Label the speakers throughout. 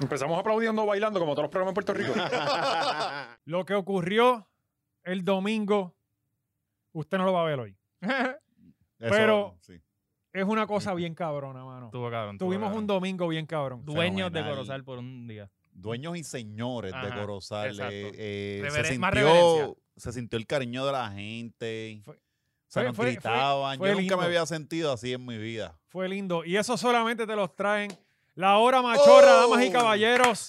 Speaker 1: Empezamos aplaudiendo, bailando, como todos los programas en Puerto Rico.
Speaker 2: Lo que ocurrió el domingo, usted no lo va a ver hoy.
Speaker 3: Eso,
Speaker 2: Pero-
Speaker 3: sí.
Speaker 2: es una cosa bien cabrona, mano.
Speaker 4: Estuvo cabrón. estuvo
Speaker 2: Tuvimos
Speaker 4: cabrón.
Speaker 2: un domingo bien cabrón.
Speaker 4: Dueños de
Speaker 3: Fenomenal.
Speaker 4: Corozal por un día.
Speaker 3: Dueños y señores de
Speaker 4: Ajá,
Speaker 3: Corozal.
Speaker 4: exacto.
Speaker 3: eh, eh, se,
Speaker 4: Reveren- más reverencia.
Speaker 3: sintió, se sintió el cariño de la gente.
Speaker 2: Fue-
Speaker 3: se
Speaker 2: fue-
Speaker 3: nos
Speaker 2: fue- fue-
Speaker 3: gritaban.
Speaker 2: fue
Speaker 3: Yo nunca
Speaker 2: lindo.
Speaker 3: me había sentido así en mi vida.
Speaker 2: Fue lindo. Y eso solamente te los traen la hora machorra,
Speaker 3: ¡Oh!
Speaker 2: damas y caballeros.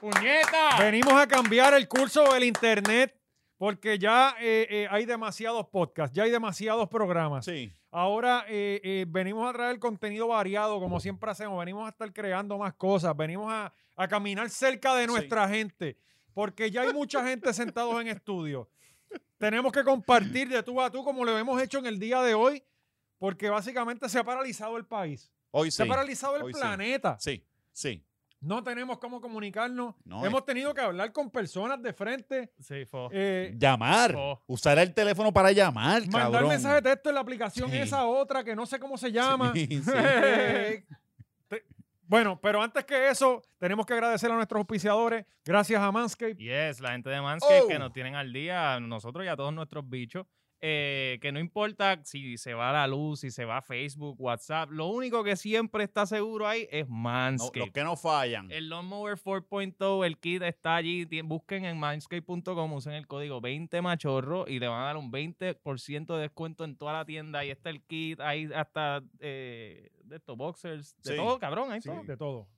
Speaker 4: ¡Puñeta!
Speaker 2: Venimos a cambiar el curso del internet porque ya eh, eh, hay demasiados podcasts, ya hay demasiados programas.
Speaker 3: Sí.
Speaker 2: Ahora eh, eh, venimos a traer contenido variado, como siempre hacemos. Venimos a estar creando más cosas. Venimos a, a caminar cerca de nuestra gente. Porque ya hay mucha gente sentados en estudio. Tenemos que compartir de tú a tú, como lo hemos hecho en el día de hoy. Porque básicamente se ha paralizado el país.
Speaker 3: Hoy
Speaker 2: Se
Speaker 3: sí.
Speaker 2: ha paralizado el
Speaker 3: hoy sí.
Speaker 2: planeta.
Speaker 3: Sí, sí.
Speaker 2: No tenemos cómo comunicarnos.
Speaker 3: No,
Speaker 2: Hemos tenido que hablar con personas de frente.
Speaker 4: Sí, fo.
Speaker 2: eh,
Speaker 3: Llamar.
Speaker 4: Oh.
Speaker 3: Usar el teléfono para llamar,
Speaker 2: mandar
Speaker 3: cabrón.
Speaker 2: mensaje de texto en la aplicación
Speaker 3: Sí.
Speaker 2: esa otra que no sé cómo se llama.
Speaker 3: Sí, sí.
Speaker 2: Eh, te- bueno, pero antes que eso, tenemos que agradecer a nuestros auspiciadores. Gracias a Manscaped.
Speaker 4: Yes, la gente de Manscaped
Speaker 3: Oh.
Speaker 4: que nos tienen al día, a nosotros y a todos nuestros bichos. eh, que no importa si se va la luz, si se va Facebook, WhatsApp, lo único que siempre está seguro ahí es
Speaker 3: No,
Speaker 4: Manscaped.
Speaker 3: los que no fallan.
Speaker 2: Eh,
Speaker 4: El Lawnmower 4.0, el kit está allí. ti- Busquen en manscape.com, usen el código 20machorro y le van a dar un 20% de descuento en toda la tienda. Ahí está el kit, ahí hasta eh, de estos boxers, de
Speaker 3: Sí.
Speaker 4: todo, cabrón, ahí
Speaker 2: Sí,
Speaker 4: todo.
Speaker 2: de todo.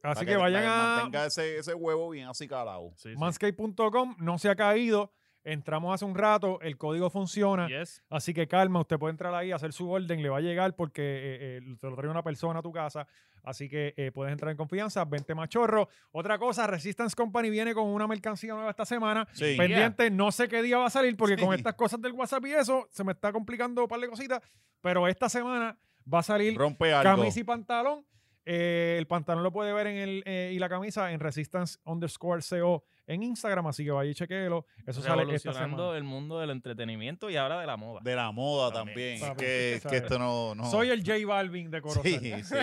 Speaker 3: Para
Speaker 2: Así que vayan
Speaker 3: para que
Speaker 2: a
Speaker 3: Mantenga ese, ese huevo bien así calado.
Speaker 4: Sí, sí.
Speaker 2: manscaped.com. No se ha caído. Entramos hace un rato. El código funciona.
Speaker 4: Yes.
Speaker 2: Así que calma, usted puede entrar ahí, hacer su orden, le va a llegar porque eh, eh, te lo trae una persona a tu casa. Así que eh, puedes entrar en confianza, vente machorro. Otra cosa, Resistance Company viene con una mercancía nueva esta semana.
Speaker 3: Sí.
Speaker 4: Pe-
Speaker 2: Pendiente, no sé qué día va a salir porque
Speaker 3: Sí.
Speaker 2: con estas cosas del WhatsApp y eso se me está complicando un par de cositas. Pero esta semana va a salir
Speaker 3: Rompe algo.
Speaker 2: camisa y pantalón. Eh, el pantalón lo puede ver en el, eh, y la camisa en Resistance underscore CO en Instagram. Así que vaya y chequéelo. Eso sale esta semana.
Speaker 4: Revolucionando el mundo del entretenimiento y ahora de la moda.
Speaker 3: De la moda
Speaker 4: También.
Speaker 3: también.
Speaker 2: Papi,
Speaker 3: que,
Speaker 2: tú
Speaker 3: que
Speaker 2: sabes.
Speaker 3: esto no. no-
Speaker 2: Soy el J Balvin de Corozal.
Speaker 3: Sí, sí.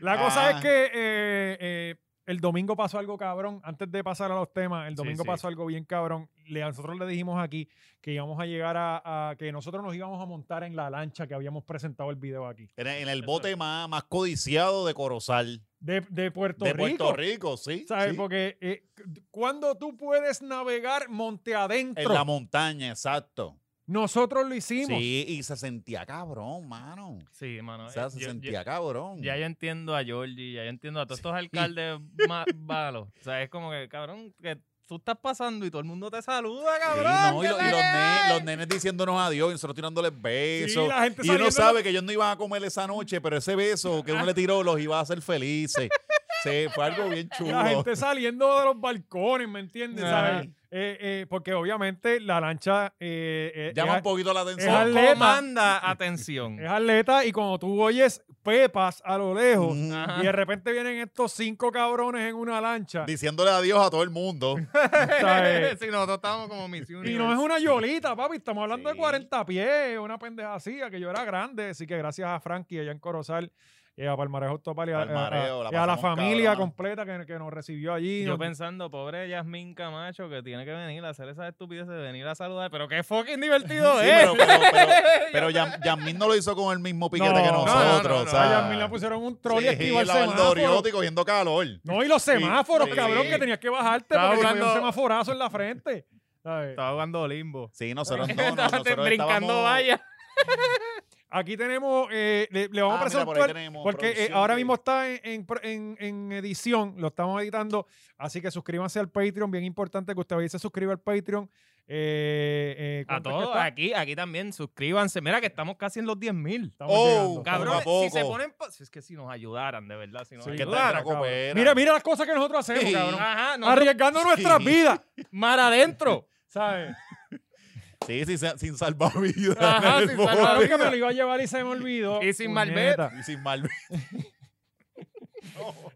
Speaker 2: La cosa
Speaker 3: Ah.
Speaker 2: es que eh, eh, el domingo pasó algo cabrón. Antes de pasar a los temas, el
Speaker 4: Sí,
Speaker 2: domingo
Speaker 4: sí.
Speaker 2: pasó algo bien cabrón. Le- nosotros le dijimos aquí que íbamos a llegar a, a- que nosotros nos íbamos a montar en la lancha que habíamos presentado el video aquí.
Speaker 3: En el, en el
Speaker 4: Eso
Speaker 3: bote más, más codiciado de Corozal.
Speaker 2: De, de Puerto
Speaker 3: de
Speaker 2: Rico.
Speaker 3: Puerto Rico, sí.
Speaker 2: ¿Sabes?
Speaker 3: sí.
Speaker 2: Porque eh, cuando tú puedes navegar monte adentro,
Speaker 3: En la montaña, exacto.
Speaker 2: nosotros lo hicimos.
Speaker 3: Sí, y se sentía cabrón, mano.
Speaker 4: Sí, mano.
Speaker 3: O sea,
Speaker 4: eh,
Speaker 3: se
Speaker 4: yo- yo-
Speaker 3: sentía cabrón.
Speaker 4: ya yo entiendo a Georgie, ya yo entiendo a todos estos alcaldes ma- malos. O sea, es como que, cabrón, que tú estás pasando y todo el mundo te saluda,
Speaker 3: Sí,
Speaker 4: cabrón.
Speaker 3: no, y,
Speaker 4: ¿qué
Speaker 3: lo- y
Speaker 4: te
Speaker 3: los,
Speaker 4: crees?
Speaker 3: ne- los nenes diciéndonos adiós, y nosotros tirándoles besos.
Speaker 2: la gente
Speaker 3: y uno
Speaker 2: saliendo-
Speaker 3: sabe que ellos no iban a comer esa noche, pero ese beso que uno le tiró los iba a hacer felices. sí, fue algo bien chulo.
Speaker 2: La gente saliendo de los balcones, ¿me entiendes?
Speaker 4: Ajá.
Speaker 2: ¿Sabes? Eh, eh, porque obviamente la lancha eh, eh,
Speaker 3: Llama
Speaker 2: es-
Speaker 3: un poquito la
Speaker 4: Co-
Speaker 3: atención.
Speaker 2: Al- atleta.
Speaker 4: Comanda atención.
Speaker 2: Es atleta y cuando tú oyes pepas a lo lejos
Speaker 3: Ujú.
Speaker 4: Ajá.
Speaker 2: y de repente vienen estos cinco cabrones en una lancha
Speaker 3: Diciéndole adiós a todo el mundo.
Speaker 2: ¿sabes?
Speaker 4: si nosotros estábamos como Miss
Speaker 2: eh. y
Speaker 4: Universe.
Speaker 2: no es una yolita, papi, estamos hablando de
Speaker 3: Sí.
Speaker 2: 40 pies, una pendeja así, a que yo era grande, así que gracias a Frankie allá en Corozal. Y a Palmarejo Topal y a,
Speaker 3: Palmarejo,
Speaker 2: a-
Speaker 3: la
Speaker 2: y a la
Speaker 3: pasamos
Speaker 2: familia
Speaker 3: cabrón.
Speaker 2: completa que, que nos recibió allí.
Speaker 4: Yo
Speaker 2: nos-
Speaker 4: pensando, pobre Yasmín Camacho, que tiene que venir a hacer esa estupidez de venir a saludar. Pero qué fucking
Speaker 3: Sí,
Speaker 4: divertido es.
Speaker 3: pero, pero, pero- pero Yam- Yasmín no lo hizo con el mismo piquete
Speaker 2: No,
Speaker 3: que
Speaker 2: no, no,
Speaker 3: nosotros.
Speaker 4: no, no,
Speaker 3: o
Speaker 2: a
Speaker 3: sea,
Speaker 2: Yasmín le pusieron un troll y
Speaker 3: sí,
Speaker 2: esquivó el
Speaker 3: la
Speaker 2: semáforo.
Speaker 3: Valdoriotti cogiendo calor.
Speaker 2: No, y los semáforos,
Speaker 3: sí.
Speaker 2: cabrón, que tenías que bajarte
Speaker 4: Estaba
Speaker 2: porque te cogía un
Speaker 4: jugando-
Speaker 2: semaforazo en la frente. ¿sabes?
Speaker 4: Estaba jugando limbo.
Speaker 3: Sí, nosotros no, no,
Speaker 4: Estaba
Speaker 3: nosotros
Speaker 4: brincando
Speaker 3: estábamos-
Speaker 4: vaya.
Speaker 2: Aquí tenemos, eh, le, le vamos
Speaker 3: Ah,
Speaker 2: a
Speaker 3: mira,
Speaker 2: presentar,
Speaker 3: por ahí tenemos
Speaker 2: porque eh,
Speaker 3: producción
Speaker 2: ahora
Speaker 3: que-
Speaker 2: mismo está en, en pro- en- en edición, lo estamos editando, así que suscríbanse al Patreon, bien importante que usted vaya y se suscriba al Patreon. Eh, eh,
Speaker 4: A
Speaker 2: ¿cuánto es que
Speaker 4: todos,
Speaker 2: está?
Speaker 4: aquí, aquí también, suscríbanse. Mira que estamos casi en los 10 mil.
Speaker 2: Estamos
Speaker 3: Oh,
Speaker 2: llegando, estamos-
Speaker 3: cabrón.
Speaker 4: Cabrones, si se
Speaker 3: poco.
Speaker 4: ponen... pa- si Es que si nos ayudaran, de verdad, si nos
Speaker 2: Sí,
Speaker 3: Que
Speaker 2: Claro,
Speaker 3: tal
Speaker 4: ayudaran.
Speaker 3: Draco
Speaker 2: cabrón.
Speaker 3: Pera?
Speaker 2: Mira, mira las cosas que nosotros hacemos,
Speaker 3: Sí. Ah,
Speaker 2: cabrón.
Speaker 4: Ajá, no,
Speaker 2: Arriesgando nuestras
Speaker 3: Sí.
Speaker 2: vidas,
Speaker 4: mar adentro.
Speaker 2: ¿sabes?
Speaker 3: Sí, sí, se- sin salvavidas.
Speaker 4: Ajá,
Speaker 3: en el
Speaker 4: sin
Speaker 3: bote.
Speaker 2: Claro
Speaker 4: salvavidas.
Speaker 2: que me lo iba a llevar y se me olvidó.
Speaker 4: Y sin
Speaker 2: puñeta.
Speaker 3: Ah, Y sin mal.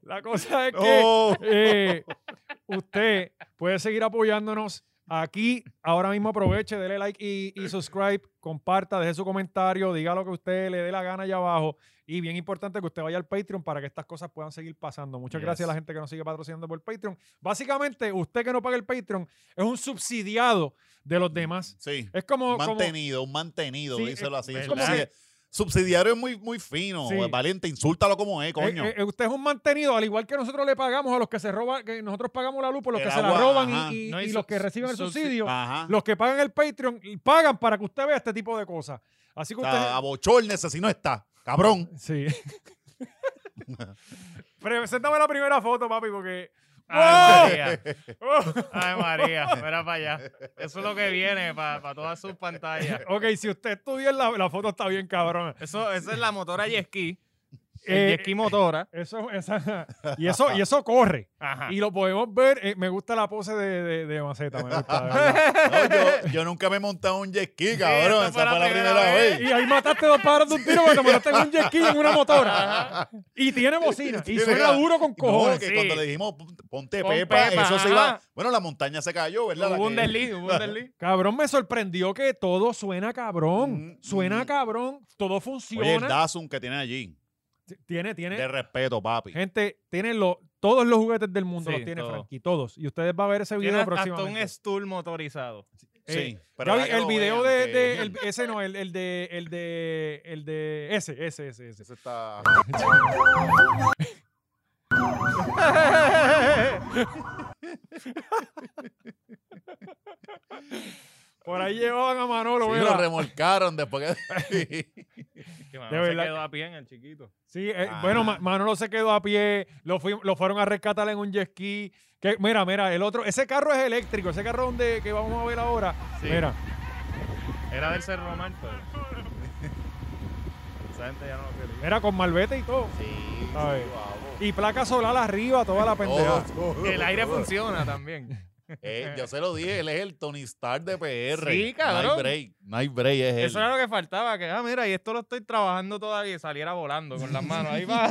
Speaker 2: La cosa es que...
Speaker 3: No. Oh,
Speaker 2: Eh, usted puede seguir apoyándonos Aquí, ahora mismo aproveche, dele like y, y subscribe, comparta, deje su comentario, diga lo que usted le dé la gana allá abajo. Y bien importante que usted vaya al Patreon para que estas cosas puedan seguir pasando. Muchas
Speaker 3: Yes.
Speaker 2: gracias a la gente que nos sigue patrocinando por Patreon. Básicamente, usted que no paga el Patreon es un subsidiado de los demás.
Speaker 3: Sí.
Speaker 2: Es como... eh, como-
Speaker 3: mantenido, un mantenido,
Speaker 2: Sí,
Speaker 3: díselo así.
Speaker 2: es
Speaker 3: subsidi-
Speaker 2: como que-
Speaker 3: Subsidiario es muy, muy fino,
Speaker 2: Sí.
Speaker 3: valiente, insúltalo como es, coño.
Speaker 2: Eh, eh, usted es un mantenido, al igual que nosotros le pagamos a los que se roban, que nosotros pagamos la luz por los
Speaker 3: El
Speaker 2: que se la
Speaker 3: agua,
Speaker 2: roban y-
Speaker 3: ajá.
Speaker 2: y,
Speaker 4: No, y
Speaker 2: y
Speaker 4: su-
Speaker 2: los que reciben el
Speaker 4: subsi-
Speaker 2: subsidio.
Speaker 3: Ajá.
Speaker 2: Los que pagan el Patreon y pagan para que usted vea este tipo de cosas. Así que usted.
Speaker 3: Está A bochornes, así no está. Cabrón.
Speaker 2: Sí. Preséntame la primera foto, papi, porque. oh,
Speaker 4: Ay, María. Ay, María, espera para allá. Eso es lo que viene para todas sus pantallas.
Speaker 2: Ok, si usted estudia la, la foto está bien cabrona.
Speaker 4: Eso, esa es la motora jet ski.
Speaker 2: Eh,
Speaker 4: el jet ski motora.
Speaker 2: Eso, esa- y, eso, y eso corre.
Speaker 4: Ajá.
Speaker 2: Y lo podemos ver. eh, me gusta la pose de, de- de Maceta. Me gusta, de verdad.
Speaker 3: No, yo, yo nunca me he montado un jet ski, cabrón.
Speaker 4: esta
Speaker 3: Esa fue la primera, vez.
Speaker 2: Y ahí mataste dos pájaros de un tiro porque te montaste en un jet ski en una motora. Y tiene bocina. Y
Speaker 3: Tiene
Speaker 2: suena
Speaker 3: la-
Speaker 2: duro con
Speaker 3: No,
Speaker 2: cojones.
Speaker 3: que
Speaker 4: sí.
Speaker 3: cuando le dijimos ponte, ponte
Speaker 4: Pon
Speaker 3: pepa,
Speaker 4: pepa,
Speaker 3: eso se
Speaker 4: ajá.
Speaker 3: iba. Bueno, la montaña se cayó, ¿verdad? La
Speaker 4: Hubo un
Speaker 3: que-
Speaker 4: desliz, hubo un desliz.
Speaker 2: Cabrón, me sorprendió que todo suena cabrón.
Speaker 3: Mm,
Speaker 2: suena
Speaker 3: mm.
Speaker 2: cabrón. Todo
Speaker 3: Oye, el
Speaker 2: funciona.
Speaker 3: Datsun que tienen allí.
Speaker 2: T- tiene, tiene.
Speaker 3: De respeto, papi.
Speaker 2: Gente, tiene lo- todos los juguetes del mundo
Speaker 4: Sí,
Speaker 2: los tiene
Speaker 4: todo.
Speaker 2: Frankie, todos. Y ustedes van a ver ese video
Speaker 4: Tiene hasta
Speaker 2: próximamente.
Speaker 4: un stool motorizado.
Speaker 3: sí.
Speaker 2: eh,
Speaker 3: pero
Speaker 2: Gaby,
Speaker 3: ya que
Speaker 2: el
Speaker 3: lo
Speaker 2: video de,
Speaker 3: vean, que-
Speaker 2: de- el- ese no, el, el de el de el de ese, ese, ese, ese.
Speaker 3: Ese está.
Speaker 2: Por ahí llevaban a Manolo,
Speaker 3: Sí,
Speaker 2: ¿verdad?
Speaker 3: lo remolcaron después que.
Speaker 4: Que
Speaker 2: De
Speaker 4: mano, se
Speaker 2: verdad.
Speaker 4: quedó a pie en el chiquito.
Speaker 2: Sí, eh,
Speaker 3: Ah.
Speaker 2: bueno, Ma- Manolo se quedó a pie, lo, fui- lo fueron a rescatar en un jet ski. Que, mira, mira, el otro, ese carro es eléctrico, ese carro donde que vamos a ver ahora.
Speaker 4: Sí.
Speaker 2: Mira,
Speaker 4: Era del Cerro Mar, pero... Esa gente ya no lo quería.
Speaker 2: era con malvete y todo.
Speaker 3: Sí,
Speaker 2: A ver.
Speaker 3: guau.
Speaker 2: Y placa solar arriba, toda la pendeja.
Speaker 3: Todo, todo,
Speaker 4: El aire
Speaker 3: todo.
Speaker 4: funciona también.
Speaker 3: Eh, yo se lo dije, él es el Tony Stark de PR.
Speaker 4: Sí, cabrón.
Speaker 3: No hay break, no hay break, es él.
Speaker 4: Eso era lo que faltaba, que, ah, mira, y esto lo estoy trabajando todavía y saliera volando con las manos. Ahí va.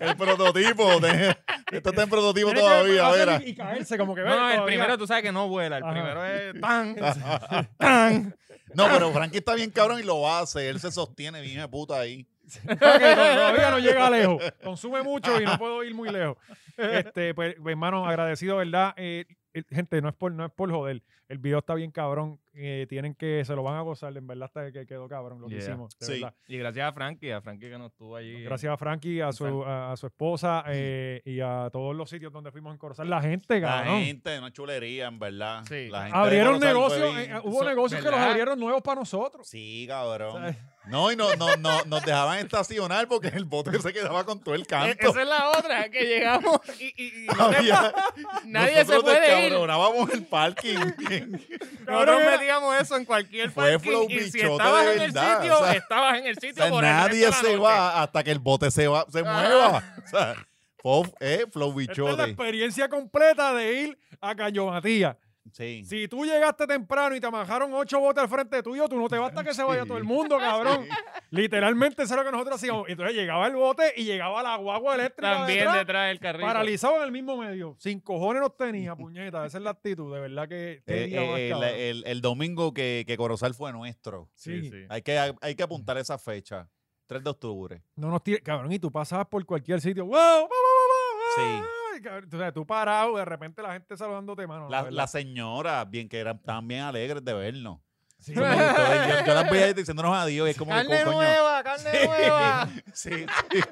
Speaker 3: El prototipo. de- esto está en prototipo
Speaker 2: Tiene que
Speaker 3: todavía,
Speaker 2: hacer
Speaker 3: verá.
Speaker 2: y, y caerse como que
Speaker 4: No,
Speaker 2: ve,
Speaker 4: el
Speaker 2: todavía.
Speaker 4: primero tú sabes que no vuela, el
Speaker 2: Ajá.
Speaker 4: primero es tan.
Speaker 3: No, pero Frankie está bien cabrón y lo hace. Él se sostiene bien de puta ahí.
Speaker 2: Ok, no, todavía no llega lejos. Consume mucho y no puedo ir muy lejos. Este, pues, pues, hermano, agradecido, ¿verdad? Eh, eh, gente, no es por, no es por joder. El video está bien cabrón. Eh, tienen que, se lo van a gozar. En verdad hasta que quedó cabrón lo que
Speaker 4: Yeah.
Speaker 2: hicimos. de
Speaker 3: Sí.
Speaker 2: verdad.
Speaker 4: Y gracias a Frankie, a Frankie que nos estuvo allí.
Speaker 2: Gracias a Frankie, a su,
Speaker 4: Exacto.
Speaker 2: a, a su esposa eh, y a todos los sitios donde fuimos en Corozal. La gente,
Speaker 3: La
Speaker 2: cabrón.
Speaker 3: gente, una chulería, en verdad.
Speaker 4: Sí.
Speaker 3: La gente de
Speaker 2: Abrieron
Speaker 3: Corozal fue
Speaker 2: negocios,
Speaker 3: bien-
Speaker 2: eh, hubo
Speaker 4: Eso-
Speaker 2: negocios que los
Speaker 4: ¿verdad?
Speaker 2: abrieron nuevos para nosotros.
Speaker 3: Sí, cabrón.
Speaker 2: ¿Sabes?
Speaker 3: No, y no, no, no, nos dejaban estacionar porque el bote se quedaba con todo
Speaker 2: Eh,
Speaker 3: el
Speaker 4: E-
Speaker 3: canto.
Speaker 4: Esa es la otra, que llegamos y, y- y no te-
Speaker 3: Había-
Speaker 4: nadie se
Speaker 3: nosotros
Speaker 4: puede ir.
Speaker 3: descabronábamos el parking. bien.
Speaker 4: Nosotros
Speaker 2: Cabrón, era-
Speaker 4: metíamos eso en cualquier
Speaker 3: Fue
Speaker 4: parking
Speaker 3: flow
Speaker 4: y si
Speaker 3: bichote
Speaker 4: estabas
Speaker 3: de
Speaker 4: en el
Speaker 3: verdad,
Speaker 4: sitio,
Speaker 3: o sea,
Speaker 4: estabas en el sitio
Speaker 3: O sea,
Speaker 4: por el resto
Speaker 3: nadie
Speaker 4: de la
Speaker 3: se
Speaker 4: noche.
Speaker 3: va hasta que el bote se, va, se mueva. O sea, fue- eh, flow
Speaker 2: Ah. Esta es la
Speaker 3: bichote.
Speaker 2: experiencia completa de ir a Cayo Matías.
Speaker 3: Sí.
Speaker 2: Si tú llegaste temprano y te majaron ocho botes al frente tuyo, tú no te basta que se vaya todo el mundo, cabrón. Literalmente eso es lo que nosotros hacíamos. Entonces llegaba el bote y llegaba la guagua eléctrica
Speaker 4: También
Speaker 2: detrás,
Speaker 4: detrás del carril.
Speaker 2: paralizado en el mismo medio. Sin cojones nos tenía, puñeta. Esa es la actitud, de verdad que
Speaker 3: Eh,
Speaker 2: este día
Speaker 3: eh,
Speaker 2: más,
Speaker 3: el,
Speaker 2: cabrón.
Speaker 3: el- el domingo que, que Corozal fue nuestro.
Speaker 2: Sí.
Speaker 3: Hay que, hay que apuntar esa fecha. 3 de octubre.
Speaker 2: No nos tires, cabrón, y tú pasabas por cualquier sitio. ¡Wow! ¡Wow! wow, wow, wow!
Speaker 3: Sí.
Speaker 2: Ay, cabrón, tú sabes, tú parado, de repente la gente saludándote, mano. la
Speaker 3: Las
Speaker 2: verdad.
Speaker 3: las señoras, bien que eran tan bien alegres de vernos.
Speaker 2: Sí.
Speaker 3: Yo, me gustó, yo- yo las veía diciéndonos adiós. y es como que,
Speaker 4: Carne
Speaker 3: coño.
Speaker 4: nueva, carne nueva.
Speaker 3: Sí,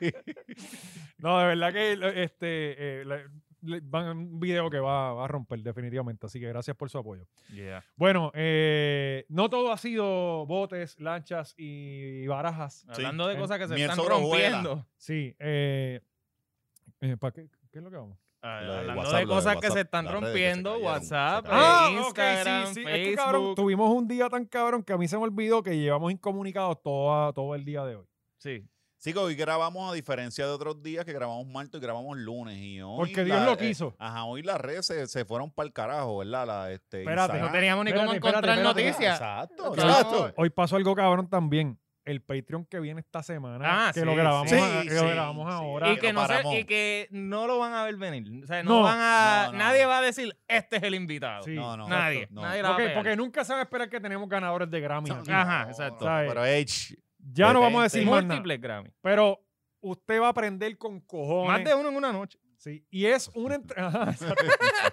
Speaker 3: sí.
Speaker 2: No, de verdad que lo- este eh, la- le- van un video que va, va a romper definitivamente. Así que gracias por su apoyo. Bueno, eh, no todo ha sido botes, lanchas y barajas.
Speaker 4: Hablando
Speaker 3: Eh,
Speaker 4: de
Speaker 2: Sí.
Speaker 4: cosas que se
Speaker 3: Miel
Speaker 4: están
Speaker 3: sobre hojuela.
Speaker 4: rompiendo.
Speaker 2: Sí. eh, eh, ¿Para qué? ¿Qué es lo que vamos?
Speaker 4: Ah,
Speaker 3: Lo de
Speaker 4: Hablando
Speaker 3: WhatsApp,
Speaker 4: de
Speaker 3: lo de
Speaker 4: cosas que
Speaker 3: WhatsApp,
Speaker 4: se están
Speaker 3: las redes que se
Speaker 4: rompiendo,
Speaker 3: cayeron, se
Speaker 4: WhatsApp,
Speaker 3: cayeron. Ah,
Speaker 4: eh,
Speaker 2: ok,
Speaker 4: Instagram,
Speaker 2: Es que,
Speaker 4: Facebook.
Speaker 2: cabrón, tuvimos un día tan cabrón que a mí se me olvidó que llevamos incomunicados toda, todo el día de hoy.
Speaker 4: Sí.
Speaker 3: Sí, que hoy grabamos a diferencia de otros días que grabamos martes y grabamos lunes. Y hoy
Speaker 2: Porque Dios
Speaker 3: la-
Speaker 2: lo
Speaker 3: eh,
Speaker 2: quiso.
Speaker 3: ajá, hoy las redes se, se fueron para el carajo, ¿verdad? La, este,
Speaker 2: Espérate,
Speaker 3: Instagram.
Speaker 4: Pues No teníamos ni
Speaker 2: Espérate,
Speaker 4: cómo
Speaker 2: espérate,
Speaker 4: encontrar
Speaker 2: espérate,
Speaker 4: noticias.
Speaker 3: Exacto,
Speaker 4: Claro.
Speaker 3: exacto.
Speaker 2: Hoy pasó algo cabrón también. el Patreon que viene esta semana,
Speaker 4: Ah,
Speaker 2: que
Speaker 4: sí,
Speaker 2: lo grabamos,
Speaker 4: sí,
Speaker 2: a- que lo
Speaker 3: sí,
Speaker 2: grabamos
Speaker 3: sí.
Speaker 2: ahora.
Speaker 4: Y que,
Speaker 3: lo
Speaker 4: no se-
Speaker 3: paramos.
Speaker 4: y que no lo van a ver venir. O sea, no,
Speaker 2: No.
Speaker 4: van a.
Speaker 3: No, no.
Speaker 4: Nadie va a decir, este es el invitado.
Speaker 2: Sí.
Speaker 3: No, no.
Speaker 4: nadie.
Speaker 3: no.
Speaker 4: Nadie la va a
Speaker 2: Porque,
Speaker 4: pegar.
Speaker 2: porque nunca se van a esperar que tenemos ganadores de Grammy.
Speaker 3: No,
Speaker 2: aquí.
Speaker 4: Ajá,
Speaker 3: no,
Speaker 4: exacto.
Speaker 3: no,
Speaker 2: ¿Sabes?
Speaker 3: Pero, Edge,
Speaker 2: Ya no vamos a decir más nada.
Speaker 4: Múltiples Grammy.
Speaker 2: Pero usted va a aprender con cojones.
Speaker 4: Más de uno en una noche.
Speaker 2: Sí, Y es una entre- Ajá, exacto.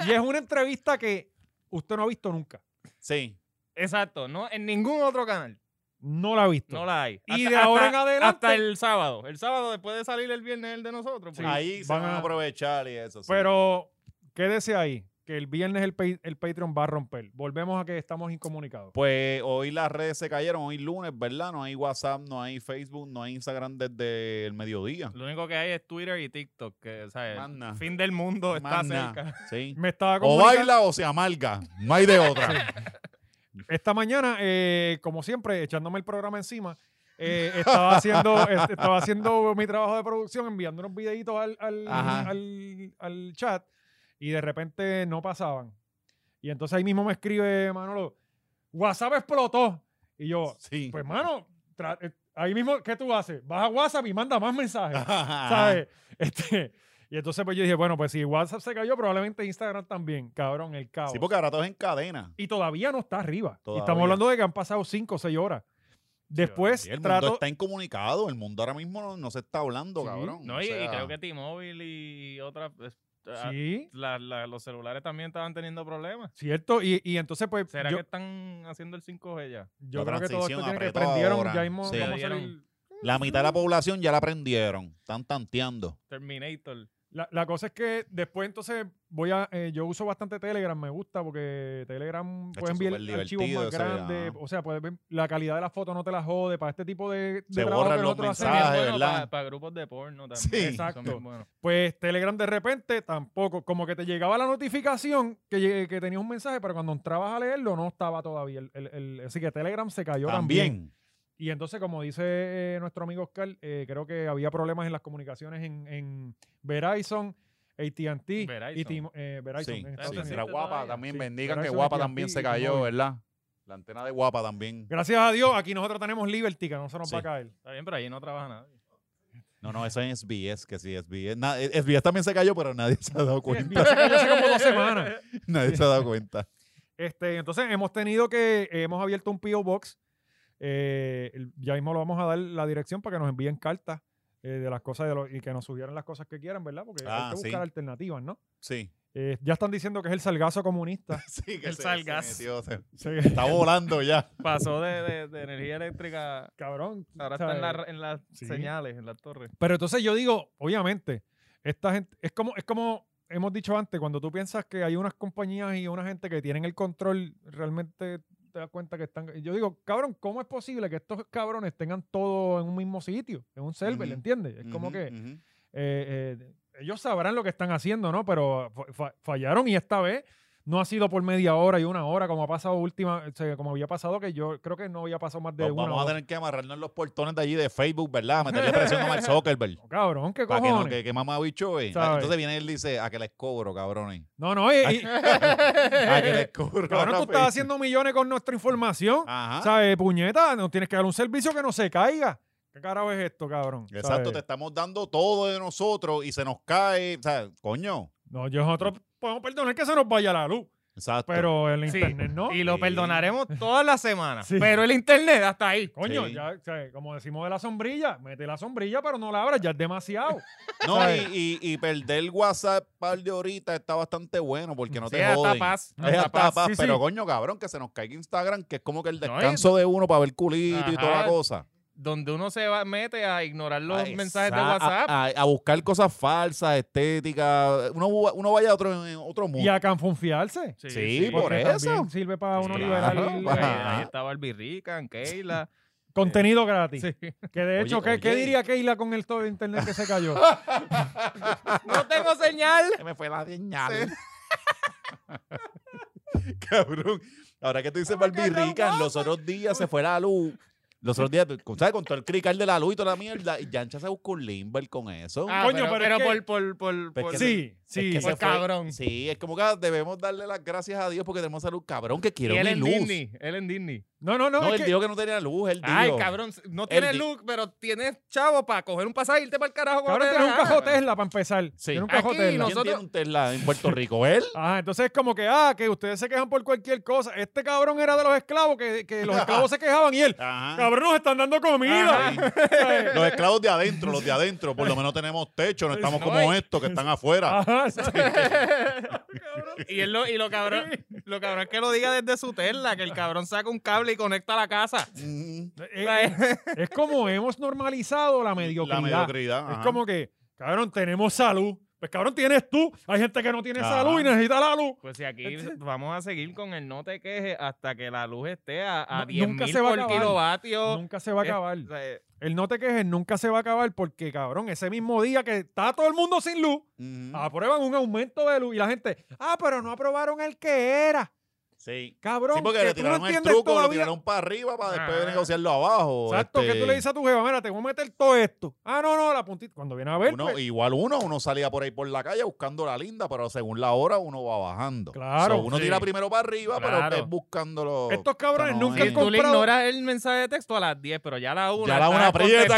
Speaker 2: y es una entrevista que usted no ha visto nunca.
Speaker 3: sí.
Speaker 4: Exacto. No, en ningún otro canal.
Speaker 2: No la ha visto.
Speaker 4: No la hay.
Speaker 2: Y de ahora en adelante-
Speaker 4: Hasta el sábado. El sábado, después de salir el viernes, el de nosotros. pues,
Speaker 3: Ahí se
Speaker 2: van
Speaker 3: van a
Speaker 2: a-
Speaker 3: aprovechar y eso. sí.
Speaker 2: Pero quédese ahí, que el viernes el, pa- el Patreon va a romper. Volvemos a que estamos incomunicados.
Speaker 3: Pues hoy las redes se cayeron, hoy lunes, ¿verdad? No hay WhatsApp, no hay Facebook, no hay Instagram desde el mediodía.
Speaker 4: Lo único que hay es Twitter y TikTok. Que, ¿sabes?
Speaker 3: Más nada.
Speaker 4: Fin del mundo está
Speaker 3: Más nada.
Speaker 4: cerca.
Speaker 3: Sí.
Speaker 2: Me estaba
Speaker 3: O
Speaker 2: comunicando-
Speaker 3: baila o se amarga. No hay de otra.
Speaker 2: Esta mañana, eh, como siempre, echándome el programa encima, eh, estaba, haciendo, est- estaba haciendo mi trabajo de producción, enviando unos videitos al, al,
Speaker 3: Ajá.
Speaker 2: al- al chat y de repente no pasaban. Y entonces ahí mismo me escribe Manolo, WhatsApp explotó. Y yo,
Speaker 3: Sí.
Speaker 2: pues mano, tra- eh, ahí mismo, ¿qué tú haces? Vas a WhatsApp y manda más mensajes.
Speaker 3: ¿Sabes?
Speaker 2: ¿sabes? Este, y entonces pues yo dije, bueno, pues si WhatsApp se cayó, probablemente Instagram también. Cabrón, el caos.
Speaker 3: Sí, porque ahora todo es en cadena.
Speaker 2: Y todavía no está arriba. Y
Speaker 3: Todavía.
Speaker 2: estamos hablando de que han pasado 5 o 6 horas. Después
Speaker 3: Sí, el mundo
Speaker 2: trato.
Speaker 3: está incomunicado. El mundo ahora mismo no, no se está hablando,
Speaker 2: Sí.
Speaker 3: cabrón.
Speaker 4: No,
Speaker 3: O
Speaker 4: y, y
Speaker 3: sea,
Speaker 4: creo que T-Mobile y otras. eh, ah,
Speaker 2: Sí,
Speaker 4: la- la- los celulares también estaban teniendo problemas.
Speaker 2: cierto. Y, y entonces, pues,
Speaker 4: ¿Será
Speaker 2: yo,
Speaker 4: que están haciendo el 5G ya?
Speaker 2: yo
Speaker 3: La
Speaker 2: creo que todo esto
Speaker 3: transición
Speaker 2: tiene que
Speaker 3: apretó
Speaker 2: prendieron
Speaker 3: ahora.
Speaker 2: ya mismo.
Speaker 3: Sí.
Speaker 2: vamos a salir-
Speaker 4: Prendieron.
Speaker 3: La mitad de la población ya la prendieron. Están tanteando.
Speaker 4: Terminator.
Speaker 2: la, la cosa es que después, entonces, voy a. eh, yo uso bastante Telegram, me gusta, porque Telegram puede enviar
Speaker 3: súper
Speaker 2: archivos
Speaker 3: divertido
Speaker 2: más
Speaker 3: ese,
Speaker 2: grandes.
Speaker 3: ajá.
Speaker 2: O sea, puedes ver- la calidad de las fotos no te la jode. Para este tipo de, de
Speaker 3: Se
Speaker 2: trabajo
Speaker 3: borran
Speaker 2: que
Speaker 3: los
Speaker 2: nosotros hacemos.
Speaker 3: mensajes. Ah, de verdad.
Speaker 4: para, grupos de porno también.
Speaker 3: Sí.
Speaker 4: Eso es
Speaker 2: Exacto.
Speaker 4: bien bueno.
Speaker 2: Pues Telegram de repente tampoco, como que te llegaba la notificación que, llegue- que tenías un mensaje, pero cuando entrabas a leerlo no estaba todavía. El, el- el- así que Telegram se cayó también.
Speaker 3: También.
Speaker 2: Y entonces, como dice eh, nuestro amigo Oscar, eh, creo que había problemas en las comunicaciones en, en Verizon, ATT y
Speaker 4: Verizon.
Speaker 2: Timo- eh, Verizon.
Speaker 3: Sí,
Speaker 2: en Estados
Speaker 4: sí.
Speaker 2: Unidos.
Speaker 3: Era guapa
Speaker 4: todavía.
Speaker 3: también.
Speaker 2: Sí,
Speaker 3: Bendigan
Speaker 2: pero
Speaker 3: que
Speaker 2: eso
Speaker 3: guapa
Speaker 2: es
Speaker 3: también
Speaker 2: TNT
Speaker 3: se
Speaker 2: y
Speaker 3: cayó,
Speaker 2: T-Mobile.
Speaker 3: ¿verdad? La antena de guapa también.
Speaker 2: Gracias a Dios, aquí nosotros tenemos Liberty, que no se nos
Speaker 3: Sí.
Speaker 2: va a caer.
Speaker 4: Está bien, pero allí no trabaja nadie.
Speaker 3: No, no, eso es SBS, que sí, SBS. Na- eh, SBS también se cayó, pero nadie se ha dado
Speaker 2: Sí,
Speaker 3: cuenta.
Speaker 2: yo sé que yo sé como dos semanas.
Speaker 3: nadie se ha dado cuenta.
Speaker 2: Este, entonces hemos tenido que, hemos abierto un P.O. Box. Eh, el- ya mismo lo vamos a dar la dirección para que nos envíen cartas eh, de las cosas de lo- y que nos sugieran las cosas que quieran, ¿verdad? Porque
Speaker 3: Ah,
Speaker 2: hay que
Speaker 3: sí.
Speaker 2: buscar alternativas, ¿no?
Speaker 3: Sí.
Speaker 2: Eh, ya están diciendo que es el salgazo comunista.
Speaker 3: Sí,
Speaker 4: El Salgas.
Speaker 3: metió, se-
Speaker 2: Sí,
Speaker 3: está volando ya.
Speaker 4: Pasó de, de- de energía eléctrica.
Speaker 2: Cabrón.
Speaker 4: Ahora
Speaker 2: ¿sabes?
Speaker 4: está en, la- en las
Speaker 2: Sí.
Speaker 4: señales, en las torres.
Speaker 2: Pero entonces yo digo, obviamente, esta gente, es como, es como hemos dicho antes, cuando tú piensas que hay unas compañías y una gente que tienen el control, realmente te das cuenta que están. Yo digo, cabrón, ¿cómo es posible que estos cabrones tengan todo en un mismo sitio? En un server,
Speaker 3: Ujú,
Speaker 2: ¿entiendes? Es como
Speaker 3: Ujú,
Speaker 2: que
Speaker 3: ujú.
Speaker 2: eh, eh, ellos sabrán lo que están haciendo, ¿no? Pero fa- fa- fallaron y esta vez no ha sido por media hora y una hora, como ha pasado última, o sea, como había pasado, que yo creo que no había pasado más de
Speaker 3: Nos
Speaker 2: una
Speaker 3: vamos a
Speaker 2: hora.
Speaker 3: tener que amarrarnos los portones de allí de Facebook, ¿verdad? Meterle presión a Mark Zuckerberg.
Speaker 2: No, cabrón, ¿qué
Speaker 3: Para que no,
Speaker 2: cojones?
Speaker 3: que, que mamá bicho es. Ah,
Speaker 2: ¿Sabes?
Speaker 3: Entonces viene él y dice, a que les cobro, cabrones.
Speaker 2: No, no, y- y-
Speaker 3: A que les cobro.
Speaker 2: Cabrón, tú
Speaker 3: rápido.
Speaker 2: estás haciendo millones con nuestra información.
Speaker 3: Ajá.
Speaker 2: ¿Sabes, puñeta? No tienes que dar un servicio que no se caiga. ¿Qué carajo es esto, cabrón?
Speaker 3: Exacto,
Speaker 2: ¿Sabes?
Speaker 3: te estamos dando todo de nosotros y se nos cae. O sea, coño.
Speaker 2: No, yo- nosotros podemos perdonar que se nos vaya la luz,
Speaker 3: Exacto.
Speaker 2: pero el
Speaker 4: Sí,
Speaker 2: internet no.
Speaker 4: Y
Speaker 3: Oh,
Speaker 4: lo
Speaker 3: Sí.
Speaker 4: perdonaremos todas las semanas.
Speaker 2: Sí.
Speaker 4: Pero el internet hasta ahí.
Speaker 2: Coño,
Speaker 3: Sí.
Speaker 2: ya, ¿sabes? como decimos de la sombrilla, mete la sombrilla, pero no la abras, ya es demasiado.
Speaker 3: No,
Speaker 2: ¿sabes?
Speaker 3: y, y, y perder el WhatsApp par de horitas está bastante bueno porque no
Speaker 4: Sí,
Speaker 3: te
Speaker 4: hasta
Speaker 3: joden.
Speaker 4: paz.
Speaker 3: Es hasta
Speaker 4: hasta
Speaker 3: paz,
Speaker 2: sí,
Speaker 3: pero
Speaker 2: sí.
Speaker 3: coño, cabrón, que se nos caiga Instagram, que es como que el
Speaker 4: No, y-
Speaker 3: descanso de uno para ver culito y toda la
Speaker 4: Ajá.
Speaker 3: cosa.
Speaker 4: Donde uno se va, mete a ignorar los
Speaker 3: Ah,
Speaker 4: mensajes de
Speaker 3: exa-
Speaker 4: WhatsApp.
Speaker 3: A, a- a buscar cosas falsas, estéticas. Uno, bu- uno vaya a otro, en otro mundo.
Speaker 2: y a canfunfiarse.
Speaker 4: Sí,
Speaker 3: sí, por
Speaker 2: porque
Speaker 3: eso.
Speaker 2: también sirve para uno
Speaker 3: Sí,
Speaker 2: liberar
Speaker 3: claro,
Speaker 2: el- eh,
Speaker 4: Ahí-
Speaker 3: Ajá.
Speaker 4: Ahí estaba el Birrican, Keila.
Speaker 2: contenido gratis.
Speaker 4: Sí.
Speaker 2: Que de hecho,
Speaker 3: Oye,
Speaker 2: ¿qué, qué
Speaker 3: oye.
Speaker 2: diría Keila con el todo de internet que se cayó?
Speaker 4: ¡No tengo señal!
Speaker 3: Se me fue la señal. Cabrón. Ahora que tú dices barbirrican, los otros días se fue la luz. Los otros días, con- ¿sabes? Con todo el crical de la luz y toda la mierda. Y Yancha se buscó un limber con eso.
Speaker 4: Ah,
Speaker 2: Coño,
Speaker 4: pero,
Speaker 2: pero es
Speaker 4: pero
Speaker 2: que-
Speaker 4: por, por, por,
Speaker 3: Pues
Speaker 4: por-
Speaker 3: que
Speaker 2: sí,
Speaker 3: es que
Speaker 2: sí.
Speaker 3: se
Speaker 4: por
Speaker 3: fue.
Speaker 4: cabrón.
Speaker 3: ah, Sí, es como que debemos darle las gracias a Dios porque tenemos salud. Cabrón, que
Speaker 4: Y
Speaker 3: quiero
Speaker 4: él
Speaker 3: mi
Speaker 4: en
Speaker 3: luz.
Speaker 4: Disney. Él en Disney.
Speaker 2: No, no, no.
Speaker 5: No,
Speaker 2: es
Speaker 5: él
Speaker 2: que-
Speaker 5: dijo que no tenía luz, él dijo.
Speaker 4: Ay, cabrón, no
Speaker 5: Él
Speaker 4: tienes
Speaker 5: di-
Speaker 4: look, pero tienes chavo para coger un pasaje y irte para el carajo. cuando
Speaker 2: Cabrón,
Speaker 4: te dé
Speaker 2: tiene un
Speaker 4: la
Speaker 2: cajo
Speaker 4: gana.
Speaker 2: Tesla para empezar.
Speaker 5: Sí.
Speaker 2: Tiene un
Speaker 4: Aquí
Speaker 2: cajo Tesla.
Speaker 5: ¿Quién
Speaker 4: nosotros-
Speaker 5: tiene un Tesla en Puerto Rico? ¿Él?
Speaker 2: Ajá, entonces es como que, ah, que ustedes se quejan por cualquier cosa. Este cabrón era de los esclavos, que, que los esclavos se quejaban y él,
Speaker 3: Ajá.
Speaker 2: cabrón, nos están dando comida.
Speaker 5: Sí.
Speaker 2: Ajá,
Speaker 3: Los esclavos de adentro, los de adentro, por lo menos tenemos techo, no estamos
Speaker 4: No,
Speaker 3: como
Speaker 4: y-
Speaker 3: estos que están
Speaker 2: Ah.
Speaker 3: afuera.
Speaker 4: Y, él lo, y lo, cabrón, lo cabrón es que lo diga desde su tela, que el cabrón saca un cable y conecta a la casa. Pues,
Speaker 3: Mm,
Speaker 2: Eh, es como hemos normalizado la mediocridad.
Speaker 3: La mediocridad.
Speaker 2: Es
Speaker 3: ajá.
Speaker 2: como que, cabrón, tenemos salud. Pues cabrón, tienes tú. Hay gente que no tiene
Speaker 3: Ajá.
Speaker 2: salud y necesita la luz.
Speaker 4: Pues si aquí vamos a seguir con el no te quejes hasta que la luz esté a, a
Speaker 2: No,
Speaker 4: 10
Speaker 2: nunca
Speaker 4: mil
Speaker 2: se va a
Speaker 4: por
Speaker 2: acabar.
Speaker 4: kilovatio.
Speaker 2: Nunca se va a
Speaker 4: Eh,
Speaker 2: acabar.
Speaker 4: o sea,
Speaker 2: El no te quejes nunca se va a acabar porque, cabrón, ese mismo día que está todo el mundo sin luz,
Speaker 3: Ujú.
Speaker 2: aprueban un aumento de luz y la gente, ah, pero no aprobaron el que era.
Speaker 5: Sí.
Speaker 2: Cabrón,
Speaker 3: sí, porque
Speaker 2: que
Speaker 3: le
Speaker 2: tú no
Speaker 3: tiraron el
Speaker 2: entiendes
Speaker 3: truco, lo
Speaker 2: todavía.
Speaker 3: tiraron para arriba para después
Speaker 4: Ah.
Speaker 3: negociarlo abajo.
Speaker 2: Exacto, que tú
Speaker 3: este,
Speaker 2: le dices a tu jefa, mira, te voy a meter todo esto. Ah, no, no, la puntita. Cuando viene a ver,
Speaker 3: uno-
Speaker 2: pues,
Speaker 3: Igual uno, uno salía por ahí por la calle buscando la linda, pero según la hora uno va bajando.
Speaker 2: Claro,
Speaker 3: So, uno
Speaker 4: sí.
Speaker 3: tira primero para arriba,
Speaker 4: Claro.
Speaker 3: pero es buscándolo.
Speaker 2: estos cabrones
Speaker 3: no,
Speaker 2: nunca
Speaker 3: eh.
Speaker 2: han
Speaker 4: y tú le
Speaker 2: comprado.
Speaker 4: ignoras el mensaje de texto a las 10, pero ya a la 1.
Speaker 3: ya la una aprieta,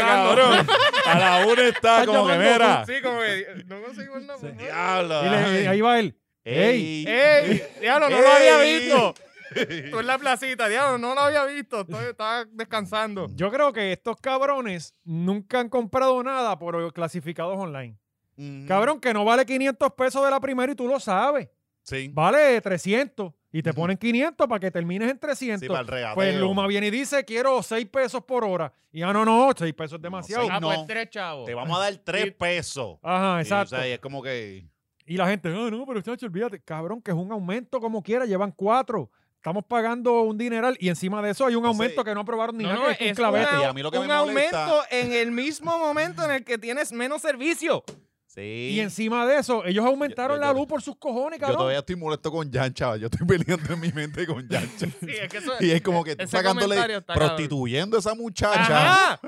Speaker 3: cabrón. A la una está
Speaker 2: Están
Speaker 3: como que
Speaker 2: llamando,
Speaker 3: mira.
Speaker 4: Sí, como que no consigo el nombre.
Speaker 3: Diablo.
Speaker 2: Y le- y ahí va él.
Speaker 3: Ey.
Speaker 4: ¡Ey! Diablo, no lo había
Speaker 3: Ey.
Speaker 4: visto. Tú en la placita, diablo, no lo había visto. Estoy, estaba descansando.
Speaker 2: Yo creo que estos cabrones nunca han comprado nada por clasificados online.
Speaker 3: Mm,
Speaker 2: Cabrón, que no vale 500 pesos de la primera y tú lo sabes.
Speaker 3: Sí.
Speaker 2: Vale 300 y te ponen 500 para que termines en 300.
Speaker 3: Sí, para el regateo.
Speaker 2: Pues Luma viene y dice, quiero 6 pesos por hora. Y ah, no, no, 6 pesos es demasiado.
Speaker 3: seis
Speaker 4: Ah, pues
Speaker 3: No.
Speaker 4: tres chavos.
Speaker 3: Te vamos a dar tres pesos.
Speaker 2: Ajá,
Speaker 3: Y, o sea,
Speaker 2: Ah, exacto.
Speaker 3: y es como que.
Speaker 2: Y la gente, "Ah, no, no, pero chacho, olvídate. Cabrón, que es un aumento como quiera, llevan 4. Estamos pagando un dineral y encima de eso hay un
Speaker 3: Entonces,
Speaker 2: aumento que no aprobaron ni
Speaker 4: No,
Speaker 2: nada,
Speaker 4: no,
Speaker 2: que es un
Speaker 4: es
Speaker 2: clavete.
Speaker 4: una-
Speaker 3: Y a mí lo que
Speaker 4: un
Speaker 3: me molesta-
Speaker 4: aumento en el mismo momento en el que tienes menos servicio.
Speaker 3: Sí.
Speaker 2: Y encima de eso, ellos aumentaron
Speaker 3: Yo- yo-
Speaker 2: la
Speaker 3: yo-
Speaker 2: luz por sus cojones,
Speaker 3: Yo
Speaker 2: cabrón.
Speaker 3: todavía estoy molesto con Yancha. Yo estoy peleando en mi mente con Yancha.
Speaker 4: es que eso
Speaker 3: Y es como que tú
Speaker 4: Eh, Ese comentario
Speaker 3: sacándole,
Speaker 4: está cabrón.
Speaker 3: prostituyendo a esa muchacha,
Speaker 4: Ajá.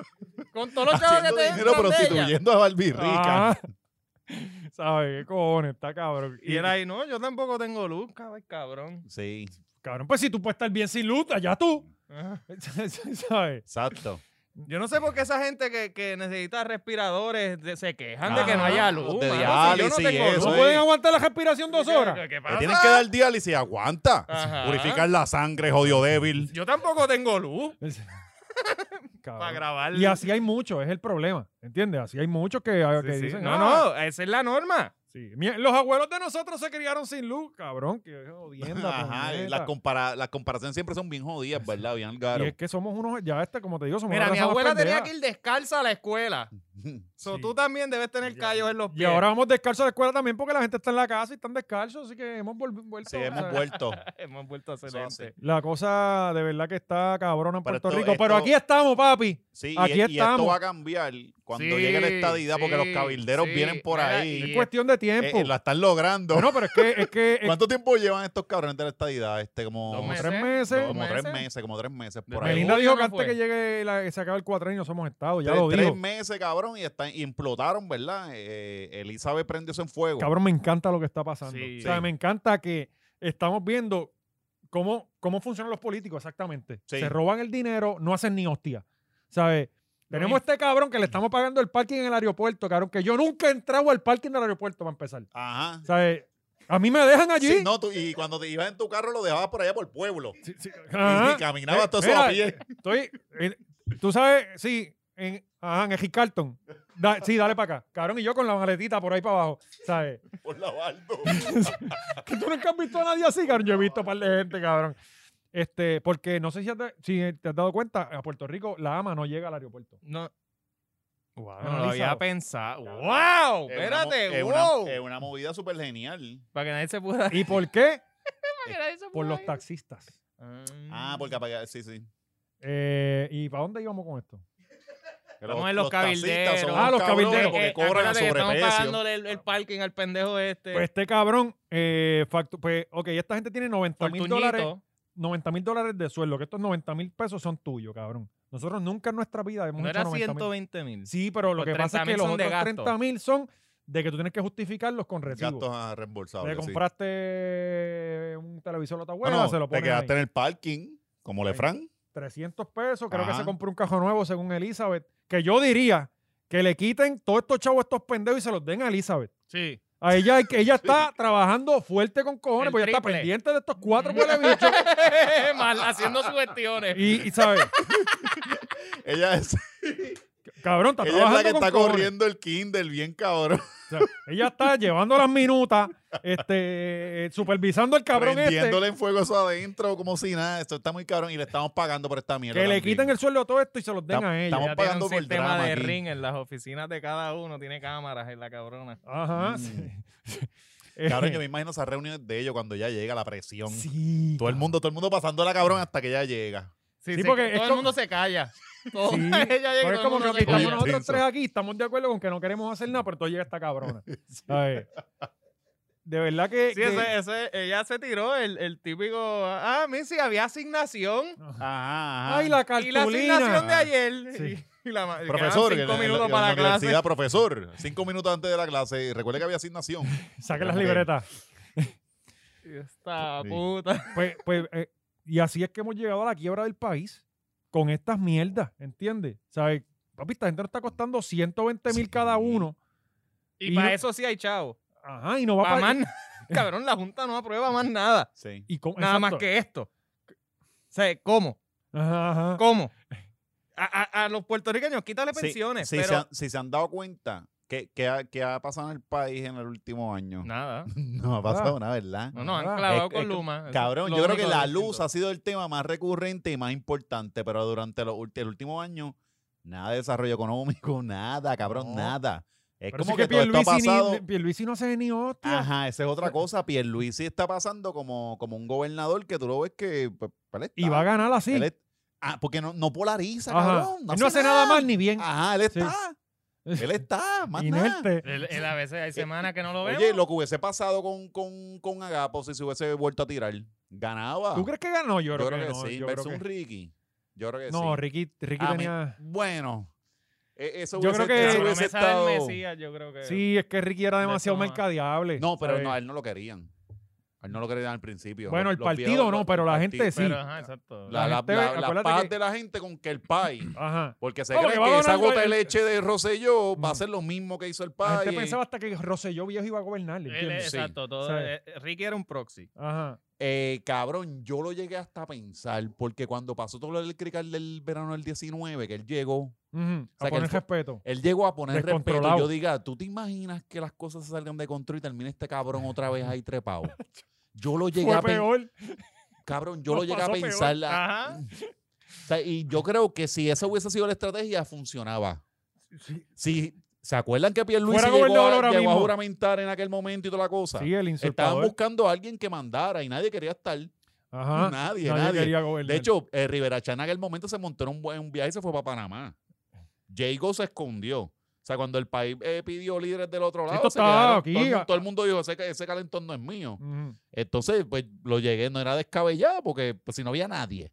Speaker 4: Con todos los chavos que
Speaker 3: haciendo
Speaker 4: te
Speaker 3: dinero,
Speaker 4: entran de ella.
Speaker 3: prostituyendo a Barbie Rica.
Speaker 2: Ah. ¿Sabes qué cojones? Está cabrón.
Speaker 4: Y él ahí, no, yo tampoco tengo luz, cab- cabrón.
Speaker 3: Sí,
Speaker 2: Cabrón, pues si tú puedes estar bien sin luz, allá tú.
Speaker 4: Ajá.
Speaker 2: ¿Sabes?
Speaker 3: exacto.
Speaker 4: Yo no sé por qué esa gente que, que necesita respiradores de- se quejan de que no
Speaker 3: Ajá,
Speaker 4: haya luz.
Speaker 3: los de
Speaker 4: mano, si
Speaker 3: diálisis y
Speaker 4: tengo
Speaker 3: eso,
Speaker 2: ¿No
Speaker 4: luz.
Speaker 3: es.
Speaker 2: pueden aguantar la respiración dos
Speaker 4: ¿Qué-
Speaker 2: horas?
Speaker 4: qué- qué
Speaker 3: Le
Speaker 4: pasa?
Speaker 3: tienen que dar diálisis, aguanta.
Speaker 4: Ajá.
Speaker 3: Purificar la sangre, jodido débil.
Speaker 4: Yo tampoco tengo luz para
Speaker 2: Cabrón.
Speaker 4: grabar.
Speaker 2: Y así hay muchos, es el problema. ¿Entiendes? Así hay muchos que,
Speaker 4: Sí,
Speaker 2: que
Speaker 4: sí.
Speaker 2: dicen.
Speaker 4: No,
Speaker 2: "Ah,
Speaker 4: no, esa es la norma.
Speaker 2: sí". Mie- Los abuelos de nosotros se criaron sin luz, cabrón. Que jodienda.
Speaker 3: Ajá, y
Speaker 2: puñeta.
Speaker 3: las, compara- las comparaciones siempre son bien jodidas, ¿verdad? Bien
Speaker 2: Y
Speaker 3: garo.
Speaker 2: es que somos unos, ya este, como te digo, somos
Speaker 4: Mira,
Speaker 2: una
Speaker 4: mi
Speaker 2: raza más
Speaker 4: abuela tenía
Speaker 2: pendeja.
Speaker 4: que ir descalza a la escuela. So,
Speaker 2: Sí.
Speaker 4: Tú también debes tener
Speaker 2: Ya.
Speaker 4: callos en los pies.
Speaker 2: Y ahora vamos descalzos a la escuela también porque la gente está en la casa y están descalzos, así que hemos volv- vuelto.
Speaker 3: Sí,
Speaker 2: o
Speaker 3: hemos
Speaker 2: sea,
Speaker 3: vuelto.
Speaker 4: hemos vuelto a hacer
Speaker 3: Eso
Speaker 4: antes.
Speaker 3: hace.
Speaker 2: La cosa de verdad que está cabrona en
Speaker 3: Pero
Speaker 2: Puerto
Speaker 3: esto-
Speaker 2: Rico. Pero
Speaker 3: esto-
Speaker 2: aquí estamos, papi.
Speaker 3: Sí, y-
Speaker 2: Aquí
Speaker 3: y, esto
Speaker 2: estamos.
Speaker 3: va a cambiar cuando
Speaker 4: Sí,
Speaker 3: llegue la estadidad, porque
Speaker 4: sí,
Speaker 3: los cabilderos
Speaker 4: sí.
Speaker 3: vienen por
Speaker 4: Mira,
Speaker 3: ahí.
Speaker 2: Es
Speaker 4: y-
Speaker 2: cuestión de
Speaker 3: Eh,
Speaker 2: tiempo.
Speaker 3: eh, la están logrando.
Speaker 2: No, eh, pero es que, es que es
Speaker 3: ¿Cuánto tiempo llevan estos cabrones de la estadidad? Este, como,
Speaker 4: Dos
Speaker 2: como
Speaker 4: meses.
Speaker 2: tres meses.
Speaker 4: dos
Speaker 3: como tres
Speaker 4: meses.
Speaker 3: meses, como tres meses por
Speaker 4: Desde
Speaker 3: ahí.
Speaker 2: Melinda
Speaker 4: Julio
Speaker 2: dijo
Speaker 4: no
Speaker 2: que antes
Speaker 4: fue.
Speaker 2: que llegue la- que se acabe el cuatrenio somos estados, ya
Speaker 3: tres,
Speaker 2: lo
Speaker 3: tres
Speaker 2: digo.
Speaker 3: meses, cabrón, y están, y implotaron, ¿verdad? Eh, Elizabeth prendióse en fuego.
Speaker 2: Cabrón, me encanta lo que está pasando.
Speaker 4: Sí.
Speaker 2: o sea,
Speaker 3: Sí.
Speaker 2: me encanta que estamos viendo cómo, cómo funcionan los políticos exactamente.
Speaker 3: Sí.
Speaker 2: Se roban el dinero, no hacen ni hostia. ¿Sabes?
Speaker 4: No,
Speaker 2: Tenemos
Speaker 4: y-
Speaker 2: este cabrón
Speaker 3: Mm.
Speaker 2: que le estamos pagando el parking en el aeropuerto, cabrón, que yo nunca he entrado al parking del aeropuerto para empezar.
Speaker 3: Ajá.
Speaker 2: ¿Sabes? A mí me dejan allí.
Speaker 3: Sí, no, tú- y cuando te ibas en tu carro lo dejabas por allá por el pueblo.
Speaker 2: Sí, sí,
Speaker 3: Y,
Speaker 2: ajá.
Speaker 3: y caminabas
Speaker 2: Eh,
Speaker 3: todo eso a
Speaker 2: mira,
Speaker 3: pie.
Speaker 2: Estoy, eh, tú sabes, sí, en, ajá, en el Ritz-Carlton. Da- sí, dale para acá. Cabrón, y yo con la maletita por ahí para abajo, ¿sabes?
Speaker 3: Por la baldo.
Speaker 2: Que tú nunca has visto a nadie así, cabrón. Yo he visto un par de gente, cabrón. Este, porque no sé si, has da- si te has dado cuenta, a Puerto Rico la ama no llega al aeropuerto.
Speaker 4: No,
Speaker 2: Wow,
Speaker 4: no lo había pensado. ¡Wow! Espérate,
Speaker 3: es una,
Speaker 4: wow.
Speaker 3: es una movida súper genial.
Speaker 4: Para que nadie se pueda.
Speaker 2: ¿Y por qué?
Speaker 4: para que nadie se
Speaker 2: Por
Speaker 4: pueda
Speaker 2: los
Speaker 4: ir.
Speaker 2: taxistas.
Speaker 3: Ah,
Speaker 2: Mm.
Speaker 3: porque apaga- Sí, sí.
Speaker 2: Eh, ¿Y para dónde íbamos con esto?
Speaker 4: Vamos a ver los
Speaker 3: taxistas son
Speaker 4: cabilderos.
Speaker 2: Ah, los
Speaker 3: cabrones
Speaker 2: cabilderos.
Speaker 3: Porque
Speaker 4: Eh,
Speaker 3: cobran a
Speaker 4: acuérdate que Estamos
Speaker 3: sobreprecio.
Speaker 4: pagándole el, el parking al pendejo este.
Speaker 2: Pues este cabrón, eh, factu- pues, ok, esta gente tiene 90 mil
Speaker 4: Fortuñito.
Speaker 2: dólares 90 mil dólares de sueldo, que estos 90 mil pesos son tuyos, cabrón. Nosotros nunca en nuestra vida hemos
Speaker 4: No
Speaker 2: hecho
Speaker 4: era
Speaker 2: 90 mil.
Speaker 4: 120 mil.
Speaker 2: Sí, pero lo
Speaker 4: Pues
Speaker 2: que pasa es
Speaker 4: 30.000
Speaker 2: que los
Speaker 4: son de
Speaker 2: otros
Speaker 4: gasto.
Speaker 2: 30 mil son de que tú tienes que justificarlos con recibos.
Speaker 3: Gastos ah,
Speaker 2: Le
Speaker 3: reembolsables. sí.
Speaker 2: compraste un televisor a tu
Speaker 3: No,
Speaker 2: abuela,
Speaker 3: no,
Speaker 2: se lo
Speaker 3: te
Speaker 2: pones
Speaker 3: quedaste
Speaker 2: ahí.
Speaker 3: en el parking, como Lefran.
Speaker 2: 300 pesos. Creo que
Speaker 5: Ajá.
Speaker 2: se compró un cajo nuevo, según Elizabeth. Que yo diría que le quiten todos estos chavos, a estos pendejos y se los den a Elizabeth.
Speaker 4: Sí.
Speaker 2: A ella, hay que- ella está trabajando fuerte con cojones,
Speaker 4: El
Speaker 2: porque ella está
Speaker 4: triple.
Speaker 2: pendiente de estos cuatro huelebichos.
Speaker 4: Mal, haciendo sugestiones.
Speaker 2: y, y, ¿sabes?
Speaker 3: Ella es,
Speaker 2: Cabrón, está
Speaker 3: ella es
Speaker 2: trabajando
Speaker 3: la que
Speaker 2: con
Speaker 3: está
Speaker 2: cojones.
Speaker 3: corriendo el Kindle, bien cabrón.
Speaker 2: O sea, ella está llevando las minutas, este, eh, supervisando al cabrón este.
Speaker 3: Prendiéndole en fuego eso adentro, como si nada. Esto está muy cabrón y le estamos pagando por esta mierda.
Speaker 2: Que le
Speaker 3: también.
Speaker 2: quiten el sueldo a todo esto y se los den
Speaker 3: Estamos-
Speaker 2: a ella.
Speaker 3: estamos-
Speaker 4: Ya tiene
Speaker 3: pagando
Speaker 4: un
Speaker 3: por
Speaker 4: sistema
Speaker 3: drama
Speaker 4: de
Speaker 3: aquí.
Speaker 4: ring en las oficinas de cada uno. Tiene cámaras en la cabrona.
Speaker 2: Ajá.
Speaker 3: Mm.
Speaker 2: sí.
Speaker 3: Cabrón, yo me imagino esas reuniones de ellos cuando ya llega la presión.
Speaker 2: Sí.
Speaker 3: Todo el mundo, todo el mundo pasando la cabrón hasta que ya llega.
Speaker 2: Sí, porque es
Speaker 4: todo el
Speaker 2: como-
Speaker 4: mundo se calla. Todo-
Speaker 2: Sí,
Speaker 4: ella llega y
Speaker 2: Pero es
Speaker 4: todo
Speaker 2: como
Speaker 4: el
Speaker 2: que
Speaker 4: mundo
Speaker 2: ok,
Speaker 4: se
Speaker 2: estamos
Speaker 4: calla.
Speaker 3: Oye,
Speaker 2: nosotros
Speaker 3: intenso.
Speaker 2: tres aquí, estamos de acuerdo con que no queremos hacer nada, pero todo llega esta cabrona. ¿Sabes? De verdad que.
Speaker 4: Sí,
Speaker 2: que-
Speaker 4: ese, ese- ella se tiró el, el típico. Ah, mira, sí, había asignación.
Speaker 3: Ajá,
Speaker 2: Ay, la
Speaker 4: Y la
Speaker 2: cartulina.
Speaker 4: asignación de ayer.
Speaker 2: Sí.
Speaker 4: Y, y la, ma- quedaban
Speaker 3: Profesor, en la-
Speaker 4: Cinco
Speaker 3: en la-
Speaker 4: minutos
Speaker 3: en
Speaker 4: para la clase.
Speaker 3: universidad, profesor. Cinco minutos antes de la clase. Recuerde que había asignación.
Speaker 2: Saquen las libretas.
Speaker 4: Y Esta
Speaker 3: Sí.
Speaker 4: puta.
Speaker 2: Pues, pues, eh, y así es que hemos llegado a la quiebra del país con estas mierdas, ¿entiendes? ¿Sabes? Papi, esta gente nos está costando 120 mil cada
Speaker 3: Sí.
Speaker 2: uno.
Speaker 4: Y,
Speaker 2: Y
Speaker 4: para
Speaker 2: no-
Speaker 4: eso sí hay chavo.
Speaker 2: Ajá, y no va
Speaker 4: Pa'
Speaker 2: a
Speaker 4: más na- Cabrón, la Junta no aprueba más nada.
Speaker 3: Sí.
Speaker 2: Y con-
Speaker 4: Nada más
Speaker 2: exacto.
Speaker 4: que esto. O sea, ¿cómo?
Speaker 2: Ajá, ajá.
Speaker 4: ¿Cómo? A, a- a los puertorriqueños, quítale
Speaker 3: Sí, ah,
Speaker 4: pensiones.
Speaker 3: Si, se
Speaker 4: pero...
Speaker 3: han, si se han dado cuenta que, que, ha, que ha pasado en el país en el último año.
Speaker 4: Nada.
Speaker 3: No ha pasado nada, ¿verdad?
Speaker 4: No, no, han
Speaker 2: Nada.
Speaker 4: clavado
Speaker 3: Ah, Es-
Speaker 4: con
Speaker 3: es-
Speaker 4: Luma. Eso es
Speaker 3: Cabrón,
Speaker 4: lo
Speaker 3: yo creo
Speaker 4: único
Speaker 3: que la
Speaker 4: distinto.
Speaker 3: luz ha sido el tema más recurrente y más importante, pero durante los ulti- el último año, nada de desarrollo económico, nada, cabrón,
Speaker 2: No.
Speaker 3: nada. Es
Speaker 2: Pero sí
Speaker 3: como
Speaker 2: que
Speaker 3: que, todo esto ha
Speaker 2: Pierluisi,
Speaker 3: pasado.
Speaker 2: ni, Pierluisi no hace ni hostia.
Speaker 3: Ajá, esa es otra cosa. Pierluisi está pasando como, como un gobernador que tú lo ves que. pues, él
Speaker 2: Y
Speaker 3: está-
Speaker 2: va a ganar así.
Speaker 3: él es- ah, porque no, no polariza,
Speaker 2: Ajá.
Speaker 3: cabrón.
Speaker 2: Él no hace nada mal ni bien.
Speaker 3: Ajá, él
Speaker 2: Sí.
Speaker 3: está. Él está, más nada.
Speaker 2: Inerte.
Speaker 4: Él, él a veces hay semanas que no lo vemos.
Speaker 3: Eh, Oye, lo que hubiese pasado con, con, con Agapo si se hubiese vuelto a tirar, ganaba.
Speaker 2: ¿Tú crees que ganó? Yo,
Speaker 3: Ah. Yo,
Speaker 2: creo, que, no.
Speaker 3: sí.
Speaker 2: yo creo
Speaker 3: versus un
Speaker 2: que-
Speaker 3: Ricky. Yo creo que
Speaker 2: No,
Speaker 3: sí. Ah,
Speaker 2: Ricky, Ricky
Speaker 3: A mí-
Speaker 2: tenía.
Speaker 3: Bueno. e- Eso
Speaker 2: Yo
Speaker 3: hubiese-
Speaker 2: creo que-
Speaker 3: eso
Speaker 4: la
Speaker 3: hubiese
Speaker 4: promesa
Speaker 3: estado-
Speaker 4: del Mesías, yo creo que.
Speaker 2: Sí, es que Ricky era
Speaker 4: de
Speaker 2: demasiado
Speaker 4: Tomás.
Speaker 2: mercadeable.
Speaker 3: No, pero
Speaker 2: ¿sabes?
Speaker 3: no, a él no lo querían. A él no lo querían al principio.
Speaker 2: Bueno, el
Speaker 3: Los- los
Speaker 2: partido
Speaker 3: viejos-
Speaker 2: no,
Speaker 3: los-
Speaker 2: pero
Speaker 3: el
Speaker 2: la gente
Speaker 3: partido-
Speaker 2: sí.
Speaker 4: Pero, ajá, exacto.
Speaker 3: La,
Speaker 2: La
Speaker 3: la,
Speaker 2: gente-
Speaker 3: la- la
Speaker 2: acuérdate
Speaker 3: paz
Speaker 2: que-
Speaker 3: de la gente con que el PAI.
Speaker 2: Ajá.
Speaker 3: Porque se
Speaker 2: No,
Speaker 3: cree
Speaker 2: porque
Speaker 3: que,
Speaker 2: va a
Speaker 3: esa
Speaker 2: ganar el-
Speaker 3: gota de leche de Rosselló va
Speaker 2: Mm.
Speaker 3: a ser lo mismo que hizo el
Speaker 2: La
Speaker 3: PAI.
Speaker 2: gente pensaba hasta que Rosselló Viejo iba a gobernar,
Speaker 4: Él-
Speaker 2: ¿entiendes?
Speaker 3: sí.
Speaker 4: exacto. todo-
Speaker 2: ¿Sabes?
Speaker 4: eh, Ricky era un proxy.
Speaker 2: Ajá.
Speaker 3: Eh, cabrón, yo lo llegué hasta a pensar, porque cuando pasó todo lo del crical del verano del 19, que él llegó,
Speaker 2: Ujú. A
Speaker 3: sea, que
Speaker 2: poner
Speaker 3: él fue-
Speaker 2: respeto.
Speaker 3: él llegó a poner respeto.
Speaker 2: Descontrolado.
Speaker 3: Yo diga, ¿tú te imaginas que las cosas se salgan de control y termine este cabrón otra vez ahí trepado? Yo lo llegué
Speaker 2: Fue
Speaker 3: a pensar.
Speaker 2: peor.
Speaker 3: Cabrón, yo
Speaker 2: Nos
Speaker 3: lo llegué a
Speaker 2: pasó peor. Ah.
Speaker 3: pensar. la-
Speaker 4: Ajá.
Speaker 3: o sea, y yo creo que si esa hubiese sido la estrategia, funcionaba. Si, ¿Se acuerdan que Pierluisi
Speaker 2: Fuera
Speaker 3: llegó,
Speaker 2: gobernador
Speaker 3: a,
Speaker 2: ahora
Speaker 3: llegó a
Speaker 2: mismo.
Speaker 3: juramentar en aquel momento y toda la cosa?
Speaker 2: Sí, el
Speaker 3: Estaban
Speaker 2: insultador.
Speaker 3: buscando a alguien que mandara y nadie quería estar.
Speaker 2: Ajá.
Speaker 3: Nadie,
Speaker 2: Ah, Nadie,
Speaker 3: nadie.
Speaker 2: quería gobernar.
Speaker 3: De hecho, eh, Rivera Chan en aquel momento se montó en un, bu- en un viaje y se fue para Panamá. Jago se escondió. O sea, cuando el país eh, pidió líderes del otro
Speaker 2: Sí,
Speaker 3: lado,
Speaker 2: esto
Speaker 3: se
Speaker 2: estaba
Speaker 3: quedaron-
Speaker 2: aquí,
Speaker 3: todo, el,
Speaker 2: a-
Speaker 3: mundo- todo el mundo dijo, ese, ca- ese calentón no es mío.
Speaker 2: Ujú.
Speaker 3: Entonces, pues lo llegué, no era descabellado, porque pues, si no había nadie.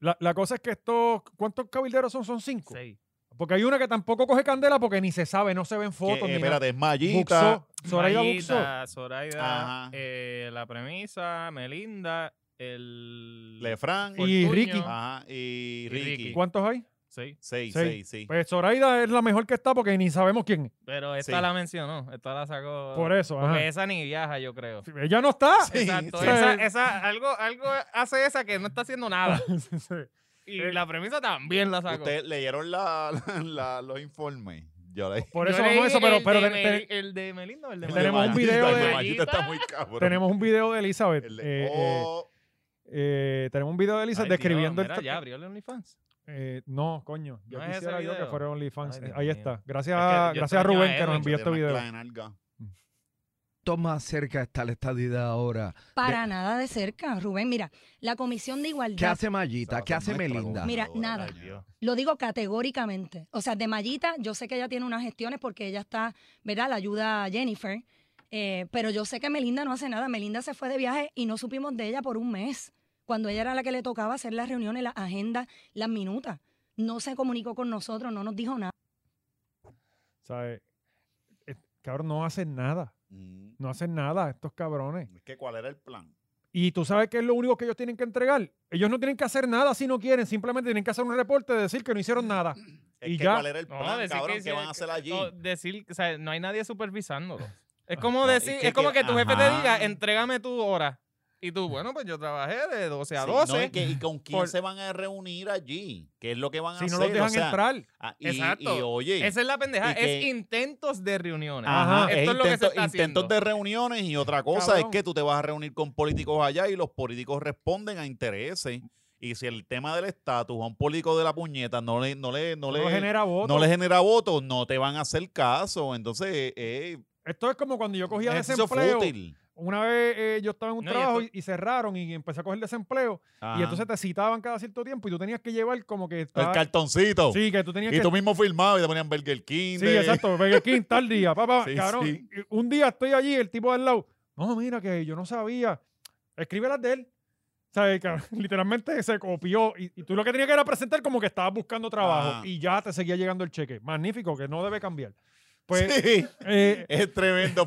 Speaker 2: la, la cosa es que estos. ¿Cuántos cabilderos son? Son cinco.
Speaker 4: Sí.
Speaker 2: Porque hay una que tampoco coge candela porque ni se sabe, no se ven
Speaker 3: eh,
Speaker 2: fotos. ni nada.
Speaker 3: es
Speaker 2: Buxó. Zoraida Buxó.
Speaker 4: Mayita, Zoraida,
Speaker 3: Ajá.
Speaker 4: eh, la premisa, Melinda, el.
Speaker 3: Lefran
Speaker 2: Y- Ricky.
Speaker 3: ajá, y
Speaker 4: Ricky.
Speaker 2: ¿Cuántos hay?
Speaker 4: Sí,
Speaker 3: Seis,
Speaker 2: Seis.
Speaker 3: sí.
Speaker 2: Pues Zoraida es la mejor que está porque ni sabemos quién es.
Speaker 4: pero esta
Speaker 3: Sí.
Speaker 4: la mencionó. Esta la sacó.
Speaker 2: Por eso,
Speaker 4: porque
Speaker 2: ajá.
Speaker 4: Esa ni viaja, yo creo.
Speaker 2: Ella no está.
Speaker 3: Sí,
Speaker 4: Exacto.
Speaker 3: sí.
Speaker 4: Esa, esa, algo, algo hace esa que no está haciendo nada.
Speaker 2: Sí, sí.
Speaker 4: Y la premisa también la sacó.
Speaker 3: Ustedes leyeron la- la- la- los informes. Yo leí.
Speaker 2: Por
Speaker 4: Yo
Speaker 2: eso
Speaker 4: leí
Speaker 2: vamos a eso, pero,
Speaker 4: el
Speaker 2: pero
Speaker 4: de
Speaker 2: te-
Speaker 4: Meli-
Speaker 2: te-
Speaker 4: el de Melinda o el de
Speaker 2: Tenemos un
Speaker 3: Mallita,
Speaker 2: video
Speaker 3: el
Speaker 2: de-
Speaker 3: Mallita está muy cabrón.
Speaker 2: tenemos un video de Elizabeth.
Speaker 3: El de-
Speaker 2: eh, eh,
Speaker 3: Oh,
Speaker 2: eh, tenemos un video de Elizabeth describiendo
Speaker 4: el
Speaker 2: el.
Speaker 4: ya
Speaker 2: tra-
Speaker 4: abrió el OnlyFans.
Speaker 2: eh, no, coño. Yo
Speaker 4: ¿No es ese
Speaker 2: quisiera yo que
Speaker 4: video?
Speaker 2: fuera OnlyFans.
Speaker 4: Ay,
Speaker 2: Eh,
Speaker 4: Dios
Speaker 2: Ahí
Speaker 4: mío.
Speaker 2: está. Gracias,
Speaker 4: Es que yo
Speaker 2: gracias a
Speaker 4: extraño a
Speaker 2: Rubén que nos
Speaker 4: Edwin,
Speaker 2: envió este
Speaker 3: de
Speaker 2: video.
Speaker 3: mezcla de nalga.
Speaker 6: ¿Cuánto más cerca está la estadidad ahora?
Speaker 7: Para nada de cerca, Rubén. Mira, la Comisión de
Speaker 6: ¿Qué
Speaker 7: Igualdad,
Speaker 6: hace Mallita? ¿Qué hace Melinda?
Speaker 7: Mira, nada. lo digo categóricamente. O sea, de Mayita, yo sé que ella tiene unas gestiones porque ella está, ¿verdad? La ayuda a Jennifer. Eh, pero yo sé que Melinda no hace nada. Melinda se fue de viaje y no supimos de ella por un mes. Cuando ella era la que le tocaba hacer las reuniones, las agendas, las minutas. No se comunicó con nosotros, no nos dijo nada.
Speaker 2: ¿Sabes? Eh, Cabrón, no hacen nada.
Speaker 3: Mm,
Speaker 2: No hacen nada estos cabrones.
Speaker 3: Es que, ¿cuál era el plan?
Speaker 2: Y tú sabes que es lo único que ellos tienen que entregar. Ellos no tienen que hacer nada si no quieren, simplemente tienen que hacer un reporte de decir que no hicieron nada.
Speaker 3: Es
Speaker 2: Y
Speaker 3: que
Speaker 2: ya.
Speaker 3: cuál era el
Speaker 4: No,
Speaker 3: plan,
Speaker 4: decir
Speaker 3: cabrón,
Speaker 4: que
Speaker 3: que
Speaker 4: sí,
Speaker 3: van a hacer allí.
Speaker 4: No, decir, o sea, no hay nadie supervisándolo. Es como
Speaker 3: es
Speaker 4: decir,
Speaker 3: que-
Speaker 4: es como que tu jefe te
Speaker 3: ajá.
Speaker 4: diga, entrégame tu hora. Y tú, bueno, pues yo trabajé de 12 a
Speaker 3: Sí,
Speaker 4: 12.
Speaker 3: no, y, que- y con quién
Speaker 4: por-
Speaker 3: se van a reunir allí, qué es lo que van a
Speaker 2: Si no
Speaker 3: hacer.
Speaker 2: los dejan
Speaker 3: o sea,
Speaker 2: entrar.
Speaker 3: ah, y,
Speaker 4: Exacto.
Speaker 3: y oye,
Speaker 4: Esa es la pendeja.
Speaker 3: y que-
Speaker 4: Es intentos de reuniones.
Speaker 3: ajá,
Speaker 4: Esto es,
Speaker 3: es
Speaker 4: lo que se
Speaker 3: intento-
Speaker 4: está
Speaker 3: intentos
Speaker 4: haciendo.
Speaker 3: de reuniones y otra cosa
Speaker 2: Cabrón.
Speaker 3: es que tú te vas a reunir con políticos allá y los políticos responden a intereses. Y si el tema del estatus a un político de la puñeta no le, no le, no
Speaker 2: No
Speaker 3: le,
Speaker 2: genera votos.
Speaker 3: no le genera votos, no te van a hacer caso. Entonces, eh,
Speaker 2: Esto es como cuando yo cogía
Speaker 3: eso
Speaker 2: desempleo.
Speaker 3: fútil.
Speaker 2: Una vez eh, yo estaba en un
Speaker 4: No, y
Speaker 2: trabajo y,
Speaker 4: esto-
Speaker 2: y cerraron y empecé a coger desempleo.
Speaker 3: Ajá.
Speaker 2: Y entonces te citaban cada cierto tiempo y tú tenías que llevar como que.
Speaker 3: el
Speaker 2: estaba-
Speaker 3: cartoncito.
Speaker 2: Sí, que tú tenías
Speaker 3: y
Speaker 2: que.
Speaker 3: tú mismo firmabas y te ponían Burger King.
Speaker 2: Sí,
Speaker 3: de-
Speaker 2: exacto. Burger King tal día, papá.
Speaker 3: Sí,
Speaker 2: cabrón,
Speaker 3: sí.
Speaker 2: y un día estoy allí, el tipo de al lado. No, mira, que yo no sabía. Escribe las de él. O sea, el cabrón, literalmente se copió. Y, y tú lo que tenías que era presentar como que estabas buscando trabajo.
Speaker 3: Ah.
Speaker 2: Y ya te seguía llegando el cheque. Magnífico, que no debe cambiar. Pues,
Speaker 3: Sí.
Speaker 2: eh,
Speaker 3: Es tremendo,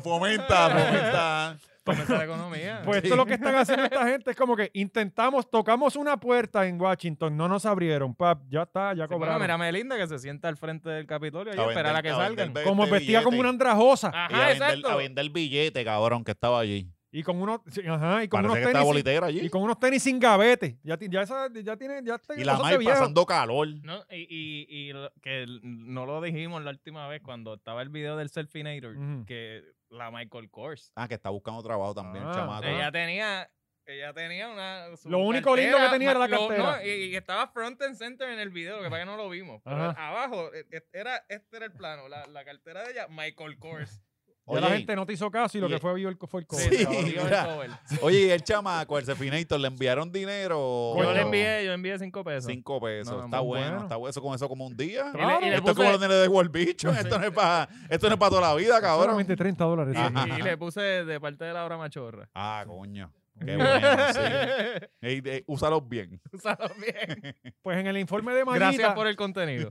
Speaker 3: fomenta, fomenta.
Speaker 4: Comenzar la economía.
Speaker 2: pues esto es lo que están haciendo esta gente. Es como que intentamos, tocamos una puerta en Washington, no nos abrieron. Pap, ya está, ya
Speaker 4: Sí, bueno,
Speaker 2: cobraron.
Speaker 4: mira a Melinda que se sienta al frente del Capitolio y
Speaker 3: A
Speaker 4: esperar a
Speaker 3: vender-
Speaker 4: que
Speaker 3: a
Speaker 4: salgan.
Speaker 3: vender
Speaker 2: como
Speaker 3: este
Speaker 2: vestía como
Speaker 3: billete.
Speaker 2: una andrajosa.
Speaker 3: Y a
Speaker 4: Ajá,
Speaker 3: vender,
Speaker 4: exacto.
Speaker 3: a vender el billete, cabrón, que estaba allí.
Speaker 2: Y con unos, sí, ajá, y con
Speaker 3: Parece que
Speaker 2: unos
Speaker 3: estaba
Speaker 2: tenis.
Speaker 3: bolitera allí.
Speaker 2: Y
Speaker 3: Y,
Speaker 2: con unos tenis sin gavete. Ya, ti- ya, esa, ya tiene, ya está
Speaker 3: la
Speaker 2: cosas de
Speaker 3: May
Speaker 2: viejo.
Speaker 3: pasando calor.
Speaker 4: No, y, y- y lo- que l- no lo dijimos la última vez cuando estaba el video del Selfinator,
Speaker 2: Ujú.
Speaker 4: que la Michael Kors.
Speaker 3: Ah, que está buscando trabajo también,
Speaker 2: Ah,
Speaker 3: el chamaco.
Speaker 4: Ella tenía, ella tenía una. su
Speaker 2: Lo único lindo que tenía era la
Speaker 4: ma- lo-
Speaker 2: cartera.
Speaker 4: no, y, y estaba front and center en el video, que para que no lo vimos. Pero
Speaker 2: Ajá.
Speaker 4: abajo, e- e- era, este era el plano, la, la cartera de ella, Michael Kors.
Speaker 2: Ya la
Speaker 3: Oye,
Speaker 2: gente no te hizo caso y lo
Speaker 3: y-
Speaker 4: e
Speaker 2: que fue vio el, fue el cobre.
Speaker 3: Sí.
Speaker 4: se jodió el
Speaker 3: mira.
Speaker 4: cover.
Speaker 3: Oye, y el chamaco, el Sefinator, le enviaron dinero.
Speaker 4: Yo le envié, yo envié cinco pesos.
Speaker 3: Cinco pesos.
Speaker 4: No,
Speaker 3: está
Speaker 4: muy
Speaker 3: bueno,
Speaker 2: bueno.
Speaker 3: está bueno. Eso con eso como un día.
Speaker 4: Y le- y
Speaker 3: Esto
Speaker 4: le
Speaker 3: es
Speaker 4: puse-
Speaker 3: como los nenes de Warbicho. Esto no es para esto no es para toda la vida, cabrón.
Speaker 2: Solamente 30 dólares.
Speaker 4: Y-
Speaker 3: Ajá.
Speaker 4: y, le puse de parte de la obra machorra.
Speaker 3: Ah, coño. Qué bueno, sí. Ey, de- úsalos bien.
Speaker 4: Úsalo bien.
Speaker 2: Pues en el informe de
Speaker 4: Gracias
Speaker 2: Mayita,
Speaker 4: por el contenido.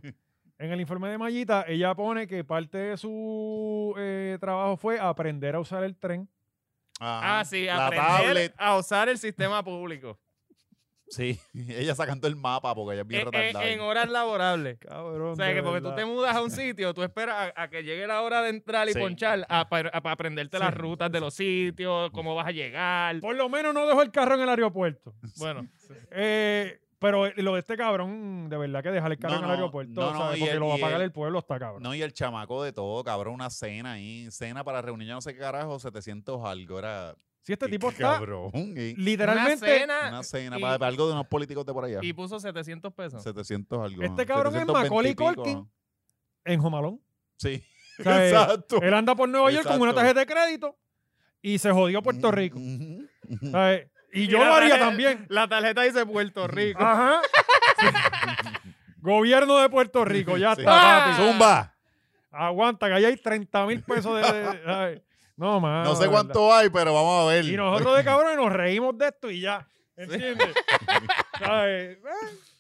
Speaker 2: en el informe de Mayita, ella pone que parte de su eh, trabajo fue aprender a usar el tren.
Speaker 3: Ajá.
Speaker 4: Ah, sí,
Speaker 3: La
Speaker 4: aprender
Speaker 3: tablet.
Speaker 4: a usar el sistema público.
Speaker 3: Sí. Ella sacando el mapa porque ella es bien
Speaker 4: Eh, eh,
Speaker 3: retardada.
Speaker 4: en horas laborables.
Speaker 2: Cabrón.
Speaker 4: O sea, que porque tú te mudas a un sitio, tú esperas a, a que llegue la hora de entrar y
Speaker 3: Sí.
Speaker 4: ponchar a- para para aprenderte las rutas de los sitios, cómo vas a llegar.
Speaker 2: Por lo menos no dejó el carro en el aeropuerto.
Speaker 4: Bueno,
Speaker 2: Eh, pero lo de este cabrón, de verdad que dejar el carro
Speaker 3: No,
Speaker 2: en el
Speaker 3: no,
Speaker 2: aeropuerto,
Speaker 3: no, no,
Speaker 2: ¿sabes?
Speaker 3: y
Speaker 2: porque
Speaker 3: el-
Speaker 2: lo va a
Speaker 3: y
Speaker 2: pagar
Speaker 3: el-
Speaker 2: el pueblo, está cabrón.
Speaker 3: No, y el chamaco de todo, cabrón, una cena ahí, cena para reunir, yo no sé qué carajo, 700 algo, era...
Speaker 2: si este
Speaker 3: qué-
Speaker 2: tipo
Speaker 3: qué
Speaker 2: está
Speaker 3: Cabrón, y
Speaker 2: literalmente...
Speaker 4: una cena
Speaker 3: una cena
Speaker 4: y-
Speaker 3: para, para algo de unos políticos de por allá.
Speaker 4: y puso 700 pesos.
Speaker 3: 700 algo.
Speaker 2: Este
Speaker 3: ajá,
Speaker 2: cabrón es
Speaker 3: 720 y
Speaker 2: Macaulay
Speaker 3: pico,
Speaker 2: Culkin.
Speaker 3: ajá.
Speaker 2: en Jomalón.
Speaker 3: Sí,
Speaker 2: O sea, eh,
Speaker 3: exacto.
Speaker 2: Él anda por Nueva York con una
Speaker 3: Exacto. Mm,
Speaker 2: tarjeta de crédito y se jodió Puerto Rico. Ah,
Speaker 3: Ujú, ujú.
Speaker 2: ¿sabes? Y yo
Speaker 4: la
Speaker 2: lo haría
Speaker 4: tarjeta-
Speaker 2: también.
Speaker 4: La tarjeta dice Puerto Rico.
Speaker 2: Ajá. Gobierno de Puerto Rico, ya
Speaker 3: Sí.
Speaker 2: está, papi.
Speaker 3: Zumba,
Speaker 2: Aguanta, que ahí hay 30 mil pesos de. de- ¿sabes? ah, No, más.
Speaker 3: no sé cuánto hay, pero vamos a ver.
Speaker 2: Y nosotros de cabrones nos reímos de esto y ya. ¿Entiendes? ¿Sabes? Eh,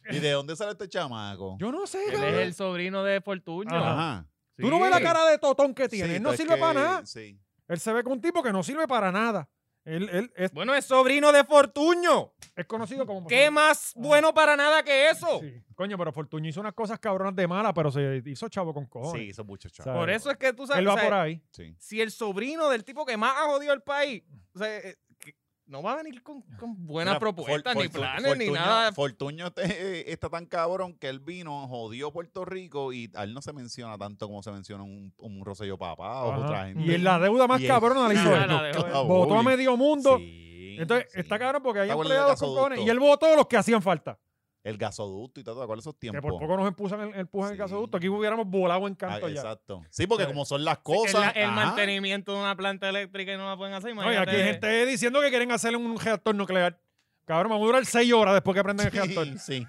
Speaker 3: ¿Y de dónde sale este chamaco?
Speaker 2: Yo no sé,
Speaker 4: Él
Speaker 2: cabrón.
Speaker 4: es el sobrino de Fortuño.
Speaker 3: Ajá.
Speaker 2: Tú no ves la
Speaker 4: Sí.
Speaker 2: cara de totón que tiene.
Speaker 3: Sí,
Speaker 2: él no
Speaker 3: pues
Speaker 2: sirve
Speaker 3: que-
Speaker 2: para nada.
Speaker 3: Sí.
Speaker 2: Él se ve con un tipo que no sirve para nada. Él, él es,
Speaker 4: Bueno, es sobrino de Fortuño.
Speaker 2: es conocido como.
Speaker 4: ¿Qué más bueno para nada que eso?
Speaker 2: Sí. Coño, pero Fortuño hizo unas cosas cabronas de mala, pero se hizo chavo con cojones.
Speaker 3: Sí, son muchos
Speaker 2: O
Speaker 3: chavos.
Speaker 2: sea,
Speaker 4: Por eso es que tú sabes.
Speaker 2: Él va
Speaker 4: o sea,
Speaker 2: por ahí.
Speaker 3: Sí.
Speaker 4: Si el sobrino del tipo que más ha jodido el país o sea, eh, que no va a venir con, con buenas
Speaker 3: Mira,
Speaker 4: propuestas,
Speaker 3: For-
Speaker 4: ni
Speaker 3: Fortu-
Speaker 4: planes, ni
Speaker 3: Fortuño-
Speaker 4: nada.
Speaker 3: Fortuño te- eh, está tan cabrón que él vino, jodió Puerto Rico y a él no se menciona tanto como se menciona un, un Rosselló Papá o
Speaker 2: Ajá.
Speaker 3: otra gente.
Speaker 2: Y en la deuda más
Speaker 3: Y él-
Speaker 2: cabrona la hizo
Speaker 4: Nada,
Speaker 2: él.
Speaker 4: la dejó de-
Speaker 3: cabrón.
Speaker 2: Votó a medio mundo.
Speaker 3: Sí,
Speaker 2: Entonces,
Speaker 3: sí.
Speaker 2: está cabrón porque hay
Speaker 3: Está bueno el
Speaker 2: empleados con
Speaker 3: gasoducto.
Speaker 2: cojones. Y él votó los que hacían falta.
Speaker 3: El gasoducto y todo, ¿te acuerdas esos
Speaker 2: Que
Speaker 3: tiempos?
Speaker 2: por poco nos empujan el, empujan el
Speaker 3: Sí.
Speaker 2: gasoducto. Aquí hubiéramos volado en
Speaker 3: Ah,
Speaker 2: canto ya.
Speaker 3: exacto. Sí, porque
Speaker 2: Sí.
Speaker 3: como son las
Speaker 4: El, la-
Speaker 3: cosas.
Speaker 4: el
Speaker 3: ajá.
Speaker 4: mantenimiento de una planta eléctrica y no la pueden hacer.
Speaker 2: No, y
Speaker 4: Imagínate.
Speaker 2: aquí hay gente diciendo que quieren hacer un reactor nuclear. Cabrón, vamos a durar seis horas después que prenden el reactor.
Speaker 3: Sí, sí.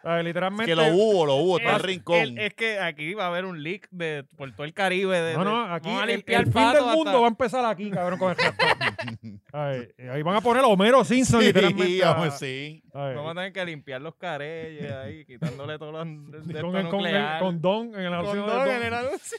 Speaker 2: sea, literalmente.
Speaker 3: Que lo hubo, lo hubo, está
Speaker 4: El-
Speaker 3: el rincón.
Speaker 4: el- es que aquí va a haber un leak de, por todo el Caribe. De,
Speaker 2: No,
Speaker 4: de-
Speaker 2: no, aquí
Speaker 4: vamos a
Speaker 2: el,
Speaker 4: limpiar
Speaker 2: el fin del
Speaker 4: pato
Speaker 2: mundo
Speaker 4: hasta-
Speaker 2: va a empezar aquí, cabrón, con el ratón. Ay, Ahí van a poner a Homero Simpson, literalmente.
Speaker 3: Sí,
Speaker 2: a-
Speaker 3: vamos, sí.
Speaker 2: ay,
Speaker 4: Vamos a tener que limpiar los careyes ahí, quitándole todos los de
Speaker 2: con,
Speaker 4: esto
Speaker 2: el, con, el,
Speaker 4: nuclear.
Speaker 2: con Don en el anuncio de
Speaker 4: Condón
Speaker 2: Don.
Speaker 4: en el anuncio.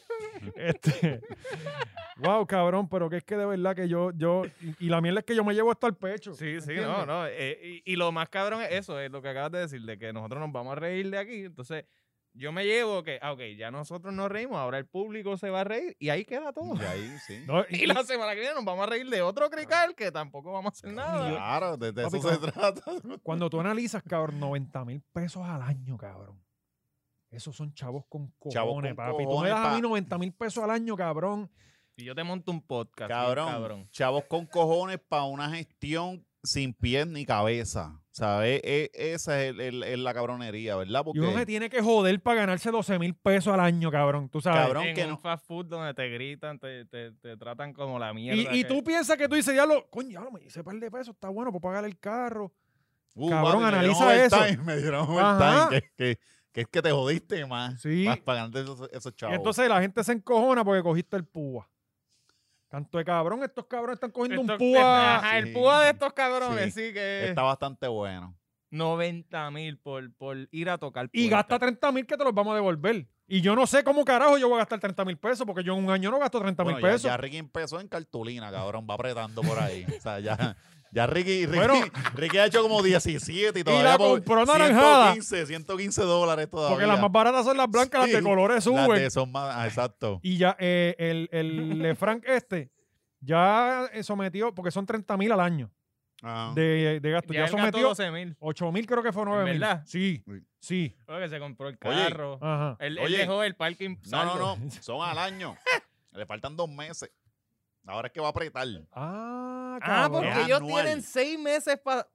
Speaker 2: Este, wow, cabrón, pero que es que de verdad que yo, yo, y, y la mierda es que yo me llevo hasta el pecho.
Speaker 4: Sí, sí,
Speaker 2: ¿entiendes?
Speaker 4: no, no. eh, y, y lo más cabrón es eso, es lo que acabas de decir, de que nosotros nos vamos a reír de aquí. Entonces, yo me llevo que, ah, ok, ya nosotros nos reímos, ahora el público se va a reír y ahí queda todo.
Speaker 3: Y ahí, sí.
Speaker 2: No, y-
Speaker 4: Y la semana que viene nos vamos a reír de
Speaker 2: Ah.
Speaker 4: otro crical que tampoco vamos a hacer nada.
Speaker 3: Claro, de, de
Speaker 2: Papi,
Speaker 3: eso se trata.
Speaker 2: cuando tú analizas, cabrón, 90 mil pesos al año, cabrón. Esos son chavos con cojones,
Speaker 3: Chavos con
Speaker 2: papi. tú me
Speaker 3: cojones,
Speaker 2: das a
Speaker 3: pa-
Speaker 2: mí 90 mil pesos al año, cabrón.
Speaker 4: Y yo te monto un podcast. bien
Speaker 3: Cabrón, Chavos con cojones para una gestión sin pies ni cabeza. ¿Sabes? E- esa es el- el- el- la cabronería, ¿verdad? Porque,
Speaker 2: Y uno se tiene que joder para ganarse 12 mil pesos al año, cabrón. Tú sabes.
Speaker 3: cabrón,
Speaker 4: en
Speaker 3: que
Speaker 4: un
Speaker 3: no.
Speaker 4: fast food donde te gritan, te, te, te tratan como la mierda.
Speaker 2: Y, y
Speaker 4: que-
Speaker 2: tú piensas que tú dices, ya lo, coño, ya lo, me hice par de pesos, está bueno para pagar el carro.
Speaker 3: Uh,
Speaker 2: Cabrón,
Speaker 3: papi, me dieron
Speaker 2: analiza eso.
Speaker 3: overtime, Me dieron
Speaker 2: Ajá.
Speaker 3: overtime. Que, que, que es que te jodiste más.
Speaker 2: Sí.
Speaker 3: Para pagarte esos, esos
Speaker 2: Y
Speaker 3: chavos.
Speaker 2: entonces la gente se encojona porque cogiste el púa. Tanto de cabrón, estos cabrones están cogiendo
Speaker 4: Esto-
Speaker 2: un púa.
Speaker 4: Ajá,
Speaker 3: Sí.
Speaker 4: el púa de estos cabrones, sí,
Speaker 3: Sí.
Speaker 4: que
Speaker 3: Está bastante bueno.
Speaker 4: 90 mil por, por ir a tocar.
Speaker 2: y
Speaker 4: puertas.
Speaker 2: gasta 30 mil que te los vamos a devolver. Y yo no sé cómo carajo yo voy a gastar 30 mil pesos, porque yo en un año no gasto 30 mil
Speaker 3: Bueno, ya-
Speaker 2: pesos.
Speaker 3: Ya, Ricky empezó en cartulina, cabrón. Va apretando por ahí. O sea, ya, ya Ricky, Ricky,
Speaker 2: Bueno.
Speaker 3: Ricky ha hecho como 17 y todavía.
Speaker 2: la
Speaker 3: por
Speaker 2: compró naranjada.
Speaker 3: 115, 115 dólares todavía.
Speaker 2: porque las más baratas son las blancas, las de
Speaker 3: Sí,
Speaker 2: colores
Speaker 3: Las
Speaker 2: suben.
Speaker 3: de son más. ah, exacto.
Speaker 2: Y ya eh, el, el Lefranc este ya eh, sometió, porque son 30 mil al año
Speaker 3: Ah.
Speaker 2: de, de gasto.
Speaker 4: Ya,
Speaker 2: Ya,
Speaker 4: él gastó
Speaker 2: sometió
Speaker 4: 12 mil.
Speaker 2: 8 mil, creo que fue 9 mil.
Speaker 4: verdad?
Speaker 2: Sí,
Speaker 3: Sí.
Speaker 2: sí.
Speaker 4: que se compró el
Speaker 3: Oye.
Speaker 4: carro.
Speaker 2: Ajá.
Speaker 4: él, él
Speaker 3: Oye.
Speaker 4: dejó el parking.
Speaker 3: no,
Speaker 4: saldo.
Speaker 3: no, no. Son al año. Le faltan dos meses. Ahora es que va a apretar.
Speaker 2: Ah,
Speaker 4: Ah,
Speaker 2: cabrón.
Speaker 4: porque
Speaker 3: Es
Speaker 4: ellos
Speaker 3: anual.
Speaker 4: tienen seis meses para.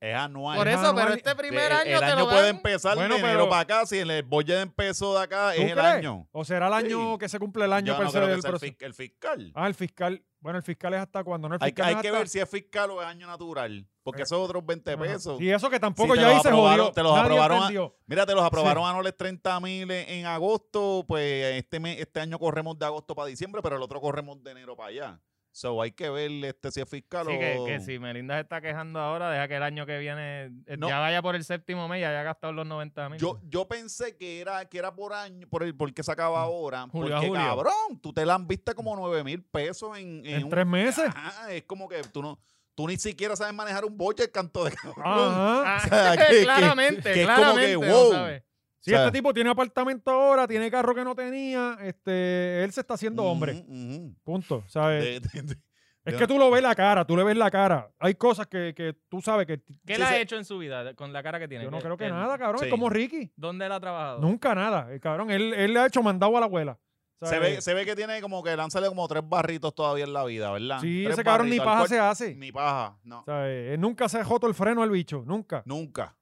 Speaker 3: Es anual.
Speaker 4: Por eso,
Speaker 2: anual.
Speaker 4: pero este primer
Speaker 3: el,
Speaker 4: año
Speaker 3: el
Speaker 4: te
Speaker 3: año
Speaker 4: lo
Speaker 3: puede
Speaker 4: dan.
Speaker 3: empezar
Speaker 2: Bueno,
Speaker 3: de enero
Speaker 2: pero-
Speaker 3: para acá. Si el bolle empezó de acá, es
Speaker 2: ¿Tú
Speaker 3: el
Speaker 2: crees?
Speaker 3: año.
Speaker 2: O será el año
Speaker 3: Sí.
Speaker 2: que se cumple el año
Speaker 3: Yo
Speaker 2: per
Speaker 3: no
Speaker 2: se
Speaker 3: creo que
Speaker 2: del
Speaker 3: sea el,
Speaker 2: proceso.
Speaker 3: fis- el fiscal.
Speaker 2: Ah, el fiscal. Bueno, el fiscal es hasta cuando no el
Speaker 3: Hay, que-
Speaker 2: fiscal.
Speaker 3: hay
Speaker 2: es
Speaker 3: que
Speaker 2: hasta-
Speaker 3: ver si es fiscal o es año natural, porque
Speaker 2: Eh,
Speaker 3: esos otros 20
Speaker 2: Ajá.
Speaker 3: pesos.
Speaker 2: Y eso que tampoco
Speaker 3: Sí, te
Speaker 2: ya
Speaker 3: los
Speaker 2: ahí se
Speaker 3: aprobaron-
Speaker 2: jodió.
Speaker 3: te los
Speaker 2: Nadie
Speaker 3: aprobaron a-
Speaker 2: entendió.
Speaker 3: Mira, te los aprobaron anuales 30 mil en, en agosto, pues este, mes- este año corremos de agosto para diciembre, pero el otro corremos de enero para allá. So, hay que ver este, si es fiscal
Speaker 4: Sí,
Speaker 3: o...
Speaker 4: que, que si Melinda se está quejando ahora, deja que el año que viene eh,
Speaker 3: No.
Speaker 4: ya vaya por el séptimo mes y haya gastado los 90 mil.
Speaker 3: Yo, yo pensé que era, que era por año, por el porque
Speaker 2: Mm.
Speaker 3: sacaba ahora.
Speaker 4: Julio a
Speaker 3: porque,
Speaker 4: julio.
Speaker 3: cabrón, tú te la han visto como 9 mil pesos en, en
Speaker 2: En
Speaker 3: un-
Speaker 2: tres meses.
Speaker 3: Ajá, es como que tú no, tú ni siquiera sabes manejar un boche, canto de cabrón.
Speaker 2: Ajá.
Speaker 3: O
Speaker 4: Ah,
Speaker 3: sea, que- que-
Speaker 4: claramente,
Speaker 3: que es como
Speaker 4: claramente.
Speaker 3: que,
Speaker 4: ¿no
Speaker 3: wow.
Speaker 4: sabes?
Speaker 2: Si
Speaker 3: o sea-
Speaker 2: este tipo tiene apartamento ahora, tiene carro que no tenía, este, él se está haciendo hombre. Eh,
Speaker 3: Ujú, ujú. Eh,
Speaker 2: Punto. ¿sabes?
Speaker 3: De- de- de-
Speaker 2: es
Speaker 3: de-
Speaker 2: que tú lo ves la cara, tú le ves la cara. Hay cosas que, que tú sabes que.
Speaker 4: ¿Qué le ha hecho en su vida de- con la cara que tiene?
Speaker 2: Yo no
Speaker 4: ¿Qué-
Speaker 2: creo que
Speaker 4: qué-
Speaker 2: nada, cabrón.
Speaker 3: sí.
Speaker 2: Es como Ricky.
Speaker 4: ¿Dónde la ha trabajado?
Speaker 2: Nunca nada. El cabrón, él, él le ha hecho mandado a la abuela.
Speaker 3: Se
Speaker 2: ¿sabes?
Speaker 3: ve, se ve que tiene como que lánzale como tres barritos todavía en la vida, ¿verdad?
Speaker 2: Sí,
Speaker 3: Tres
Speaker 2: ese cabrón ni paja
Speaker 3: barritos,
Speaker 2: se
Speaker 3: al
Speaker 2: hace.
Speaker 3: cual- Ni paja, no.
Speaker 2: ¿Sabes? Él nunca se joto el freno al bicho, nunca.
Speaker 3: Nunca.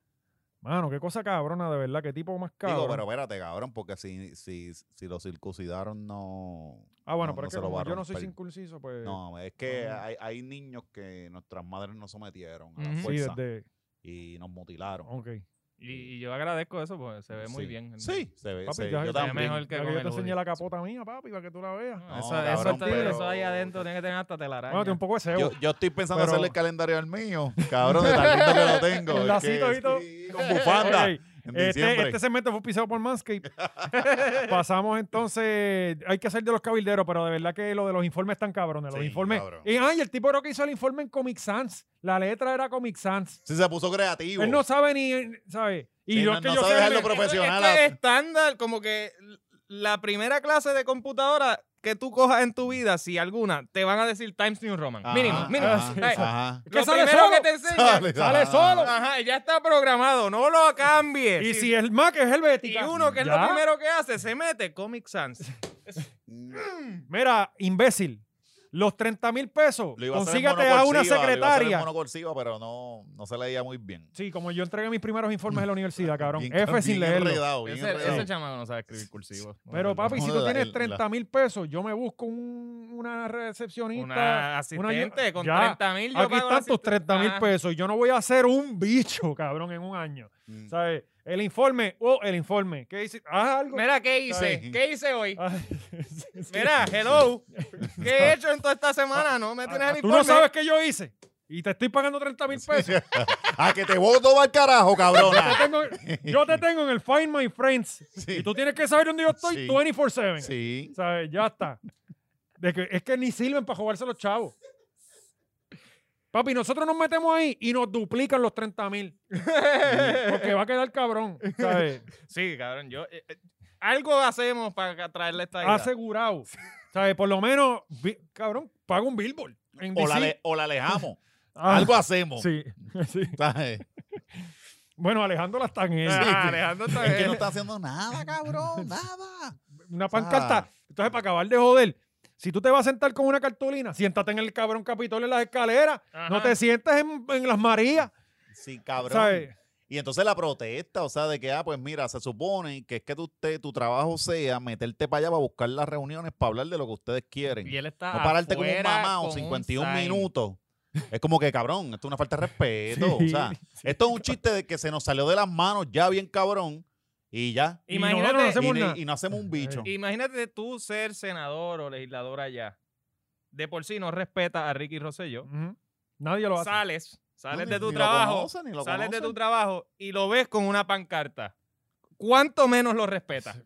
Speaker 2: Mano, qué cosa cabrona, de verdad, qué tipo más cabrón.
Speaker 3: Digo, pero espérate, cabrón, porque si, si, si lo circuncidaron, no.
Speaker 2: ah, bueno,
Speaker 3: no,
Speaker 2: pero
Speaker 3: no
Speaker 2: es
Speaker 3: se
Speaker 2: que
Speaker 3: lo va
Speaker 2: como
Speaker 3: a
Speaker 2: yo no soy
Speaker 3: romper.
Speaker 2: circunciso, pues.
Speaker 3: No, es que
Speaker 2: Ah.
Speaker 3: hay, hay niños que nuestras madres nos sometieron a la
Speaker 4: Ujú. Sí,
Speaker 2: sí,
Speaker 3: fuerza
Speaker 2: desde. Oh,
Speaker 3: y nos mutilaron.
Speaker 2: Ok.
Speaker 4: Y, y yo agradezco eso porque se ve muy
Speaker 3: Sí.
Speaker 4: bien.
Speaker 3: Sí, se ve.
Speaker 2: Papi,
Speaker 3: se-
Speaker 2: ya- ya
Speaker 3: yo
Speaker 4: Se ve
Speaker 3: también.
Speaker 4: mejor que
Speaker 2: Ya que
Speaker 4: con
Speaker 2: yo
Speaker 4: el
Speaker 2: te enseñé
Speaker 4: hoodie.
Speaker 2: la capota mía, papi, para que tú la veas.
Speaker 4: No,
Speaker 3: No,
Speaker 4: eso, eso,
Speaker 3: cabrón,
Speaker 4: está-
Speaker 3: pero-
Speaker 4: eso ahí adentro tiene que tener hasta telaraña.
Speaker 2: Bueno, tiene un poco de cebo.
Speaker 3: Yo, yo estoy pensando
Speaker 2: Pero-
Speaker 3: hacerle el calendario al mío, cabrón, de tan lindo que lo tengo.
Speaker 2: El
Speaker 3: es
Speaker 2: lacito
Speaker 3: que-
Speaker 2: y todo.
Speaker 3: sí, con bufanda.
Speaker 2: Ok,
Speaker 3: En
Speaker 2: Este,
Speaker 3: diciembre.
Speaker 2: este segmento fue pisado por Manscape. Pasamos entonces. Hay que hacer de los cabilderos, pero de verdad que lo de los informes están cabrones. Los
Speaker 3: Sí,
Speaker 2: informes.
Speaker 3: cabrón.
Speaker 2: Y, ay, el tipo era que hizo el informe en Comic Sans. La letra era Comic Sans.
Speaker 3: Sí, se puso creativo.
Speaker 2: Él no sabe ni. ¿Sabe? Y
Speaker 3: Sí,
Speaker 2: yo
Speaker 3: no-
Speaker 2: es que
Speaker 3: no
Speaker 2: yo
Speaker 3: sabe
Speaker 2: sé-
Speaker 3: dejarlo
Speaker 2: me-
Speaker 3: pro- profesional
Speaker 4: Esto es
Speaker 3: a-
Speaker 4: estándar, como que la primera clase de computadora que tú cojas en tu vida, si alguna, te van a decir Times New Roman.
Speaker 3: Ajá,
Speaker 4: mínimo, mínimo.
Speaker 3: ajá,
Speaker 4: Ay,
Speaker 3: ajá.
Speaker 4: Lo
Speaker 2: Que sale
Speaker 4: primero
Speaker 2: solo.
Speaker 4: que te enseña.
Speaker 3: Sale,
Speaker 2: Sale
Speaker 3: ajá.
Speaker 2: solo.
Speaker 4: Ajá, ya está programado, no lo cambies.
Speaker 2: Y
Speaker 4: Sí.
Speaker 2: si el Mac es
Speaker 4: Y
Speaker 2: helvética.
Speaker 4: uno que es
Speaker 2: Ya.
Speaker 4: lo primero que hace, se mete Comic Sans.
Speaker 2: Mira, imbécil. Los 30 mil pesos,
Speaker 3: Lo iba a hacer en
Speaker 2: consígate a una
Speaker 3: monocursiva, lo iba a hacer en
Speaker 2: secretaria.
Speaker 3: monocursiva, pero no, no se leía muy bien.
Speaker 2: Sí, como yo entregué mis primeros informes de la universidad, cabrón.
Speaker 3: Bien-
Speaker 2: F sin
Speaker 3: bien
Speaker 2: leerlo.
Speaker 3: enredado, bien
Speaker 4: Ese,
Speaker 3: enredado.
Speaker 4: ese chamaco no sabe escribir cursivo.
Speaker 2: Pero papi, si tú
Speaker 3: la-
Speaker 2: tienes
Speaker 3: la-
Speaker 2: 30 mil pesos, yo me busco un- una recepcionista.
Speaker 4: una
Speaker 2: una-
Speaker 4: asistente con
Speaker 2: Ya,
Speaker 4: 30 mil.
Speaker 2: Aquí están tus 30 mil pesos. y Yo no voy a hacer un bicho, cabrón, en un año.
Speaker 3: Mm.
Speaker 2: ¿Sabes? El informe, oh, el informe. ¿Qué dice? Haz algo.
Speaker 4: Mira, ¿qué
Speaker 2: Está
Speaker 4: hice?
Speaker 3: bien.
Speaker 4: ¿Qué hice hoy?
Speaker 2: Ah, sí, sí.
Speaker 4: Mira, hello. ¿Qué he hecho en toda esta semana? ah, No me tienes el
Speaker 2: Ah, Tú
Speaker 4: informe.
Speaker 2: no sabes qué yo hice. Y te estoy pagando 30 mil pesos.
Speaker 3: A Ah, que te voto va al carajo,
Speaker 2: Yo
Speaker 3: cabrona.
Speaker 2: te tengo- yo te tengo en el Find My Friends.
Speaker 3: Sí.
Speaker 2: Y tú tienes que saber dónde yo estoy
Speaker 3: Sí.
Speaker 2: 24-7.
Speaker 3: Sí.
Speaker 2: ¿Sabes? Ya está. De que, es que ni sirven para jugarse los chavos. Papi, nosotros nos metemos ahí y nos duplican los 30 mil. Porque va a quedar cabrón. ¿Sabes?
Speaker 4: Sí, cabrón, yo... eh, eh, algo hacemos para traerle esta idea.
Speaker 2: Asegurado. ¿Sabes? Por lo menos, vi- cabrón, paga un billboard. En
Speaker 3: O
Speaker 2: DC.
Speaker 3: la, ale- o la alejamos.
Speaker 2: Ah,
Speaker 3: Algo hacemos.
Speaker 2: sí, sí.
Speaker 3: ¿sabes?
Speaker 2: Bueno, Alejandro la están en
Speaker 3: Sí.
Speaker 4: Ah, Alejandro está
Speaker 3: Es que no
Speaker 4: bien.
Speaker 3: está haciendo nada, cabrón. Nada.
Speaker 2: Una pancarta.
Speaker 3: ah.
Speaker 2: Entonces, para acabar de joder, si tú te vas a sentar con una cartulina, siéntate en el cabrón Capitolio en las escaleras. No
Speaker 4: Ajá.
Speaker 2: te sientes en, en las Marías.
Speaker 3: Sí, cabrón.
Speaker 2: ¿Sabes?
Speaker 3: Y entonces la protesta, o sea, de que, ah, pues mira, se supone que es que tu, te- tu trabajo sea meterte para allá para buscar las reuniones para hablar de lo que ustedes quieren.
Speaker 4: Y él está
Speaker 3: No pararte como un
Speaker 4: afuera
Speaker 3: mamá
Speaker 4: con un
Speaker 3: 51
Speaker 4: sign.
Speaker 3: minutos. Es como que, cabrón, esto es una falta de respeto.
Speaker 2: Sí,
Speaker 3: o sea, esto es un chiste de que se nos salió de las manos ya bien cabrón y ya.
Speaker 2: Y nosotros no
Speaker 4: Imagínate-
Speaker 2: hacemos
Speaker 3: y,
Speaker 2: nada.
Speaker 3: y no hacemos un bicho.
Speaker 4: Imagínate tú ser senador o legislador allá. De por sí no respetas a Ricky Rosselló.
Speaker 2: Ujú. Nadie lo hace.
Speaker 4: Sales, sales
Speaker 3: No,
Speaker 4: de
Speaker 3: ni-
Speaker 4: tu
Speaker 3: ni lo
Speaker 4: trabajo,
Speaker 3: conocen, ni lo
Speaker 4: sales de tu
Speaker 3: conocen.
Speaker 4: trabajo y lo ves con una pancarta. ¿Cuánto menos lo respetas?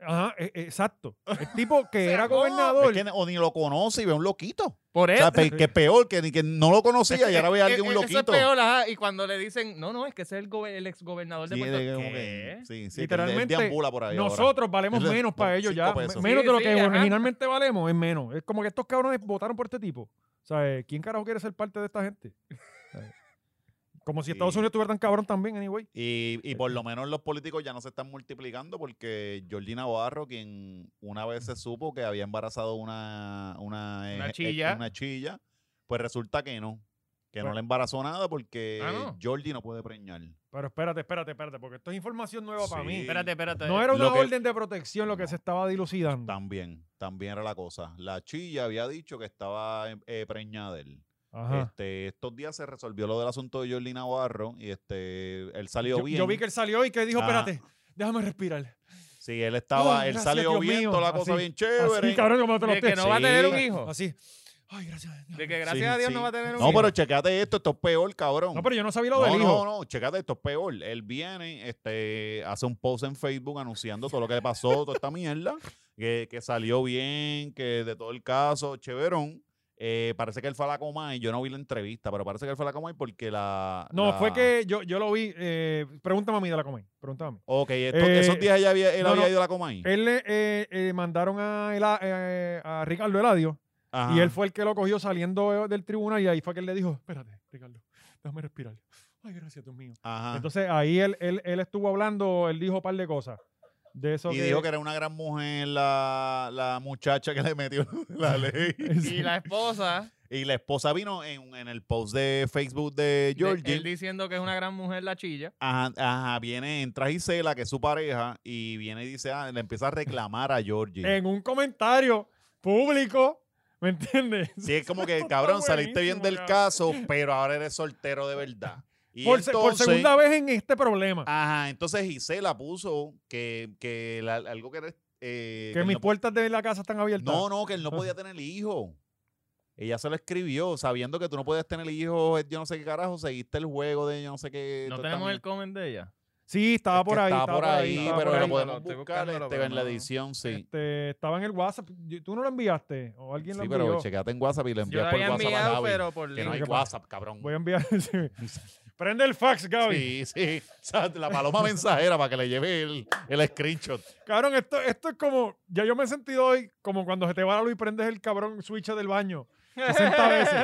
Speaker 2: Ajá, e- e- exacto. El tipo que
Speaker 4: sea,
Speaker 2: era
Speaker 4: no,
Speaker 2: gobernador.
Speaker 3: Es que o ni lo conoce y ve un loquito.
Speaker 4: Por
Speaker 3: O
Speaker 4: eso.
Speaker 3: sea, pe- que peor, que, ni- que no lo conocía y ahora ve a alguien un
Speaker 4: E-, Eso eh, es
Speaker 3: loquito.
Speaker 4: peor, ajá, Y cuando le dicen, no, no, es que ese es el, gobe- el exgobernador de
Speaker 3: Sí,
Speaker 4: Puerto
Speaker 3: de-
Speaker 4: Rico.
Speaker 3: como que- sí, sí, que él- él
Speaker 2: Literalmente,
Speaker 3: deambula por ahí ahora.
Speaker 2: Nosotros valemos
Speaker 3: Eso es
Speaker 2: menos para
Speaker 3: como
Speaker 2: ellos
Speaker 3: cinco
Speaker 2: ya.
Speaker 3: pesos.
Speaker 2: Menos
Speaker 4: Sí,
Speaker 2: de lo
Speaker 4: sí,
Speaker 2: que
Speaker 4: ajá.
Speaker 2: originalmente valemos, es menos. Es como que estos cabrones votaron por este tipo. O sea, eh, ¿quién carajo quiere ser parte de esta gente? Eh, Como si Estados
Speaker 3: Sí.
Speaker 2: Unidos estuviera tan cabrón también, anyway.
Speaker 3: Y, y por lo menos los políticos ya no se están multiplicando porque Georgina Navarro, quien una vez se supo que había embarazado una, una,
Speaker 4: Una
Speaker 3: ex- ex-
Speaker 4: chilla. Pues
Speaker 3: una chilla, pues resulta que no, que no
Speaker 2: Bueno.
Speaker 3: le embarazó nada porque
Speaker 4: Ah, ¿no?
Speaker 3: Georgie no puede preñar.
Speaker 2: Pero espérate, espérate, espérate, porque esto es información nueva para mí.
Speaker 3: Sí.
Speaker 4: Espérate, espérate.
Speaker 2: No era
Speaker 3: Lo
Speaker 2: una
Speaker 3: que-
Speaker 2: orden de protección lo que se estaba dilucidando.
Speaker 3: También, también era la cosa. La chilla había dicho que estaba eh, preñada de él.
Speaker 2: Ajá.
Speaker 3: Este, estos días se resolvió lo del asunto de Georgina Navarro y este, él salió
Speaker 2: Yo,
Speaker 3: bien.
Speaker 2: yo vi que él salió y que dijo,
Speaker 3: Ah.
Speaker 2: espérate, déjame respirar.
Speaker 3: Sí, él estaba,
Speaker 2: Oh,
Speaker 3: él
Speaker 2: gracias,
Speaker 3: salió
Speaker 2: Dios
Speaker 3: bien,
Speaker 2: mío.
Speaker 3: toda la cosa
Speaker 2: Así,
Speaker 3: bien chévere.
Speaker 2: Así, cabrón, como te lo
Speaker 4: de que no
Speaker 2: estés.
Speaker 4: va a tener
Speaker 3: Sí.
Speaker 4: un hijo.
Speaker 2: Así. Ay, gracias. a Dios.
Speaker 4: De que gracias
Speaker 3: Sí,
Speaker 4: a Dios
Speaker 3: sí.
Speaker 4: no va a tener un
Speaker 3: No,
Speaker 4: hijo.
Speaker 3: pero checate esto, esto es peor, cabrón.
Speaker 2: No, pero yo no sabía lo
Speaker 3: no,
Speaker 2: del
Speaker 3: no,
Speaker 2: hijo.
Speaker 3: no, checate esto, es peor. Él viene, este, hace un post en Facebook anunciando todo lo que le pasó, toda esta mierda, que, que salió bien, que de todo el caso, chéverón. Eh, parece que él fue a la coma y yo no vi la entrevista, pero parece que él fue a la coma y porque la...
Speaker 2: No,
Speaker 3: la-
Speaker 2: fue que yo, yo lo vi. Eh, pregúntame a mí de la comen. Pregúntame a mí.
Speaker 3: Ok, esto-
Speaker 2: Eh,
Speaker 3: esos días ella había, él
Speaker 2: no,
Speaker 3: había
Speaker 2: no.
Speaker 3: ido a la coma ahí.
Speaker 2: Él le eh, eh, mandaron a, Ela- eh, a Ricardo Eladio
Speaker 3: Ajá.
Speaker 2: y él fue el que lo cogió saliendo eh, del tribunal y ahí fue que él le dijo, espérate, Ricardo, déjame respirar. Ay, gracias, Dios mío.
Speaker 3: Ajá.
Speaker 2: Entonces ahí él, él, él estuvo hablando, él dijo un par de cosas. De eso
Speaker 3: y dijo que era una gran mujer la, la muchacha que le metió la ley.
Speaker 4: Y la esposa,
Speaker 3: Y la esposa vino en, en el post de Facebook de
Speaker 4: de-
Speaker 3: Georgie.
Speaker 4: él diciendo que es una gran mujer la chilla.
Speaker 3: Ajá, ajá, viene, entra Gisela, que es su pareja, y viene y dice, ah, le empieza a reclamar a Georgie.
Speaker 2: en un comentario público, ¿me entiendes?
Speaker 3: Sí, es como que,
Speaker 2: Está
Speaker 3: cabrón, saliste bien del
Speaker 2: buenísimo,
Speaker 3: caso, pero ahora eres soltero de verdad. Y
Speaker 2: Por, se-
Speaker 3: entonces,
Speaker 2: por segunda vez en este problema,
Speaker 3: Ajá, entonces Gisela puso que, que la- algo que... era, eh,
Speaker 2: que
Speaker 3: él
Speaker 2: mis
Speaker 3: no-
Speaker 2: puertas de la casa están abiertas.
Speaker 3: No, no, que él no podía tener hijo. Ella se lo escribió, sabiendo que tú no podías tener hijos, yo no sé qué carajo, seguiste el juego de yo no sé qué.
Speaker 4: No
Speaker 3: toda esta
Speaker 4: tenemos el
Speaker 3: mierda.
Speaker 4: comment de ella.
Speaker 2: Sí, estaba
Speaker 3: Es que
Speaker 2: por ahí.
Speaker 3: Estaba por ahí,
Speaker 2: estaba
Speaker 3: pero
Speaker 2: por
Speaker 3: lo
Speaker 2: ahí.
Speaker 3: podemos
Speaker 4: Estoy
Speaker 3: buscar
Speaker 4: buscándolo,
Speaker 3: este,
Speaker 4: pero
Speaker 3: en la
Speaker 4: no-
Speaker 3: edición, sí.
Speaker 2: Este, estaba en el WhatsApp. Yo- ¿Tú no lo enviaste? ¿O alguien lo
Speaker 3: Sí,
Speaker 2: envió?
Speaker 3: pero checate en WhatsApp y le
Speaker 4: Yo
Speaker 3: envías
Speaker 4: la
Speaker 3: por
Speaker 4: había
Speaker 3: WhatsApp a
Speaker 4: enviado,
Speaker 3: Gaby.
Speaker 4: pero
Speaker 3: Que
Speaker 4: por
Speaker 3: no hay
Speaker 4: link.
Speaker 2: Lo que pasa-
Speaker 3: WhatsApp, cabrón.
Speaker 2: Voy a enviar. sí. Prende el fax, Gaby.
Speaker 3: Sí, sí. O sea, la paloma mensajera para que le lleve el, el screenshot.
Speaker 2: Cabrón, esto, esto es como. Ya yo me he sentido hoy como cuando se te va la luz y prendes el cabrón switch del baño. 60 veces.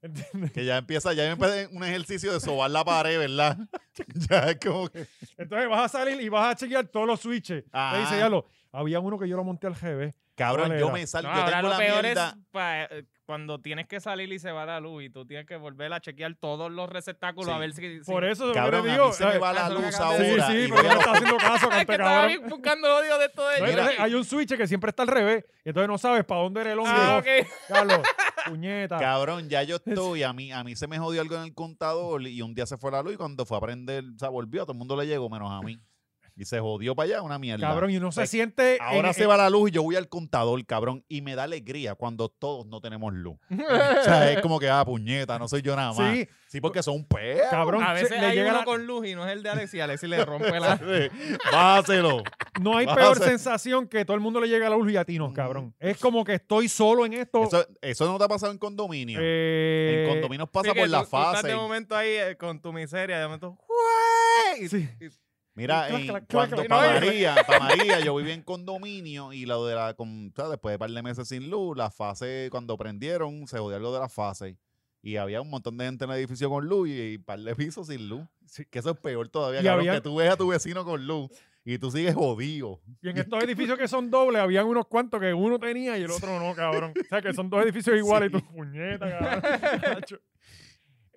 Speaker 2: ¿Entiendes?
Speaker 3: Que ya empieza, ya empieza un ejercicio de sobar la pared, ¿verdad? ya es como que.
Speaker 2: Entonces vas a salir y vas a chequear todos los switches. Te
Speaker 3: Ajá.
Speaker 2: dice, ya lo. Había uno que yo lo monté al GB.
Speaker 3: Cabrón,
Speaker 2: ¿Cuál
Speaker 3: yo
Speaker 2: era?
Speaker 3: me salgo.
Speaker 4: No,
Speaker 3: yo
Speaker 4: ahora
Speaker 3: tengo
Speaker 4: lo
Speaker 3: la
Speaker 4: peor
Speaker 3: mierda.
Speaker 4: es pa- eh, cuando tienes que salir y se va la luz y tú tienes que volver a chequear todos los receptáculos
Speaker 3: Sí.
Speaker 4: a ver si... si-
Speaker 2: Por eso, yo
Speaker 3: Cabrón, a
Speaker 2: le
Speaker 3: mí
Speaker 2: digo.
Speaker 3: se me
Speaker 2: eh,
Speaker 3: va la
Speaker 4: eso es lo que
Speaker 3: luz
Speaker 4: acabas
Speaker 3: ahora.
Speaker 4: de
Speaker 2: Sí,
Speaker 4: hora
Speaker 2: sí,
Speaker 3: y voy
Speaker 2: porque
Speaker 3: a
Speaker 2: no está
Speaker 3: los-
Speaker 2: haciendo caso,
Speaker 4: Es que
Speaker 2: cante
Speaker 4: estaba
Speaker 2: cabrón.
Speaker 4: bien buscando odio de esto de
Speaker 2: No,
Speaker 4: ella. Ah,
Speaker 2: entonces hay un switch que siempre está al revés. Y entonces no sabes para dónde era el hongo.
Speaker 4: Ah, ok.
Speaker 2: Carlos, puñeta.
Speaker 3: Cabrón, ya yo estoy. A mí, a mí se me jodió algo en el contador y un día se fue la luz y cuando fue a prender, o sea, volvió, a todo el mundo le llegó, menos a mí. Y se jodió para allá, una mierda.
Speaker 2: Cabrón, eh, y uno se
Speaker 3: Ay,
Speaker 2: siente.
Speaker 3: Ahora
Speaker 2: en-
Speaker 3: se
Speaker 2: en-
Speaker 3: va la luz y yo voy al contador, cabrón, y me da alegría cuando todos no tenemos luz. o sea, es como que, ah, puñeta, no soy yo nada más. Sí,
Speaker 2: Sí,
Speaker 3: porque son peos.
Speaker 2: cabrón.
Speaker 4: A
Speaker 2: se-
Speaker 4: veces
Speaker 2: le
Speaker 4: hay
Speaker 2: llega
Speaker 4: uno
Speaker 2: la-
Speaker 4: con luz y no es el de Alex y Alex le rompe la...
Speaker 3: Báselo.
Speaker 2: No hay
Speaker 3: Vas a
Speaker 2: peor
Speaker 3: hacer- Mm.
Speaker 2: sensación que todo el mundo le llega a la luz y a ti no, cabrón. Es como que estoy solo en esto.
Speaker 3: Eso, eso no te ha pasado en condominio.
Speaker 2: Oh. Eh,
Speaker 3: en condominios
Speaker 4: Sí,
Speaker 3: pasa
Speaker 4: que
Speaker 3: por la
Speaker 4: tú- tú estás
Speaker 3: fase.
Speaker 4: de momento ahí eh, con tu miseria, de momento...
Speaker 2: sí.
Speaker 3: Mira,
Speaker 2: Clac,
Speaker 3: en-
Speaker 2: clac, clac,
Speaker 3: cuando
Speaker 2: clac.
Speaker 3: para
Speaker 2: No, y-
Speaker 3: María, pa' María, yo vivía en condominio y lo de la, con- o sea, después de par de meses sin luz, la fase, cuando prendieron, se jodió algo de la fase. Y había un montón de gente en el edificio con luz y, y par de pisos sin luz. Que eso es peor todavía,
Speaker 2: Y
Speaker 3: cabrón,
Speaker 2: había-
Speaker 3: que tú ves a tu vecino con luz y tú sigues jodido.
Speaker 2: Y en estos edificios que son dobles, habían unos cuantos que uno tenía y el otro no, cabrón. O sea, que son dos edificios iguales y tú, puñeta, cabrón. Macho.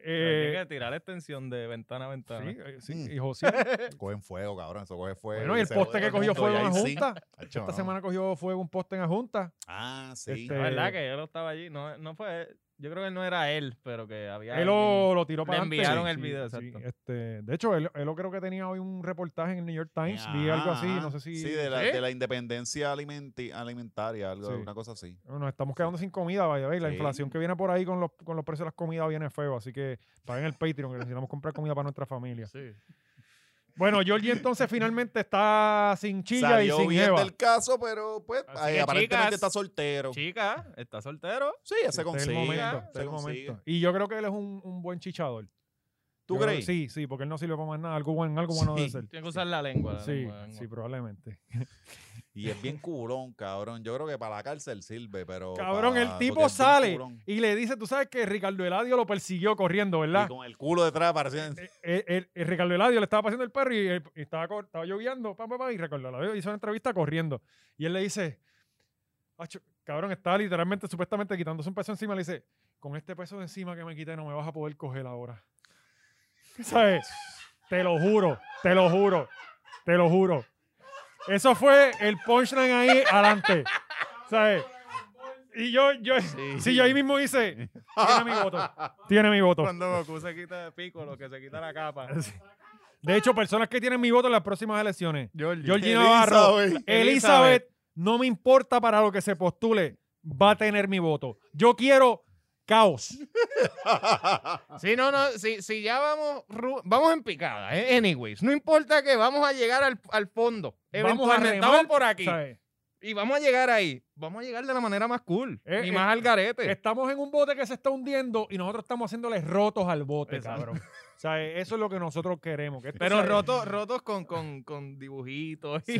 Speaker 4: Tiene
Speaker 2: Eh,
Speaker 4: que tirar la extensión de ventana a ventana.
Speaker 2: sí, eh, sí,
Speaker 3: Mm.
Speaker 2: y José.
Speaker 3: Cogen fuego, cabrón, eso coge fuego.
Speaker 2: Bueno, y el
Speaker 3: se jode
Speaker 2: poste que
Speaker 3: todo el
Speaker 2: cogió
Speaker 3: mundo,
Speaker 2: fuego
Speaker 3: y
Speaker 2: en la
Speaker 3: ahí sí,
Speaker 2: junta.
Speaker 3: acho,
Speaker 2: Esta
Speaker 3: no.
Speaker 2: semana cogió fuego un poste en la junta.
Speaker 3: Ah, sí.
Speaker 2: Este,
Speaker 4: La verdad que yo no estaba allí. No, no fue él. Yo creo que no era él, pero que había.
Speaker 2: Él
Speaker 4: alguien-
Speaker 2: lo, lo tiró
Speaker 4: Le
Speaker 2: para adelante.
Speaker 4: enviaron el video, exacto.
Speaker 2: este, de hecho, él, él creo que tenía hoy un reportaje en el New York Times. Vi algo así,
Speaker 3: Ajá.
Speaker 2: no sé si. ¿Eh?
Speaker 3: Sí, de la,
Speaker 4: ¿Sí?
Speaker 3: de la independencia alimenti- alimentaria, algo,
Speaker 2: Sí.
Speaker 3: una cosa así.
Speaker 2: Bueno, Nos estamos quedando sin comida, vaya, ¿veis? La
Speaker 3: Sí.
Speaker 2: inflación que viene por ahí con los, con los precios de las comidas viene feo, así que paguen el Patreon, que necesitamos comprar comida para nuestra familia. Bueno, Georgie entonces finalmente está sin chilla
Speaker 3: Salió
Speaker 2: y sin
Speaker 3: bien
Speaker 2: jeva.
Speaker 3: del caso, pero pues
Speaker 4: Así
Speaker 3: ay,
Speaker 4: que,
Speaker 3: aparentemente
Speaker 4: chicas,
Speaker 3: está soltero.
Speaker 4: Chica, está soltero.
Speaker 3: Sí, ya
Speaker 2: Este
Speaker 3: se
Speaker 2: es
Speaker 3: consigue.
Speaker 2: el momento,
Speaker 3: se
Speaker 2: este es el
Speaker 3: consigue.
Speaker 2: momento. Y yo creo que él es un, un buen chichador.
Speaker 3: ¿Tú
Speaker 2: Yo creo-
Speaker 3: crees?
Speaker 2: Sí, sí, porque él no sirve para más nada. Algo bueno, algo bueno debe
Speaker 3: Sí.
Speaker 2: ser.
Speaker 4: Tiene que usar la lengua. la
Speaker 2: Sí,
Speaker 4: lengua, la lengua.
Speaker 2: sí, probablemente.
Speaker 3: Y es bien culón, cabrón. Yo creo que para la cárcel sirve, pero.
Speaker 2: Cabrón,
Speaker 3: para-
Speaker 2: el
Speaker 3: porque
Speaker 2: tipo
Speaker 3: es bien
Speaker 2: sale
Speaker 3: culón.
Speaker 2: y le dice, tú sabes que Ricardo Eladio lo persiguió corriendo,
Speaker 3: Y
Speaker 2: ¿verdad?
Speaker 3: con el culo detrás apareciendo.
Speaker 2: Eh, el- el Ricardo Eladio le estaba pasando el perro y, eh, y estaba, cor- estaba lloviendo, pam, pam, pam, y Ricardo Eladio hizo una entrevista corriendo. Y él le dice, "Acho, cabrón, está literalmente, supuestamente quitándose un peso encima, le dice, con este peso de encima que me quité no me vas a poder coger ahora. ¿Sabes? Te lo juro, te lo juro, te lo juro. Eso fue el punchline ahí adelante. ¿Sabes? Y yo, yo, sí. yo ahí mismo hice, tiene mi voto, tiene mi voto.
Speaker 4: Cuando Goku se quita de pico, lo que se quita la capa.
Speaker 2: De hecho, personas que tienen mi voto en las próximas elecciones.
Speaker 4: Georgie.
Speaker 2: Georgie Navarro,
Speaker 3: Elizabeth.
Speaker 2: Elizabeth, no me importa para lo que se postule, va a tener mi voto. Yo quiero caos.
Speaker 4: Sí, no, no, si, si ya vamos, ru- vamos en picada, eh, anyways. No importa que vamos a llegar al, al fondo.
Speaker 2: Vamos a
Speaker 4: Eventualmente,
Speaker 2: remar,
Speaker 4: vamos por aquí.
Speaker 2: ¿sabes?
Speaker 4: Y vamos a llegar ahí. Vamos a llegar de la manera más cool.
Speaker 2: Eh,
Speaker 4: y
Speaker 2: eh,
Speaker 4: más al garete.
Speaker 2: Estamos en un bote que se está hundiendo y nosotros estamos haciéndole rotos al bote,
Speaker 4: Exacto.
Speaker 2: cabrón. O sea, eso es lo que nosotros queremos. que esto
Speaker 4: Pero
Speaker 2: sea-
Speaker 4: rotos, rotos con, con, con dibujitos.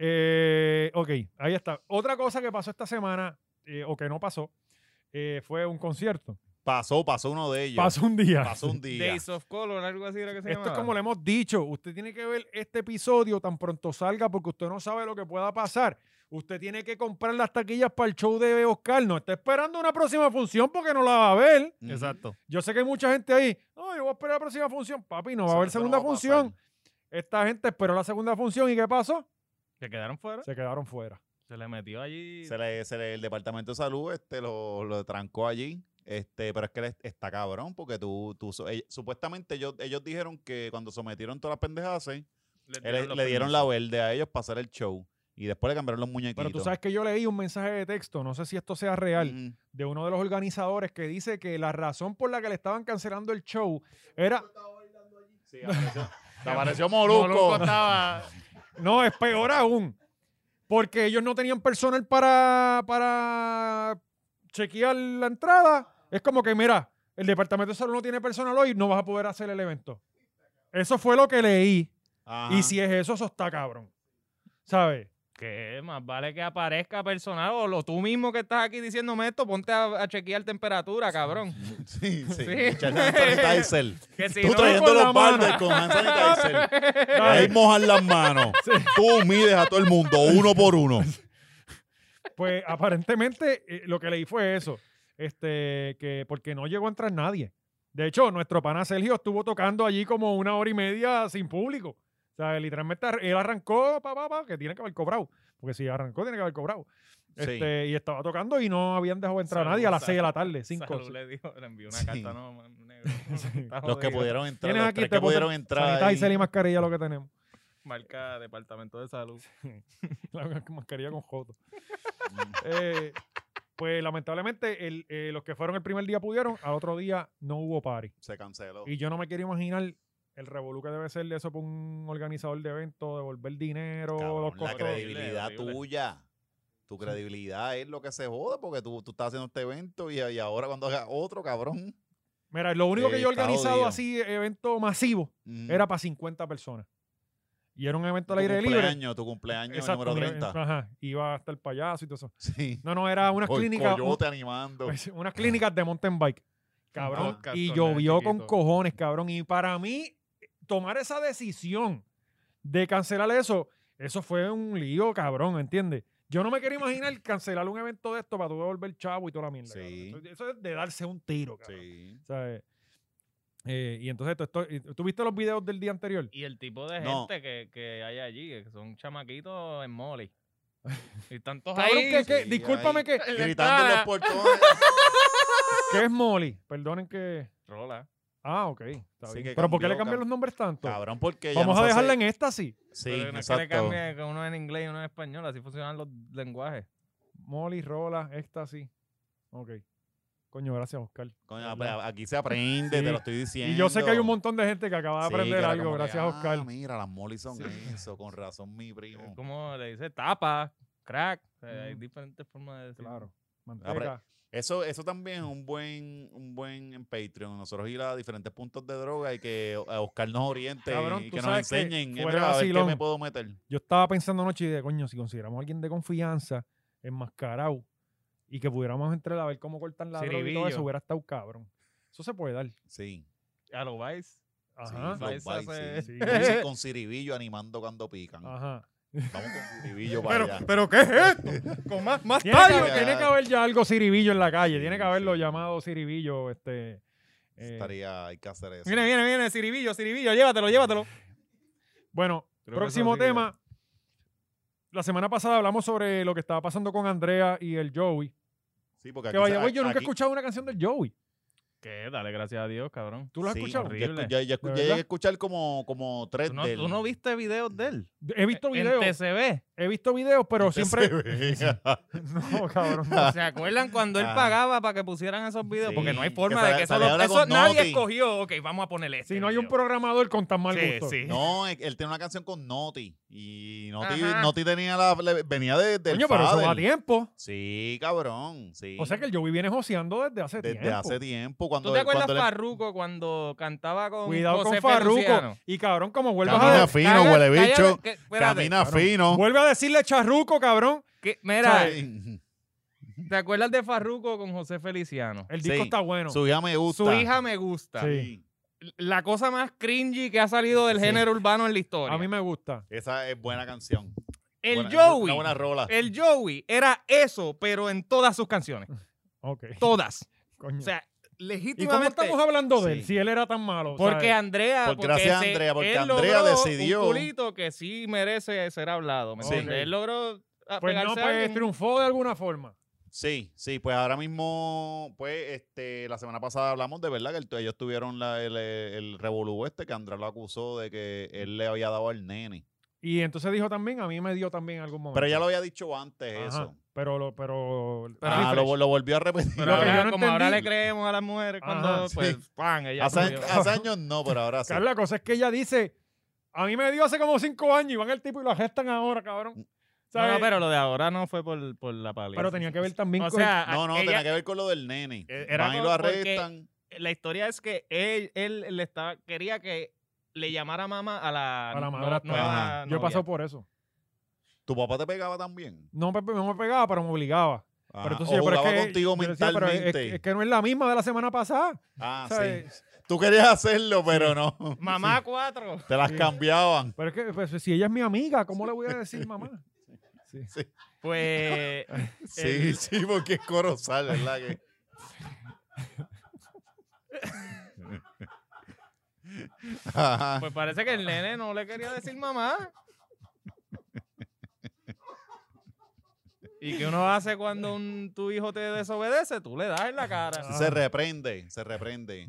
Speaker 2: Eh, ok, ahí está. Otra cosa que pasó esta semana, eh, o que no pasó, eh, fue un concierto.
Speaker 3: Pasó, pasó uno de ellos. Pasó,
Speaker 2: Pasó un día.
Speaker 3: un día.
Speaker 4: Days of Color, algo así era que se
Speaker 2: Esto es
Speaker 4: llamaba.
Speaker 2: como le hemos dicho, usted tiene que ver este episodio tan pronto salga porque usted no sabe lo que pueda pasar. Usted tiene que comprar las taquillas para el show de Oscar. No está esperando una próxima función porque no la va a ver.
Speaker 3: Ujú.
Speaker 4: Exacto.
Speaker 2: Yo sé que hay mucha gente ahí. No, yo voy a esperar la próxima función. Papi, no va a haber
Speaker 3: Eso no
Speaker 2: segunda
Speaker 3: va a pasar.
Speaker 2: función. Esta gente esperó la segunda función y ¿qué pasó?
Speaker 4: Se quedaron fuera.
Speaker 2: Se quedaron fuera.
Speaker 4: Se le metió allí.
Speaker 3: Se le, se le- el departamento de salud este lo, lo trancó allí. Este, pero es que él es- está cabrón, porque tú, tú so- ell- supuestamente ellos, ellos dijeron que cuando sometieron todas las pendejas, eh,
Speaker 4: le
Speaker 3: él- le dieron la verde a ellos para hacer el show. Y después le cambiaron los muñequitos.
Speaker 2: Pero tú sabes que yo leí un mensaje de texto, no sé si esto sea real,
Speaker 3: Ujú.
Speaker 2: de uno de los organizadores que dice que la razón por la que le estaban cancelando el show era...
Speaker 3: Sí, apareció, te apareció Molusco.
Speaker 4: estaba.
Speaker 2: No, es peor aún. Porque ellos no tenían personal para, para chequear la entrada. Es como que, mira, el departamento de salud no tiene personal hoy, no vas a poder hacer el evento. Eso fue lo que leí.
Speaker 3: Ajá.
Speaker 2: Y si es eso, eso está cabrón. ¿Sabes?
Speaker 4: Que más vale que aparezca personal o lo tú mismo que estás aquí diciéndome esto, ponte a, a chequear temperatura, cabrón.
Speaker 3: Sí, sí.
Speaker 4: Sí.
Speaker 3: Echar hand sanitizer.
Speaker 4: Que si
Speaker 3: Tú
Speaker 4: no,
Speaker 3: trayendo
Speaker 2: con la
Speaker 3: los baldes
Speaker 2: mano.
Speaker 3: con hand sanitizer.
Speaker 2: Dale,
Speaker 3: Ahí mojan las manos. Tú mides a todo el mundo, uno por uno.
Speaker 2: Pues aparentemente eh, lo que leí fue eso. Este, que porque no llegó a entrar nadie. De hecho, nuestro pana Sergio estuvo tocando allí como una hora y media sin público. O sea, literalmente ar- él arrancó, pa, pa, pa, que tiene que haber cobrado. Porque si arrancó, tiene que haber cobrado.
Speaker 3: Sí.
Speaker 2: Este, Y estaba tocando y no habían dejado entrar a
Speaker 4: Salud,
Speaker 2: nadie a las
Speaker 4: salud.
Speaker 2: 6 de la tarde, 5.
Speaker 4: Salud le, dijo, le envió una
Speaker 3: Sí.
Speaker 4: carta, no, man, negro, está
Speaker 3: Los que
Speaker 4: jodido.
Speaker 3: pudieron entrar,
Speaker 2: Tienes
Speaker 3: los
Speaker 2: aquí,
Speaker 3: tres
Speaker 2: te
Speaker 3: que
Speaker 2: puse
Speaker 3: pudieron entrar. ahí.
Speaker 2: Sanitizer y mascarilla lo que tenemos.
Speaker 4: Marca Departamento de Salud.
Speaker 2: La mascarilla con joto.
Speaker 3: mm,
Speaker 2: Eh, pues lamentablemente el- eh, los que fueron el primer día pudieron, al otro día no hubo party.
Speaker 3: Se canceló.
Speaker 2: Y yo no me quiero imaginar el revolú que debe ser de eso para un organizador de eventos, devolver dinero,
Speaker 3: Cabrón,
Speaker 2: los
Speaker 3: la
Speaker 2: costos.
Speaker 3: credibilidad
Speaker 4: horrible.
Speaker 3: tuya. Tu credibilidad es lo que se joda porque tú, tú estás haciendo este evento y, y ahora cuando haga otro, cabrón.
Speaker 2: Mira, lo único que yo he
Speaker 3: Eh, está
Speaker 2: organizado
Speaker 3: jodido.
Speaker 2: así, evento masivo,
Speaker 3: mm,
Speaker 2: era para 50 personas. Y era un evento al
Speaker 3: tu
Speaker 2: aire libre.
Speaker 3: cumpleaños, Tu cumpleaños
Speaker 2: Exacto,
Speaker 3: número
Speaker 2: mi-
Speaker 3: 30.
Speaker 2: Ajá, iba hasta el payaso y todo eso.
Speaker 3: Sí.
Speaker 2: No, no, era unas
Speaker 3: Oye,
Speaker 2: clínicas.
Speaker 3: Coyote animando.
Speaker 2: Pues, unas clínicas de mountain bike. Cabrón.
Speaker 4: podcast
Speaker 2: y
Speaker 4: con el
Speaker 2: llovió con
Speaker 4: chiquito.
Speaker 2: cojones, cabrón. Y para mí, tomar esa decisión de cancelar eso, eso fue un lío, cabrón, ¿entiendes? Yo no me quiero imaginar cancelar un evento de esto para tú devolver chavo y toda la mierda. cabrón.
Speaker 3: Sí.
Speaker 2: Eso- Eso es de darse un tiro, cabrón.
Speaker 3: Sí.
Speaker 2: ¿Sabes? Eh, y entonces, tú, esto- y- ¿tú viste los videos del día anterior?
Speaker 4: Y el tipo de
Speaker 3: No.
Speaker 4: gente que, que hay allí, que son chamaquitos en Molly. Y tantos
Speaker 2: Cabrón,
Speaker 4: ahí.
Speaker 2: que, que-
Speaker 3: sí,
Speaker 2: discúlpame
Speaker 3: ahí.
Speaker 2: que,
Speaker 3: Gritando en los portones.
Speaker 2: que es Molly. Perdonen que.
Speaker 4: Rola.
Speaker 2: Ah, ok. está
Speaker 3: Sí,
Speaker 2: bien.
Speaker 3: que
Speaker 2: Pero ¿por qué
Speaker 3: cambió,
Speaker 2: le cambian
Speaker 3: cam-
Speaker 2: los nombres tanto?
Speaker 3: cabrón, porque ya
Speaker 2: Vamos
Speaker 3: no
Speaker 2: a
Speaker 3: se hace-
Speaker 2: dejarla en éxtasis.
Speaker 3: Sí,
Speaker 4: Pero no es que le
Speaker 3: exacto.
Speaker 4: cambie que uno en inglés y uno en español. Así funcionan los lenguajes.
Speaker 2: Molly, Rola, éxtasis. Ok. Coño, gracias, Oscar.
Speaker 3: Coño, ap- aquí se aprende,
Speaker 2: Sí.
Speaker 3: te lo estoy diciendo.
Speaker 2: Y yo sé que hay un montón de gente que acaba de
Speaker 3: Sí,
Speaker 2: aprender
Speaker 3: que era
Speaker 2: algo,
Speaker 3: como que,
Speaker 2: gracias, a Oscar.
Speaker 3: Ah, mira, las molis son
Speaker 4: Sí.
Speaker 3: eso, con razón, mi primo.
Speaker 4: Como le dice tapa, crack. o sea, Hay
Speaker 2: Mm.
Speaker 4: diferentes formas de decirlo.
Speaker 2: Claro. Manteca.
Speaker 3: Eso, eso también es un buen, un buen en Patreon. Nosotros ir a diferentes puntos de droga y que a Oscar nos oriente
Speaker 2: Cabrón,
Speaker 3: y
Speaker 2: tú
Speaker 3: que nos
Speaker 2: sabes que
Speaker 3: enseñen. eh,
Speaker 2: fuera
Speaker 3: mira, a ver qué
Speaker 2: vacilón.
Speaker 3: me puedo meter.
Speaker 2: Yo estaba pensando anoche y de coño, si consideramos a alguien de confianza, enmascarado, y que pudiéramos entrar a ver cómo cortan la droga y todo eso,
Speaker 4: Ciribillo.
Speaker 2: hubiera estado cabrón. Eso se puede dar.
Speaker 3: Sí.
Speaker 4: A lo Vice.
Speaker 2: Ajá.
Speaker 3: sí, los
Speaker 4: Ahí se
Speaker 3: bites,
Speaker 4: hace-
Speaker 3: sí.
Speaker 2: Sí.
Speaker 3: Vamos a ir con Ciribillo animando cuando pican.
Speaker 2: Ajá.
Speaker 3: Vamos con Ciribillo para
Speaker 2: Pero,
Speaker 3: allá.
Speaker 2: pero ¿qué es esto? Con más, más tiene, que,
Speaker 3: tallo.
Speaker 2: haber- tiene que haber ya algo ciribillo en la calle.
Speaker 3: Sí,
Speaker 2: Tiene que haberlo
Speaker 3: sí.
Speaker 2: llamado ciribillo, este. eh,
Speaker 3: Estaría, hay que hacer eso.
Speaker 4: Viene, viene, viene, Ciribillo, Ciribillo, llévatelo, llévatelo.
Speaker 2: Bueno,
Speaker 4: Creo que
Speaker 2: próximo
Speaker 4: eso sí que-
Speaker 2: tema. La semana pasada hablamos sobre lo que estaba pasando con Andrea y el Joey.
Speaker 3: Sí, porque
Speaker 2: Que
Speaker 3: aquí-
Speaker 2: vaya, güey, yo nunca he
Speaker 3: aquí-
Speaker 2: escuchado una canción del Joey.
Speaker 4: Que dale gracias a Dios, cabrón.
Speaker 2: ¿Tú lo has
Speaker 3: sí,
Speaker 2: escuchado?
Speaker 3: Ya, escu- ya- ya
Speaker 2: ¿De
Speaker 3: escu- ya
Speaker 2: verdad?
Speaker 3: llegué a escuchar como, como tres
Speaker 4: ¿Tú no,
Speaker 3: del-
Speaker 4: tú no viste videos de él?
Speaker 2: He visto videos,
Speaker 4: En TCB.
Speaker 2: he visto videos, pero
Speaker 3: Se
Speaker 2: siempre.
Speaker 3: ve.
Speaker 2: No, cabrón. no.
Speaker 4: ¿Se acuerdan cuando él
Speaker 3: Ah.
Speaker 4: pagaba para que pusieran esos videos? Porque no hay
Speaker 3: Sí,
Speaker 4: forma
Speaker 3: que
Speaker 4: de
Speaker 3: sal-
Speaker 4: que eso,
Speaker 3: saliera
Speaker 4: lo-
Speaker 3: ahora
Speaker 4: eso
Speaker 3: con
Speaker 4: nadie
Speaker 3: Naughty.
Speaker 4: escogió. Ok, vamos a ponerle este
Speaker 2: Si no hay un
Speaker 4: video.
Speaker 2: programador con tan mal
Speaker 4: Sí,
Speaker 2: gusto.
Speaker 4: sí.
Speaker 3: No, él, él tenía una canción con Noti. Y Noti,
Speaker 4: Ajá.
Speaker 3: Noti tenía la. le- venía de, del
Speaker 2: Coño, pero eso va a
Speaker 3: Fadel.
Speaker 2: tiempo.
Speaker 3: Sí, cabrón. Sí.
Speaker 2: O sea que el Joey viene joseando desde hace
Speaker 3: desde
Speaker 2: tiempo.
Speaker 3: hace tiempo. Cuando,
Speaker 4: ¿Tú te acuerdas
Speaker 3: cuando le-
Speaker 4: Farruco cuando cantaba con
Speaker 2: Cuidado
Speaker 4: José
Speaker 2: con Farruco.
Speaker 4: Feliciano?
Speaker 2: Y cabrón, como vuelvas
Speaker 3: Camina
Speaker 2: a,
Speaker 3: fino,
Speaker 4: Cállate,
Speaker 3: huele
Speaker 4: cállate,
Speaker 3: bicho.
Speaker 4: que- espérate.
Speaker 3: Camina fino.
Speaker 2: vuelve a decirle charruco, cabrón.
Speaker 4: Que- mira, eh,
Speaker 3: Sí.
Speaker 4: ¿te acuerdas de Farruco con José Feliciano?
Speaker 2: El disco
Speaker 3: Sí.
Speaker 2: está bueno.
Speaker 3: Su hija me gusta.
Speaker 4: Su hija me gusta.
Speaker 2: Sí.
Speaker 3: Sí.
Speaker 4: La cosa más cringy que ha salido del
Speaker 3: Sí.
Speaker 4: género urbano en la historia.
Speaker 2: A mí me gusta.
Speaker 3: Esa es buena canción.
Speaker 4: el
Speaker 3: Buena-
Speaker 4: Joey.
Speaker 3: Una buena rola.
Speaker 4: El Joey era eso, pero en todas sus canciones.
Speaker 2: Ok.
Speaker 4: Todas.
Speaker 2: Coño.
Speaker 4: O
Speaker 2: ¿Y
Speaker 4: sea,
Speaker 2: cómo
Speaker 4: legítimamente.
Speaker 2: estamos hablando de él?
Speaker 3: Sí.
Speaker 2: Si él era tan malo.
Speaker 4: Porque
Speaker 2: ¿sabes?
Speaker 4: Andrea.
Speaker 3: Por
Speaker 4: porque
Speaker 3: gracias a Andrea, porque
Speaker 4: él
Speaker 3: Andrea
Speaker 4: logró
Speaker 3: decidió-
Speaker 4: Un culito que sí merece ser hablado. ¿me
Speaker 3: Sí.
Speaker 4: entiendes? Él logró. a-
Speaker 2: Pues no,
Speaker 4: pegarse
Speaker 2: pues
Speaker 4: a alguien.
Speaker 2: triunfó de alguna forma.
Speaker 3: Sí, sí, pues ahora mismo, pues, este, la semana pasada hablamos de verdad que el- ellos tuvieron la- el, el revolú este que Andrés lo acusó de que él le había dado al nene.
Speaker 2: Y entonces dijo también, a mí me dio también en algún momento.
Speaker 3: Pero ya lo había dicho antes
Speaker 2: Ajá,
Speaker 3: eso.
Speaker 2: Pero, lo, pero,
Speaker 3: Ah, lo, lo volvió a repetir.
Speaker 4: Pero
Speaker 2: Lo que
Speaker 4: ahora,
Speaker 2: yo no
Speaker 4: como ahora le
Speaker 2: entendí-
Speaker 4: creemos a las mujeres cuando.
Speaker 2: Ajá,
Speaker 4: pues,
Speaker 3: sí.
Speaker 4: pan, ella.
Speaker 3: hace,
Speaker 4: murió.
Speaker 3: hace años no, pero ahora sí.
Speaker 2: Carlos, la cosa es que ella dice, a mí me dio hace como cinco años y van el tipo y lo arrestan ahora, cabrón.
Speaker 4: No,
Speaker 2: ¿Sabes?
Speaker 4: no, pero lo de ahora no fue por, por la paliza.
Speaker 2: Pero tenía que ver también
Speaker 4: O
Speaker 2: con...
Speaker 4: sea,
Speaker 3: No, no,
Speaker 4: ella-
Speaker 3: tenía que ver con lo del nene.
Speaker 2: e,
Speaker 4: Eh, era
Speaker 3: Van y lo
Speaker 4: con- porque-
Speaker 3: arrestan.
Speaker 4: la historia es que él, él le estaba, quería que le llamara mamá a la,
Speaker 2: A la
Speaker 4: no-
Speaker 2: madrastra.
Speaker 4: nueva
Speaker 2: yo
Speaker 4: novia.
Speaker 2: paso por eso.
Speaker 3: ¿Tu papá te pegaba también?
Speaker 2: No me, no me pegaba, pero me obligaba. Pero
Speaker 3: Ajá, Ah, o
Speaker 2: entonces yo, pero
Speaker 3: jugaba
Speaker 2: es que,
Speaker 3: contigo
Speaker 2: yo decía, pero es- es-
Speaker 3: mentalmente.
Speaker 2: es, que no es la misma de la semana pasada.
Speaker 3: ah, sí.
Speaker 2: ¿sabes?
Speaker 3: Tú querías hacerlo, pero no.
Speaker 4: Mamá cuatro.
Speaker 3: Te las
Speaker 2: Sí.
Speaker 3: cambiaban.
Speaker 2: Pero es que pues, si ella es mi amiga, ¿cómo le voy a decir mamá? Sí.
Speaker 4: Pues
Speaker 3: Sí, sí, porque es corozal, ¿verdad? Que... Ajá.
Speaker 4: Pues parece que el nene no le quería decir mamá. ¿Y qué uno hace cuando un- tu hijo te desobedece? Tú le das en la cara.
Speaker 3: Sí,
Speaker 2: ah.
Speaker 3: Se reprende, se reprende.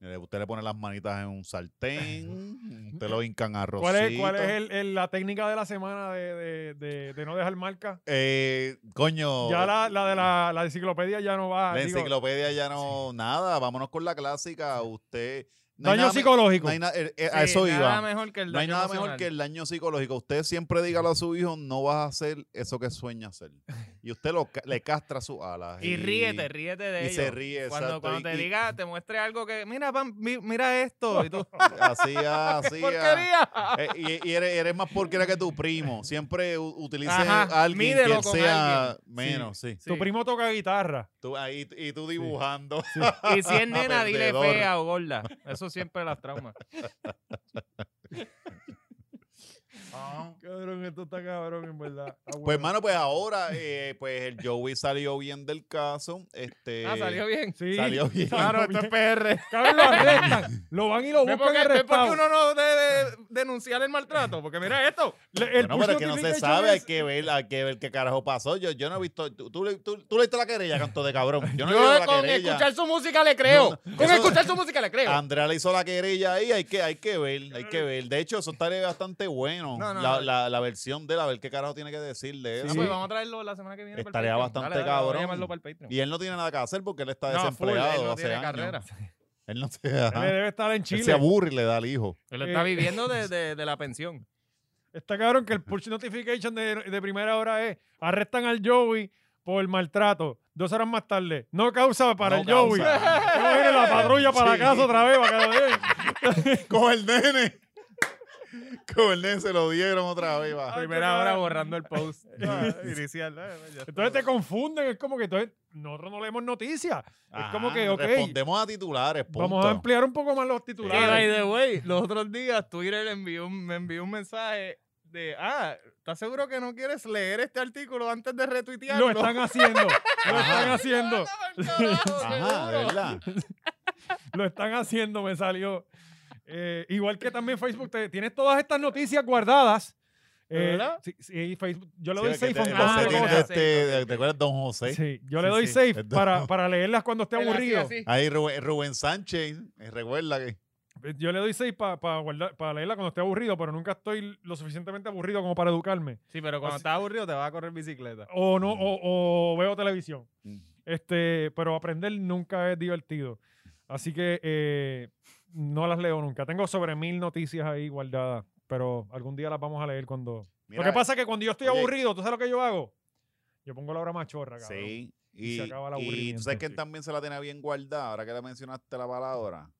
Speaker 3: Mire, Usted le pone las manitas en un sartén, usted lo hincan a
Speaker 2: ¿Cuál es, cuál es el- el- la técnica de la semana de, de- de- de no dejar marca?
Speaker 3: Eh, coño,
Speaker 2: Ya la, la de la, la enciclopedia ya no va.
Speaker 3: la
Speaker 2: digo,
Speaker 3: enciclopedia ya no nada. Vámonos con la clásica. Usted. no hay
Speaker 2: daño
Speaker 3: nada me-
Speaker 2: psicológico.
Speaker 3: no hay na- eh, eh, a
Speaker 4: Sí,
Speaker 3: eso iba.
Speaker 4: Nada mejor que el
Speaker 3: no hay
Speaker 4: daño
Speaker 3: nada
Speaker 4: emocional.
Speaker 3: mejor que el daño psicológico. Usted siempre dígalo a su hijo, no vas a hacer eso que sueña hacer. Y usted lo ca- le castra sus alas.
Speaker 4: Y ríete, ríete de
Speaker 3: y
Speaker 4: ello.
Speaker 3: se ríe,
Speaker 4: Cuando,
Speaker 3: exacto,
Speaker 4: cuando
Speaker 3: y-
Speaker 4: te
Speaker 3: y-
Speaker 4: diga, te muestre algo que, mira, pam, mi- mira esto. Y tú,
Speaker 3: Así, así.
Speaker 4: porquería.
Speaker 3: Eh, y, y eres, eres más porquera que tu primo. Siempre u- utilice
Speaker 4: Ajá,
Speaker 3: a alguien que
Speaker 4: mídelo
Speaker 3: él
Speaker 4: con
Speaker 3: sea
Speaker 4: alguien.
Speaker 3: menos, sí.
Speaker 2: Tu primo toca guitarra.
Speaker 3: Tú, ahí, y tú dibujando.
Speaker 4: Y si es nena, dile
Speaker 3: Perdedor.
Speaker 4: fea o gorda. Eso siempre las traumas.
Speaker 2: Cabrón, esto está cabrón, en verdad. Está
Speaker 3: Pues,
Speaker 2: Ah, bueno.
Speaker 3: hermano, pues ahora, eh, pues el Joey salió bien del caso. Este,
Speaker 4: Ah, salió bien.
Speaker 2: Sí.
Speaker 3: salió bien.
Speaker 4: Claro, esto es PR.
Speaker 2: Cabrón, lo arrestan. lo van y lo
Speaker 4: ¿Ves
Speaker 2: buscan
Speaker 4: por qué, ves por qué
Speaker 2: arrestado.
Speaker 4: uno no debe denunciar el maltrato? Porque mira esto.
Speaker 2: Le- el push
Speaker 3: Bueno, pero es que no se
Speaker 2: notification
Speaker 3: sabe, hay
Speaker 2: es-
Speaker 3: que ver, hay que ver qué carajo pasó. Yo, yo no he visto. Tú, tú, le- tú, tú leíste la querella, canto de cabrón. Yo no he leído
Speaker 4: Yo
Speaker 3: la
Speaker 4: con
Speaker 3: querella.
Speaker 4: escuchar su música le creo.
Speaker 3: No, no,
Speaker 4: Con
Speaker 3: eso- Ah,
Speaker 4: escuchar su música le creo. Ah,
Speaker 3: Andrea le hizo la querella ahí, hay que, hay que ver, hay que ver. De hecho, eso estaría bastante bueno.
Speaker 4: No, no,
Speaker 3: la,
Speaker 4: no.
Speaker 3: la- la versión de él, a ver qué carajo tiene que decir de
Speaker 4: Ah,
Speaker 3: eso.
Speaker 4: pues vamos a traerlo la semana que viene. para el
Speaker 3: Estaría
Speaker 4: Patreon.
Speaker 3: bastante
Speaker 4: Dale, dale, vamos a
Speaker 3: cabrón.
Speaker 4: llamarlo para el Patreon.
Speaker 3: pues, Y él no tiene nada que hacer porque él está
Speaker 4: No, full, él
Speaker 3: desempleado
Speaker 4: no
Speaker 3: hace
Speaker 4: tiene
Speaker 3: años.
Speaker 4: carrera.
Speaker 3: Él no se, ajá.
Speaker 2: Le debe estar en
Speaker 3: Él se
Speaker 2: Chile.
Speaker 3: aburre y le da al hijo.
Speaker 4: Él está
Speaker 2: Eh.
Speaker 4: viviendo de, de- de la pensión.
Speaker 2: Está cabrón que el push notification de, de primera hora es arrestan al Joey por maltrato. Dos horas más tarde. No causa para
Speaker 3: No
Speaker 2: el Joey.
Speaker 3: causa.
Speaker 2: No viene la patrulla para
Speaker 3: Sí.
Speaker 2: la casa otra vez para que lo lleven.
Speaker 3: Con el nene. Con el nene se lo dieron otra vez. va.
Speaker 4: Primera hora borrando el post.
Speaker 2: inicial.
Speaker 4: eh,
Speaker 2: Entonces te confunden. Es como que entonces, nosotros no leemos noticias. es como
Speaker 3: Ajá,
Speaker 2: que, ok,
Speaker 3: Ah, Respondemos a titulares.
Speaker 2: vamos
Speaker 3: punto.
Speaker 2: a ampliar un poco más los
Speaker 4: Que, by
Speaker 2: titulares.
Speaker 4: the way, los otros días Twitter envió un- me envió un mensaje de, ah, ¿estás seguro que no quieres leer este artículo antes de retuitearlo?
Speaker 2: Lo están haciendo. Lo están haciendo.
Speaker 3: Ajá, de verdad.
Speaker 2: Lo están haciendo, me salió. Eh, igual que también Facebook, te- tienes todas estas noticias guardadas.
Speaker 4: ¿De
Speaker 2: Eh,
Speaker 4: verdad?
Speaker 2: sí, sí, Facebook, yo le
Speaker 3: Sí,
Speaker 2: doy
Speaker 3: porque
Speaker 2: safe
Speaker 3: te-
Speaker 2: on
Speaker 3: los
Speaker 2: todas las
Speaker 4: Ah,
Speaker 3: setines
Speaker 4: ok.
Speaker 3: de
Speaker 2: cosas.
Speaker 3: este- ¿Te acuerdas, Don José?
Speaker 2: Sí, yo le
Speaker 4: Sí,
Speaker 2: doy
Speaker 4: sí.
Speaker 2: safe
Speaker 3: Entonces-
Speaker 2: para, para leerlas cuando esté aburrido.
Speaker 3: Ahí Rubén, Rubén Sánchez, eh, recuerda que.
Speaker 2: Yo le doy safe para leerla cuando esté aburrido, pero nunca estoy lo suficientemente aburrido como para educarme.
Speaker 4: Sí, pero cuando estás aburrido te vas a correr bicicleta.
Speaker 2: O no, o, o veo televisión.
Speaker 3: Mm.
Speaker 2: Este, pero aprender nunca es divertido. Así que eh, no las leo nunca. Tengo sobre mil noticias ahí guardadas, pero algún día las vamos a leer cuando.
Speaker 3: Mira,
Speaker 2: lo que pasa es que cuando yo estoy
Speaker 3: oye.
Speaker 2: aburrido, ¿tú sabes lo que yo hago? Yo pongo la hora machorra, cabrón.
Speaker 3: Sí.
Speaker 2: Y
Speaker 3: Y,
Speaker 2: se acaba el
Speaker 3: y tú
Speaker 2: aburrimiento.
Speaker 3: sabes que él
Speaker 2: Sí.
Speaker 3: también se la tenía bien guardada, ahora que le mencionaste la palabra.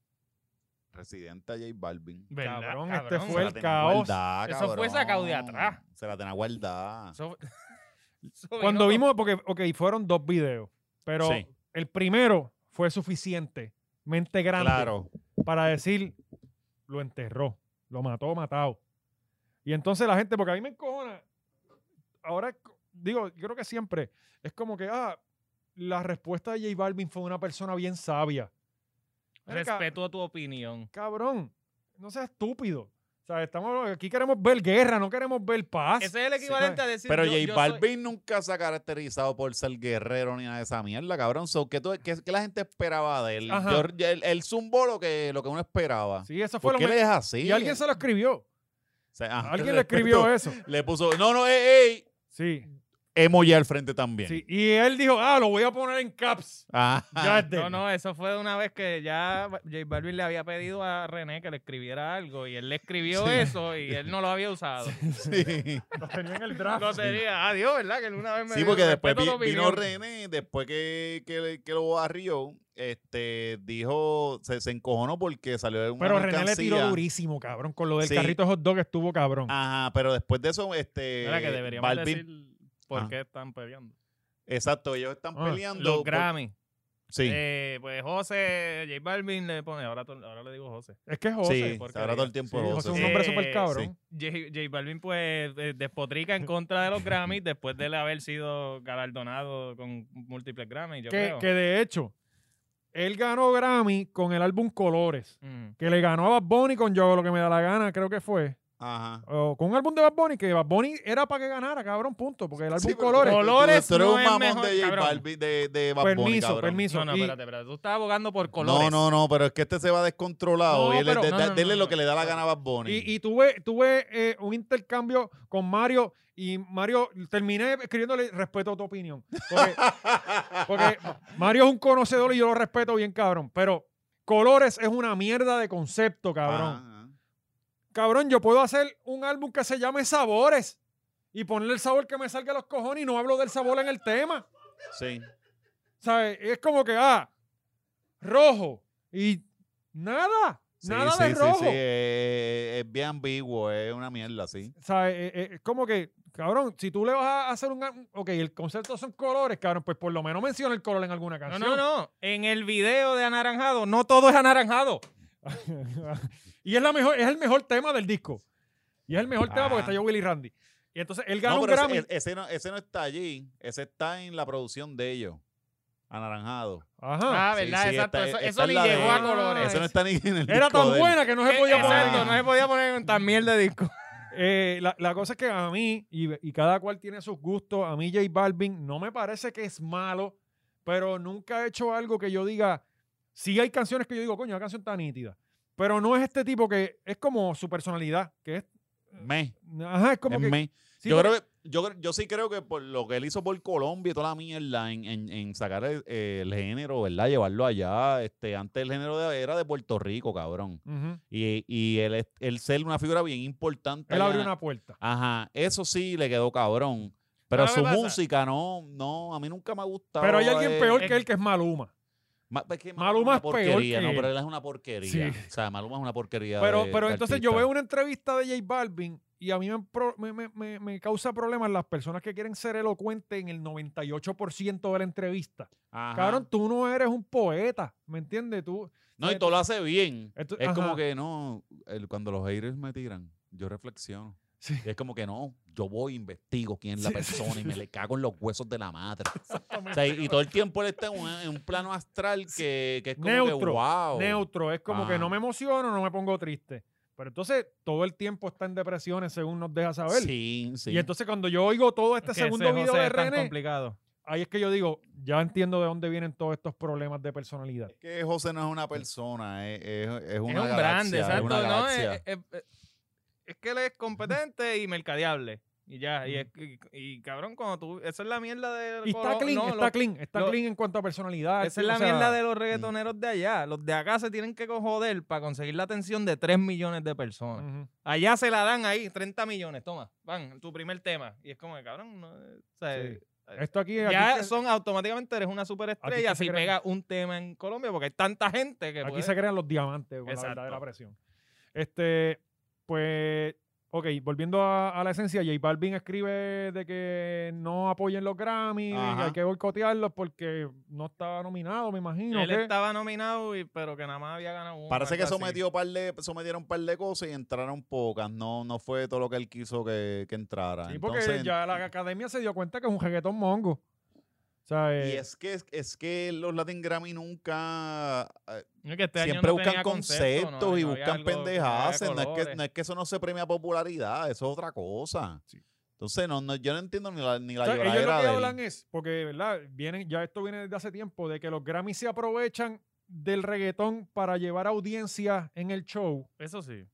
Speaker 3: Residente a J Balvin.
Speaker 4: ¿Verdad,
Speaker 2: Cabrón,
Speaker 4: cabrón?
Speaker 2: este
Speaker 3: Se
Speaker 2: fue
Speaker 3: la
Speaker 2: el
Speaker 3: tenía
Speaker 2: caos.
Speaker 3: guardada,
Speaker 4: Eso fue
Speaker 3: cabrón.
Speaker 4: sacado de atrás.
Speaker 3: Se la tenía guardada.
Speaker 4: Eso- eso
Speaker 2: Cuando
Speaker 4: vino
Speaker 2: vimos, porque, ok, fueron dos videos, pero
Speaker 3: Sí.
Speaker 2: el primero fue suficiente, mente grande,
Speaker 3: Claro.
Speaker 2: para decir, lo enterró, lo mató, matado. Y entonces la gente, porque a mí me encojona, ahora, digo, yo creo que siempre, es como que, ah, la respuesta de J Balvin fue una persona bien sabia.
Speaker 4: con-
Speaker 2: Mira, ca-
Speaker 4: Respeto a tu opinión.
Speaker 2: Cabrón, no seas estúpido. O sea, estamos, aquí queremos ver guerra, no queremos ver paz.
Speaker 4: Ese es el equivalente a decir.
Speaker 3: Pero
Speaker 4: yo-
Speaker 3: J
Speaker 4: yo soy-
Speaker 3: Balvin nunca se ha caracterizado por ser guerrero ni nada de esa mierda, cabrón. So, ¿qué, tú- qué- qué la gente esperaba de él?
Speaker 2: Ajá.
Speaker 3: Yo- yo- él, él zumbó lo que, lo que uno esperaba.
Speaker 2: Sí, eso fue
Speaker 3: ¿Por
Speaker 2: lo
Speaker 3: qué
Speaker 2: que...
Speaker 3: él es así?
Speaker 2: Y alguien se lo escribió.
Speaker 3: O sea, ah,
Speaker 2: Alguien le
Speaker 3: respeto.
Speaker 2: escribió eso.
Speaker 3: Le puso, no, no, ey, ey.
Speaker 2: Sí,
Speaker 3: Emo ya al frente también. Ah,
Speaker 2: sí. Y él dijo, ah, lo voy a poner en caps.
Speaker 3: Ajá.
Speaker 2: Ya es de
Speaker 4: No,
Speaker 2: él.
Speaker 4: no, eso fue de una vez que ya J Balvin le había pedido a René que le escribiera algo y él le escribió
Speaker 3: Sí.
Speaker 4: eso y él no lo había usado.
Speaker 3: Sí.
Speaker 2: Lo tenía en el draft.
Speaker 4: No tenía, adiós, ¿verdad? Que él una vez me
Speaker 3: Sí,
Speaker 4: dijo,
Speaker 3: porque después
Speaker 4: "Respeto tu
Speaker 3: vi- vino
Speaker 4: opinión".
Speaker 3: René, después que, que, que lo barrió, este, dijo, se, se encojonó porque salió de una
Speaker 2: Pero René le tiró
Speaker 3: mercancía.
Speaker 2: durísimo, cabrón. Con lo del
Speaker 3: Sí. Ah.
Speaker 2: carrito de hot dog estuvo cabrón.
Speaker 3: Ajá, pero después de eso, este,
Speaker 4: Mira que deberíamos
Speaker 3: Balvin-
Speaker 4: decir por
Speaker 3: Ah.
Speaker 4: qué están peleando.
Speaker 3: exacto, ellos están
Speaker 2: Ah,
Speaker 3: peleando.
Speaker 4: Los
Speaker 3: por-
Speaker 4: Grammy.
Speaker 3: sí,
Speaker 4: Eh, pues José, J Balvin le pone, ahora, to- ahora le digo José.
Speaker 2: Es que es José.
Speaker 3: sí,
Speaker 4: porquería.
Speaker 3: se habrá todo el tiempo
Speaker 2: Sí,
Speaker 3: de
Speaker 2: José es un
Speaker 3: sí.
Speaker 2: hombre
Speaker 4: Eh,
Speaker 2: súper cabrón.
Speaker 4: J, J Balvin pues eh, despotrica en contra de los Grammys después de haber sido galardonado con múltiples Grammys, yo
Speaker 2: Que,
Speaker 4: creo.
Speaker 2: que de hecho, él ganó Grammy con el álbum Colores.
Speaker 4: Mm.
Speaker 2: Que le ganó a Bad Bunny con Yo hago lo que me da la gana, creo que fue.
Speaker 3: Ajá.
Speaker 2: o con un álbum de Bad Bunny, que Bad Bunny era para que ganara, cabrón, punto, porque el álbum
Speaker 3: Sí, pero
Speaker 2: Colores...
Speaker 3: tú- tú-
Speaker 4: Colores
Speaker 3: tú eres
Speaker 4: no
Speaker 3: un
Speaker 4: es
Speaker 3: mamón
Speaker 4: mejor,
Speaker 3: de J
Speaker 4: cabrón.
Speaker 3: Balvin, de, de Bad Bunny,
Speaker 2: Permiso,
Speaker 3: cabrón.
Speaker 2: permiso.
Speaker 4: No, no,
Speaker 2: Y-
Speaker 4: espérate, espérate. Tú estás abogando por colores.
Speaker 3: No, no, no, pero es que este se va descontrolado.
Speaker 4: No,
Speaker 3: y él,
Speaker 4: pero-
Speaker 3: de-
Speaker 4: no,
Speaker 3: da-
Speaker 4: no,
Speaker 3: dele
Speaker 4: no,
Speaker 3: lo
Speaker 4: no.
Speaker 3: que le da la gana a Bad Bunny.
Speaker 2: Y, y tuve, tuve eh, un intercambio con Mario y Mario, terminé escribiéndole respeto a tu opinión. Porque, porque Mario es un conocedor y yo lo respeto bien, cabrón. Pero Colores es una mierda de concepto, cabrón.
Speaker 3: Ajá.
Speaker 2: Cabrón, yo puedo hacer un álbum que se llame Sabores y ponerle el sabor que me salga a los cojones y no hablo del sabor en el tema.
Speaker 3: Sí.
Speaker 2: ¿Sabes? Es como que, ah, rojo y nada,
Speaker 3: Sí,
Speaker 2: nada
Speaker 3: sí,
Speaker 2: de
Speaker 3: sí,
Speaker 2: rojo.
Speaker 3: sí, eh, es bien ambiguo, es una mierda, sí.
Speaker 2: ¿sabes? Eh, eh, Es como que, cabrón, si tú le vas a hacer un. un- Ok, el concepto son colores, cabrón, pues por lo menos menciona el color en alguna
Speaker 4: No,
Speaker 2: canción.
Speaker 4: no, no. En el video de Anaranjado, no todo es anaranjado.
Speaker 2: y es, la mejor, es el mejor tema del disco. Y es el mejor tema porque está yo Willy Randy. Y entonces él gana
Speaker 3: Ah. No,
Speaker 2: un
Speaker 3: pero
Speaker 2: Grammy.
Speaker 3: ese, ese no, ese no está allí, ese está en la producción de ellos, anaranjado.
Speaker 2: Ajá.
Speaker 4: Ah,
Speaker 3: sí,
Speaker 4: verdad,
Speaker 3: sí,
Speaker 4: exacto.
Speaker 3: está-
Speaker 4: eso
Speaker 3: está
Speaker 4: eso
Speaker 3: en
Speaker 4: ni
Speaker 3: la de-
Speaker 4: llegó a colores.
Speaker 3: Eso no está ni en el
Speaker 2: Ah, Era
Speaker 3: disco de
Speaker 2: tan
Speaker 3: él.
Speaker 2: buena que no se
Speaker 4: Eh,
Speaker 2: podía poner.
Speaker 4: Exacto, no se podía poner en tan mierda de disco. Este
Speaker 2: Eh, la, la cosa es que a mí, y, y cada cual tiene sus gustos, a mí J Balvin no me parece que es malo, pero nunca he hecho algo que yo diga, sí hay canciones que yo digo, coño, la canción está nítida, pero no es este tipo que es como su personalidad, que es,
Speaker 3: Me,
Speaker 2: ajá, es como
Speaker 3: es
Speaker 2: que...
Speaker 3: me.
Speaker 2: sí,
Speaker 3: yo,
Speaker 2: porque-
Speaker 3: creo que, yo, creo- yo sí creo que por lo que él hizo por Colombia y toda la mierda en, en, en sacar el, el género, ¿verdad? Llevarlo allá. Este, antes el género de- era de Puerto Rico, cabrón.
Speaker 2: Ujú.
Speaker 3: Y, y él, es- él ser una figura bien importante.
Speaker 2: Él
Speaker 3: allá-
Speaker 2: abrió una puerta.
Speaker 3: Ajá, eso sí le quedó cabrón. Pero
Speaker 4: ¿Sabes
Speaker 3: su
Speaker 4: lo que pasa?
Speaker 3: música, no, no, a mí nunca me ha gustado.
Speaker 2: Pero hay alguien
Speaker 3: eh,
Speaker 2: peor
Speaker 4: es-
Speaker 2: que él, que es Maluma.
Speaker 3: Ma- es que
Speaker 2: Maluma
Speaker 3: una
Speaker 2: es peor
Speaker 3: porquería,
Speaker 2: que
Speaker 3: no,
Speaker 2: él.
Speaker 3: pero él es una porquería.
Speaker 2: Sí.
Speaker 3: O sea, Maluma es una porquería.
Speaker 2: Pero,
Speaker 3: de-
Speaker 2: pero
Speaker 3: de
Speaker 2: entonces yo
Speaker 3: artista.
Speaker 2: veo una entrevista de J Balvin y a mí me, pro- me- me- me- me causa problemas las personas que quieren ser elocuentes en el 98% de la entrevista.
Speaker 3: Ajá.
Speaker 2: Cabrón, tú no eres un poeta, ¿me entiendes? Tú,
Speaker 3: No, y todo lo hace bien.
Speaker 2: Eh, Esto-
Speaker 3: es
Speaker 2: ajá.
Speaker 3: como que no, el- cuando los haters me tiran, yo reflexiono.
Speaker 2: Sí.
Speaker 3: Y es como que no, yo voy, investigo quién es la
Speaker 2: Sí,
Speaker 3: persona
Speaker 2: sí,
Speaker 3: y me le cago en los huesos de la madre. O sea, y, y todo el tiempo él está en un, en un plano astral que, que es como que
Speaker 2: Neutro,
Speaker 3: wow.
Speaker 2: neutro, es como que no
Speaker 3: Ah.
Speaker 2: me emociono, no me pongo triste. Pero entonces todo el tiempo está en depresiones, según nos deja saber.
Speaker 3: Sí, sí.
Speaker 2: Y entonces cuando yo oigo todo este segundo
Speaker 4: ese
Speaker 2: video
Speaker 4: José
Speaker 2: de
Speaker 4: es tan
Speaker 2: René,
Speaker 4: complicado.
Speaker 2: ahí es que yo digo, ya entiendo de dónde vienen todos estos problemas de personalidad.
Speaker 3: que José no es una persona, es, es- es una
Speaker 4: es un brand,
Speaker 3: galaxia, es
Speaker 4: exacto.
Speaker 3: una
Speaker 4: ¿no? Es,
Speaker 3: galaxia.
Speaker 4: es- es- es que él es competente y mercadeable. Y ya, y, es- y- y, cabrón, cuando tú. Esa es la mierda de.
Speaker 2: Y está
Speaker 4: colo-
Speaker 2: clean,
Speaker 4: no,
Speaker 2: está
Speaker 4: los-
Speaker 2: clean, está
Speaker 4: lo-
Speaker 2: clean en cuanto a personalidad. sí,
Speaker 4: Esa es la
Speaker 2: o sea,
Speaker 4: mierda
Speaker 3: Mm.
Speaker 4: de los reggaetoneros de allá. Los de acá se tienen que joder para conseguir la atención de 3 millones de
Speaker 3: Mm.
Speaker 4: personas.
Speaker 2: ujú.
Speaker 4: Allá se la dan ahí, 30 millones, toma, van, tu primer tema. Y es como que, cabrón, no, eh, o sea,
Speaker 2: Sí. Esto aquí, aquí
Speaker 4: ya
Speaker 2: se-
Speaker 4: son automáticamente eres una
Speaker 2: Aquí
Speaker 4: superestrella
Speaker 2: es que
Speaker 4: si
Speaker 2: se
Speaker 4: pega un tema en Colombia, porque hay tanta gente que
Speaker 2: Aquí
Speaker 4: puede-
Speaker 2: se crean los diamantes con la
Speaker 4: Exacto.
Speaker 2: verdadera presión. Este, pues, ok, volviendo a, a la esencia, J Balvin escribe de que no apoyen los Grammy, que
Speaker 3: Ajá.
Speaker 2: hay que boicotearlos porque no estaba nominado, me imagino.
Speaker 4: él
Speaker 2: que-
Speaker 4: estaba nominado, y- pero que nada más había ganado uno.
Speaker 3: Parece que
Speaker 4: algo así.
Speaker 3: sometió par de, sometieron un par de cosas y entraron pocas. No, no fue todo lo que él quiso que, que entrara.
Speaker 2: Sí, porque
Speaker 3: Entonces,
Speaker 2: ya la academia se dio cuenta que es un reggaetón mongo. O sea,
Speaker 3: Y
Speaker 2: eh,
Speaker 3: es que, es que los Latin Grammy nunca. eh,
Speaker 4: No, que este año
Speaker 3: siempre
Speaker 4: no
Speaker 3: buscan
Speaker 4: tenía
Speaker 3: conceptos y
Speaker 4: concepto, no- no había
Speaker 3: buscan
Speaker 4: algo que
Speaker 3: pendejadas.
Speaker 4: fuera de
Speaker 3: No es, que,
Speaker 4: colores.
Speaker 3: no es que eso no se premia popularidad, eso es otra cosa. Entonces, no, no, yo no entiendo ni la, ni la
Speaker 2: O sea, ellos lo
Speaker 3: lloradera
Speaker 2: que
Speaker 3: de él.
Speaker 2: hablan es, porque verdad, vienen, ya esto viene desde hace tiempo, de que los Grammys se aprovechan del reggaetón para llevar audiencia en el show
Speaker 4: Eso sí.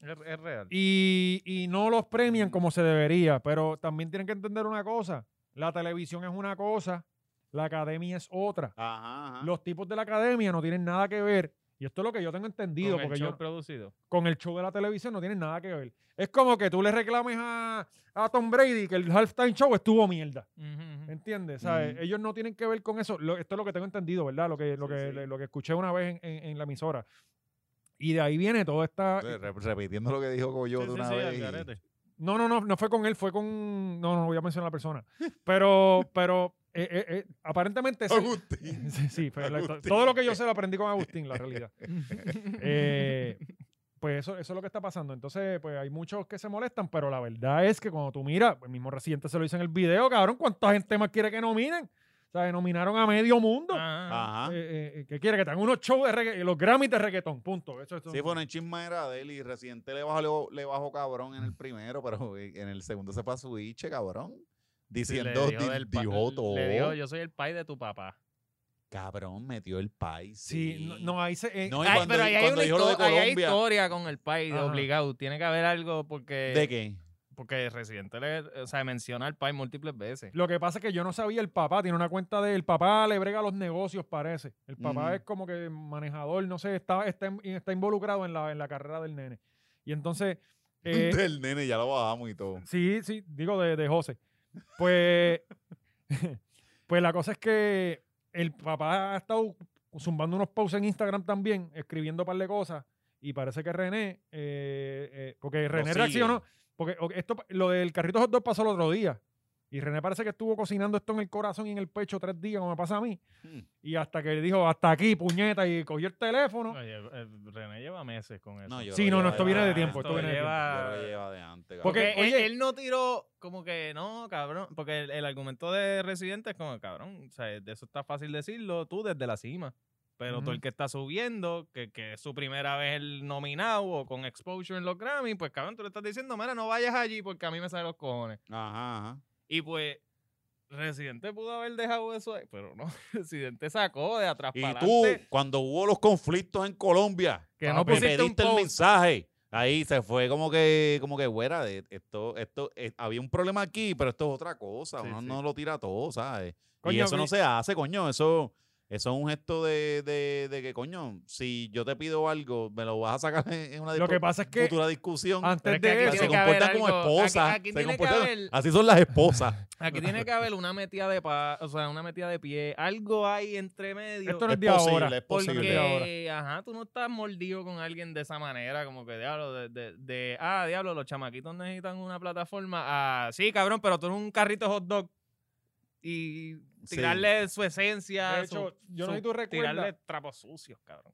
Speaker 4: Es, es real.
Speaker 2: y, y no los premian como se debería. Pero también tienen que entender una cosa: la televisión es una cosa, la academia es otra.
Speaker 3: Ajá, ajá.
Speaker 2: Los tipos de la academia no tienen nada que ver. Y esto es lo que yo tengo entendido,
Speaker 4: Con el
Speaker 2: porque
Speaker 4: show
Speaker 2: yo
Speaker 4: producido.
Speaker 2: con el show de la televisión no tienen nada que ver. Es como que tú le reclames a, a Tom Brady que el halftime show estuvo mierda. ¿Me entiendes? ¿Sabes?
Speaker 3: Ujú.
Speaker 2: Ellos no tienen que ver con eso. Lo- esto es lo que tengo entendido, ¿verdad? Lo que, lo
Speaker 3: Sí,
Speaker 2: que,
Speaker 3: sí.
Speaker 2: lo que escuché una vez en, en- en la emisora. Y de ahí viene toda esta.
Speaker 3: Re- repitiendo lo que dijo Coyote una vez. y-
Speaker 2: No, no, no, no fue con él, fue con. No, no voy a mencionar a la persona. Pero, pero, eh, eh, eh, aparentemente. es el-
Speaker 3: Agustín.
Speaker 2: Sí, sí, pero la-
Speaker 3: Agustín.
Speaker 2: todo lo que yo sé lo aprendí con Agustín, la realidad. Eh, pues eso, eso es lo que está pasando. Entonces, pues hay muchos que se molestan, pero la verdad es que cuando tú miras, el mismo reciente se lo dice en el video, cabrón, ¿cuánta gente más quiere que nominen? O sea, nominaron a medio mundo.
Speaker 4: Ah,
Speaker 3: Ajá.
Speaker 2: Eh, eh, eh, que quiere que tengan unos shows de reggaetón, los Grammys de reggaetón, punto. Eso, eso-
Speaker 3: Sí, fue una chismadera de él y reciente le bajó, le bajó cabrón en el primero, pero en el segundo se fue a su biche, cabrón. Diciendo,
Speaker 4: le dijo
Speaker 3: di-
Speaker 4: del pa-
Speaker 3: dijo todo.
Speaker 4: Le dijo, yo soy el pai de tu papá.
Speaker 3: Cabrón, metió el país.
Speaker 2: Sí, no, no, ahí se... eh,
Speaker 3: No, y
Speaker 4: Ay,
Speaker 3: cuando-
Speaker 4: pero ahí hay,
Speaker 3: cuando
Speaker 4: una
Speaker 3: dijo lo de
Speaker 4: histo- ahí hay
Speaker 3: Colombia.
Speaker 4: historia con el país
Speaker 2: Ajá.
Speaker 4: obligado. Tiene que haber algo porque
Speaker 2: eh,
Speaker 3: ¿De qué?
Speaker 4: porque Residente le, o sea, menciona al país múltiples veces.
Speaker 2: Lo que pasa es que yo no sabía el papá, tiene una cuenta de el papá le brega los negocios, parece. El papá
Speaker 3: Ujú.
Speaker 2: es como que manejador, no sé, está, está, en- está involucrado en la, en la carrera del nene. Y entonces, eh,
Speaker 3: Del nene, ya lo bajamos y todo.
Speaker 2: sí, sí, digo de, de José. Pues, pues la cosa es que el papá ha estado zumbando unos posts en Instagram también, escribiendo un par de cosas, y parece que René, eh, eh, porque René
Speaker 3: sigue.
Speaker 2: reaccionó, porque o- esto, lo del carrito hot dog pasó el otro día, y René parece que estuvo cocinando esto en el corazón y en el pecho tres días, como me pasa a mí,
Speaker 3: Hmm.
Speaker 2: y hasta que le dijo, hasta aquí, puñeta, y cogió el teléfono.
Speaker 4: Oye, eh, René lleva meses con eso.
Speaker 3: yo
Speaker 2: Sí, no,
Speaker 3: creo
Speaker 2: no,
Speaker 3: que lleva
Speaker 2: esto viene de
Speaker 3: antes.
Speaker 2: tiempo, esto viene de
Speaker 3: Yo
Speaker 4: lleva-
Speaker 3: creo que lleva de antes.
Speaker 2: Porque-
Speaker 3: cabrón.
Speaker 4: Porque él,
Speaker 2: oye-
Speaker 4: él no tiró como que no, cabrón. Porque el, el argumento de Residente es como, cabrón, o sea, de eso está fácil decirlo tú desde la cima. Pero tú
Speaker 2: Ujú.
Speaker 4: el que está subiendo, que, que es su primera vez el nominado o con exposure en los Grammy, pues cabrón, tú le estás diciendo, mira, no vayas allí porque a mí me salen los cojones.
Speaker 3: Ajá, ajá.
Speaker 4: Y pues, Residente pudo haber dejado eso ahí, pero no, Residente sacó de atrás
Speaker 3: Y
Speaker 4: para
Speaker 3: tú,
Speaker 4: adelante.
Speaker 3: cuando hubo los conflictos en Colombia,
Speaker 4: Que no
Speaker 3: me
Speaker 4: pusiste un
Speaker 3: pediste el
Speaker 4: post.
Speaker 3: mensaje. Ahí se fue como que, como que fuera de esto, esto, eh, había un problema aquí, pero esto es otra cosa.
Speaker 4: Sí,
Speaker 3: Uno
Speaker 4: sí.
Speaker 3: no lo tira todo, ¿sabes? y
Speaker 2: Coño,
Speaker 3: eso no
Speaker 2: que-
Speaker 3: se hace, coño. Eso, eso es un gesto de, de, de que, coño, si yo te pido algo, me lo vas a sacar en, en una
Speaker 2: Lo
Speaker 3: discu-
Speaker 2: que pasa es que
Speaker 3: futura discusión.
Speaker 2: antes
Speaker 4: Pero es que
Speaker 2: de
Speaker 4: aquí
Speaker 3: Pero
Speaker 2: eso...
Speaker 3: se
Speaker 4: tiene que haber
Speaker 3: comportan como
Speaker 4: algo-
Speaker 3: esposas.
Speaker 4: aquí- aquí
Speaker 3: se
Speaker 4: tiene que
Speaker 3: comportan-
Speaker 4: haber-
Speaker 3: Así son las esposas.
Speaker 4: Aquí tiene que haber una metida de pa, o sea, una metida de pie. Algo hay entre medio.
Speaker 2: Esto no es
Speaker 3: Es
Speaker 2: de ahora.
Speaker 3: posible, es
Speaker 2: porque-
Speaker 3: posible.
Speaker 4: Porque, ajá, tú no estás mordido con alguien de esa manera, como que, diablo, de, de- de, ah, diablo, los chamaquitos necesitan una plataforma. Ah, sí, cabrón, pero tú eres un carrito hot dog y
Speaker 3: Sí.
Speaker 4: tirarle su esencia,
Speaker 2: De hecho,
Speaker 4: su-
Speaker 2: yo no
Speaker 4: su-
Speaker 2: sé si tú recuerdas.
Speaker 4: tirarle trapos sucios, cabrón.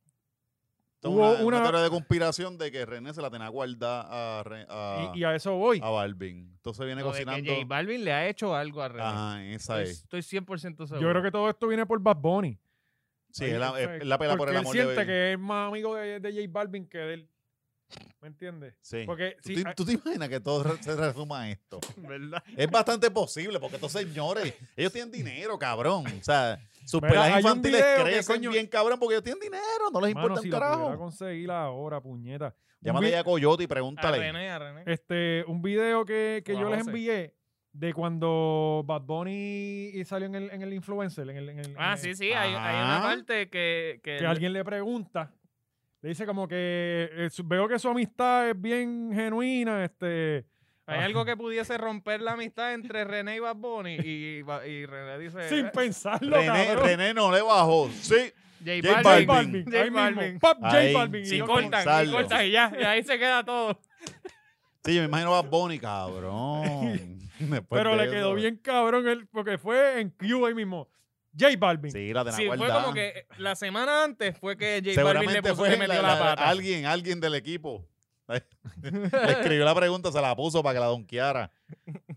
Speaker 3: Esto es
Speaker 2: Hubo
Speaker 3: una, una
Speaker 2: una-
Speaker 3: teoría de conspiración de que René se la tenía guardada a, Re- a,
Speaker 2: Y, y a eso voy.
Speaker 3: a Balvin. Entonces viene
Speaker 4: Lo de que
Speaker 3: cocinando.
Speaker 4: J Balvin le ha hecho algo a René.
Speaker 3: Ajá, esa
Speaker 2: Pues,
Speaker 4: Estoy,
Speaker 3: es.
Speaker 4: estoy 100% seguro.
Speaker 2: Yo creo que todo esto viene por Bad Bunny.
Speaker 3: Sí,
Speaker 2: Ahí,
Speaker 3: es la,
Speaker 2: o sea,
Speaker 3: es la pela
Speaker 2: pues,
Speaker 3: por
Speaker 2: porque
Speaker 3: el
Speaker 2: él
Speaker 3: amor
Speaker 2: siente
Speaker 3: de Belén.
Speaker 2: que es más amigo de, de J Balvin que de él. ¿Me entiendes?
Speaker 3: Sí.
Speaker 2: Porque
Speaker 3: ¿Tú,
Speaker 2: si,
Speaker 3: te,
Speaker 2: ah,
Speaker 3: tú te imaginas que todo re- se resuma a esto?
Speaker 4: ¿Verdad?
Speaker 3: Es bastante posible, porque estos señores, ellos tienen dinero, cabrón. O sea, sus
Speaker 2: Mira, hay
Speaker 3: pelajes
Speaker 2: un
Speaker 3: infantiles
Speaker 2: video que,
Speaker 3: crecen
Speaker 2: coño-
Speaker 3: bien, cabrón, porque ellos tienen dinero, no les
Speaker 2: mano,
Speaker 3: importa
Speaker 2: si
Speaker 3: un
Speaker 2: lo pudiera
Speaker 3: carajo.
Speaker 2: conseguir ahora, puñeta. Un
Speaker 3: Llámate
Speaker 2: vi-
Speaker 3: ya a Coyote y
Speaker 4: A
Speaker 3: pregúntale.
Speaker 4: René, a René.
Speaker 2: Este, un video que, que
Speaker 4: O a
Speaker 2: yo les
Speaker 4: José.
Speaker 2: envié de cuando Bad Bunny y salió en el, en el influencer. En el, en el- en
Speaker 4: Ah,
Speaker 2: el-
Speaker 4: sí, sí, hay, hay una
Speaker 3: Ajá.
Speaker 4: parte que... que
Speaker 2: eh, Que alguien le pregunta. Le dice como que eh, su- veo que su amistad es bien genuina. Este,
Speaker 4: Hay
Speaker 2: Ah.
Speaker 4: algo que pudiese romper la amistad entre René y Bad Bunny. Y, Ba- y René dice...
Speaker 2: sin
Speaker 4: "Eh,
Speaker 2: pensarlo,
Speaker 3: René,
Speaker 2: cabrón.
Speaker 3: René no le bajó. Sí,
Speaker 4: J
Speaker 3: J
Speaker 2: J
Speaker 4: Balvin.
Speaker 2: Balvin.
Speaker 4: J
Speaker 2: ahí mismo.
Speaker 4: Balvin.
Speaker 2: Pop, J
Speaker 3: Ahí,
Speaker 2: Balvin. Y
Speaker 4: Si
Speaker 2: yo como-
Speaker 4: cortan, si
Speaker 3: Gonzalo.
Speaker 4: cortan y ya. Y ahí se queda todo.
Speaker 3: sí, yo me imagino a Bonnie, cabrón. Después
Speaker 2: Pero
Speaker 3: de
Speaker 2: le
Speaker 3: eso.
Speaker 2: quedó bien cabrón él, porque fue en Q ahí mismo. J Balvin.
Speaker 3: Sí, la tenía
Speaker 4: Sí, fue
Speaker 3: guardada.
Speaker 4: como que la semana antes fue que J Balvin le
Speaker 3: Seguramente
Speaker 4: puso
Speaker 3: fue
Speaker 4: le metió la,
Speaker 3: la- la-
Speaker 4: pata.
Speaker 3: alguien, alguien del equipo. Le escribió la pregunta, se la puso para que la donqueara.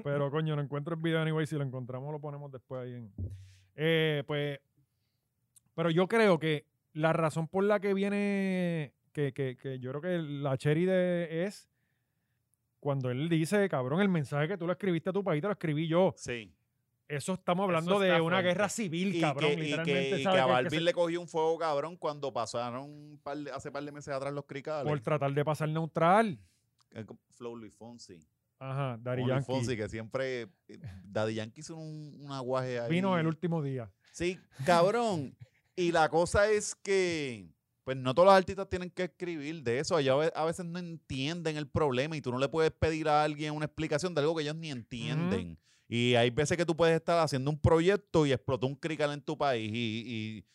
Speaker 2: Pero coño, no encuentro el video anyway. Si lo encontramos, lo ponemos después ahí en. Eh, pues. Pero yo creo que la razón por la que viene. Que, que, que yo creo que la cherry de es. Cuando él dice, cabrón, el mensaje que tú le escribiste a tu país te lo escribí yo.
Speaker 3: Sí.
Speaker 2: Eso estamos hablando
Speaker 4: Eso está
Speaker 2: de una
Speaker 4: fuerte.
Speaker 2: guerra civil,
Speaker 3: y
Speaker 2: cabrón.
Speaker 3: que, y
Speaker 2: literalmente,
Speaker 3: que-
Speaker 2: ¿sabes?
Speaker 3: y que a
Speaker 2: Que- que
Speaker 3: Balvin
Speaker 2: se-
Speaker 3: le cogió un fuego cabrón cuando pasaron un par de- hace par de meses atrás los cricales.
Speaker 2: Por tratar de pasar neutral.
Speaker 3: Eh, con Flow Luis Fonsi.
Speaker 2: Ajá, Dari
Speaker 3: Con Luis
Speaker 2: Yankee.
Speaker 3: Fonsi, que siempre. eh, Daddy Yankee hizo un, un aguaje ahí.
Speaker 2: Vino el último día.
Speaker 3: Sí, cabrón. y la cosa es que. Pues no todos los artistas tienen que escribir de eso. Ellos a ve- a veces no entienden el problema y tú no le puedes pedir a alguien una explicación de algo que ellos ni entienden. Y hay veces que tú puedes estar haciendo un proyecto y explotó un crical en tu país y, y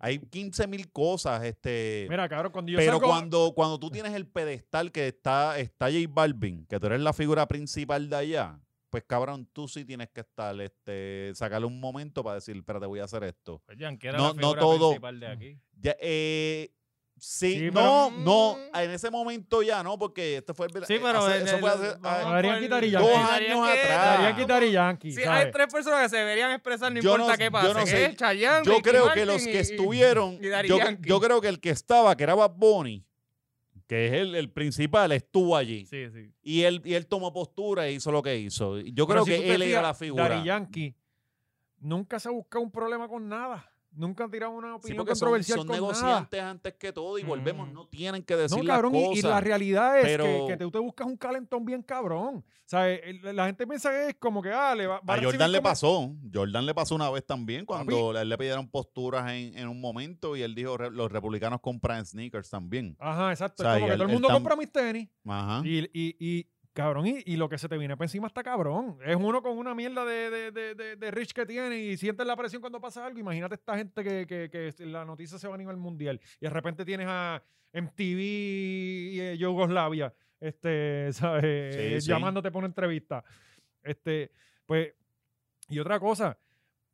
Speaker 3: hay 15 mil cosas. Este,
Speaker 2: Mira, cabrón, cuando yo
Speaker 3: pero
Speaker 2: salgo-
Speaker 3: cuando, cuando tú tienes el pedestal que está, está J Balvin, que tú eres la figura principal de allá, pues cabrón, tú sí tienes que estar, este, sacarle un momento para decir, espérate, voy a hacer esto.
Speaker 4: Oye, aunque Pues, era
Speaker 3: No-
Speaker 4: la
Speaker 3: no
Speaker 4: figura
Speaker 3: todo.
Speaker 4: principal de aquí.
Speaker 3: Ya, eh, Sí,
Speaker 2: Sí,
Speaker 3: no,
Speaker 4: pero-
Speaker 3: no,
Speaker 4: Mm.
Speaker 3: en ese momento ya no, porque esto fue... Eh,
Speaker 4: Sí, pero.
Speaker 3: hace-
Speaker 4: en
Speaker 3: eso
Speaker 4: el-
Speaker 3: fue hace...
Speaker 4: vamos
Speaker 3: ah,
Speaker 4: por-
Speaker 2: Deberían quitar y ya.
Speaker 3: dos
Speaker 4: Deberían
Speaker 3: años
Speaker 4: que-
Speaker 3: atrás.
Speaker 2: Deberían quitar y Yankee.
Speaker 4: Sí,
Speaker 2: ¿sabes?
Speaker 4: hay tres personas que se deberían expresar, no
Speaker 3: Yo
Speaker 4: importa
Speaker 3: no-
Speaker 4: qué
Speaker 3: yo
Speaker 4: pase.
Speaker 3: no sé.
Speaker 4: ¿eh? Chayanne,
Speaker 3: yo
Speaker 4: Ricky
Speaker 3: creo que
Speaker 4: Martin
Speaker 3: los
Speaker 4: y-
Speaker 3: que
Speaker 4: y-
Speaker 3: estuvieron,
Speaker 4: y Daddy
Speaker 3: yo,
Speaker 4: Yankee.
Speaker 3: yo creo que el que estaba, que era Bad Bunny, que es el, el principal, estuvo allí.
Speaker 4: Sí, sí.
Speaker 3: Y él, y él tomó postura e hizo lo que hizo. Y Yo
Speaker 2: Pero
Speaker 3: creo
Speaker 2: si tú
Speaker 3: que
Speaker 2: te
Speaker 3: él era
Speaker 2: fijas,
Speaker 3: la figura.
Speaker 2: Daddy Yankee nunca se ha buscado un problema con nada. Nunca ha tirado una
Speaker 3: Sí,
Speaker 2: opinión
Speaker 3: porque son,
Speaker 2: controversial
Speaker 3: son
Speaker 2: con nada.
Speaker 3: negociantes antes que todo y volvemos,
Speaker 4: Mm.
Speaker 3: no tienen que decir
Speaker 2: No,
Speaker 3: las
Speaker 2: cabrón, y- y,
Speaker 3: cosas.
Speaker 2: la realidad es que,
Speaker 3: pero-
Speaker 2: que te- tú te buscas un calentón bien cabrón. O sea, el- el- la gente piensa que es como que, ah, le va, va
Speaker 3: A
Speaker 2: recibir
Speaker 3: Jordan le
Speaker 2: como-
Speaker 3: pasó. Jordan le pasó una vez también cuando le- le pidieron posturas en, en un momento y él dijo, "Re- los republicanos compran sneakers también.
Speaker 2: Ajá, exacto.
Speaker 3: O sea,
Speaker 2: es como
Speaker 3: y
Speaker 2: que
Speaker 3: el-
Speaker 2: todo el
Speaker 3: el
Speaker 2: mundo
Speaker 3: tam-
Speaker 2: compra mis tenis.
Speaker 3: Ajá.
Speaker 2: Y, y, y, cabrón, y, y lo que se te viene para encima está cabrón. Es uno con una mierda de, de, de, de- de rich que tiene y sientes la presión cuando pasa algo. Imagínate esta gente que, que, que la noticia se va a nivel mundial y de repente tienes a MTV y, eh, Yugoslavia este, ¿sabes?
Speaker 3: Sí, sí.
Speaker 2: llamándote para una entrevista. Este, pues, y otra cosa,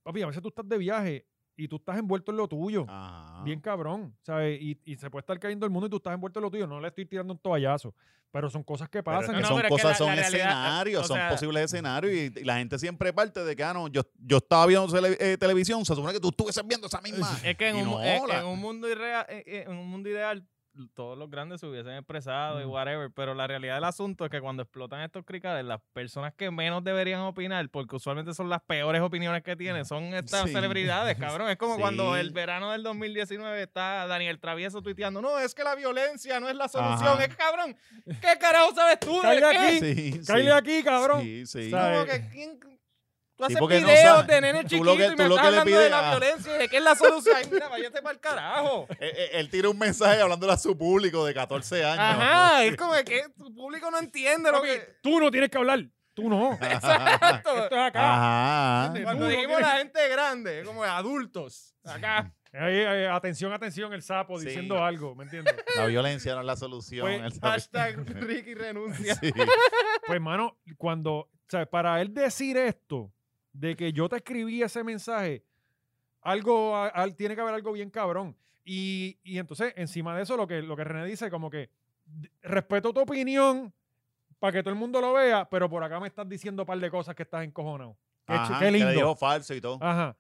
Speaker 2: papi, a veces tú estás de viaje y tú estás envuelto en lo tuyo.
Speaker 3: Ajá.
Speaker 2: Bien cabrón, ¿sabes? Y, y se puede estar cayendo el mundo y tú estás envuelto en lo tuyo. No le estoy tirando un toallazo, pero son cosas que
Speaker 3: Pero es
Speaker 2: pasan.
Speaker 3: que
Speaker 4: No, no,
Speaker 3: son
Speaker 4: pero es que
Speaker 3: cosas, son
Speaker 4: la- la realidad,
Speaker 3: escenarios,
Speaker 4: o
Speaker 3: son
Speaker 4: sea-
Speaker 3: posibles escenarios y, y la gente siempre parte de que, ah, no, yo, yo estaba viendo tele- eh, televisión, se supone que tú estuvieses viendo esa misma.
Speaker 4: Es que en,
Speaker 3: Y
Speaker 4: un,
Speaker 3: no,
Speaker 4: eh,
Speaker 3: la-
Speaker 4: en un mundo irrea- eh, eh, en un mundo ideal todos los grandes se hubiesen expresado y
Speaker 2: Mm.
Speaker 4: whatever, pero la realidad del asunto es que cuando explotan estos cricales, las personas que menos deberían opinar, porque usualmente son las peores opiniones que tienen, son estas
Speaker 3: Mm, Sí.
Speaker 4: celebridades, cabrón. Es como cuando
Speaker 3: Sí.
Speaker 4: el verano del 2019 está Daniel Travieso tuiteando, no, es que la violencia no es la solución,
Speaker 3: Ajá.
Speaker 4: es que, cabrón, ¿qué carajo sabes tú? de
Speaker 2: Cállate
Speaker 4: qué?
Speaker 2: aquí,
Speaker 3: Sí,
Speaker 2: Cállate aquí, cabrón.
Speaker 3: Sí, sí.
Speaker 2: ¿Sabes?
Speaker 4: Como
Speaker 2: Eh.
Speaker 4: que, ¿quién- Tú haces
Speaker 3: porque no
Speaker 4: videos
Speaker 3: sabe.
Speaker 4: de nene
Speaker 3: Tú
Speaker 4: chiquito
Speaker 3: lo que-
Speaker 4: y
Speaker 3: tú
Speaker 4: me
Speaker 3: lo
Speaker 4: estás
Speaker 3: que le
Speaker 4: hablando de
Speaker 3: pides ah.
Speaker 4: la
Speaker 3: a-
Speaker 4: violencia y de qué es la solución. Ay, mira, váyate para el carajo.
Speaker 3: Eh, eh, él tira un mensaje hablándole a su público de 14 años.
Speaker 4: Ajá, es como que tu público no entiende lo
Speaker 2: Papi,
Speaker 4: que...
Speaker 2: Tú no tienes que hablar. Tú no.
Speaker 3: ah,
Speaker 4: Exacto.
Speaker 2: Esto es acá.
Speaker 3: Ajá.
Speaker 2: ¿Entiendes?
Speaker 4: Cuando
Speaker 2: Tú no
Speaker 4: dijimos
Speaker 2: tienes-
Speaker 4: la gente grande, como adultos, acá.
Speaker 2: Ahí, ahí, atención, atención, el sapo
Speaker 3: Sí.
Speaker 2: diciendo algo, ¿me entiendes?
Speaker 3: La violencia no es la solución.
Speaker 2: Pues,
Speaker 3: él sabe.
Speaker 4: Hashtag Ricky renuncia.
Speaker 3: Sí.
Speaker 2: Pues, hermano, cuando, o sea, para él decir esto, de que yo te escribí ese mensaje, algo, a- al- tiene que haber algo bien cabrón. Y, y entonces, encima de eso, lo que, lo que René dice, como que d- respeto tu opinión para que todo el mundo lo vea, pero por acá me estás diciendo un par de cosas que estás encojonado. Qué, ch-
Speaker 3: Ajá,
Speaker 2: qué
Speaker 3: que le
Speaker 2: lindo. Ah,
Speaker 3: dijo falso y todo.
Speaker 2: Ajá.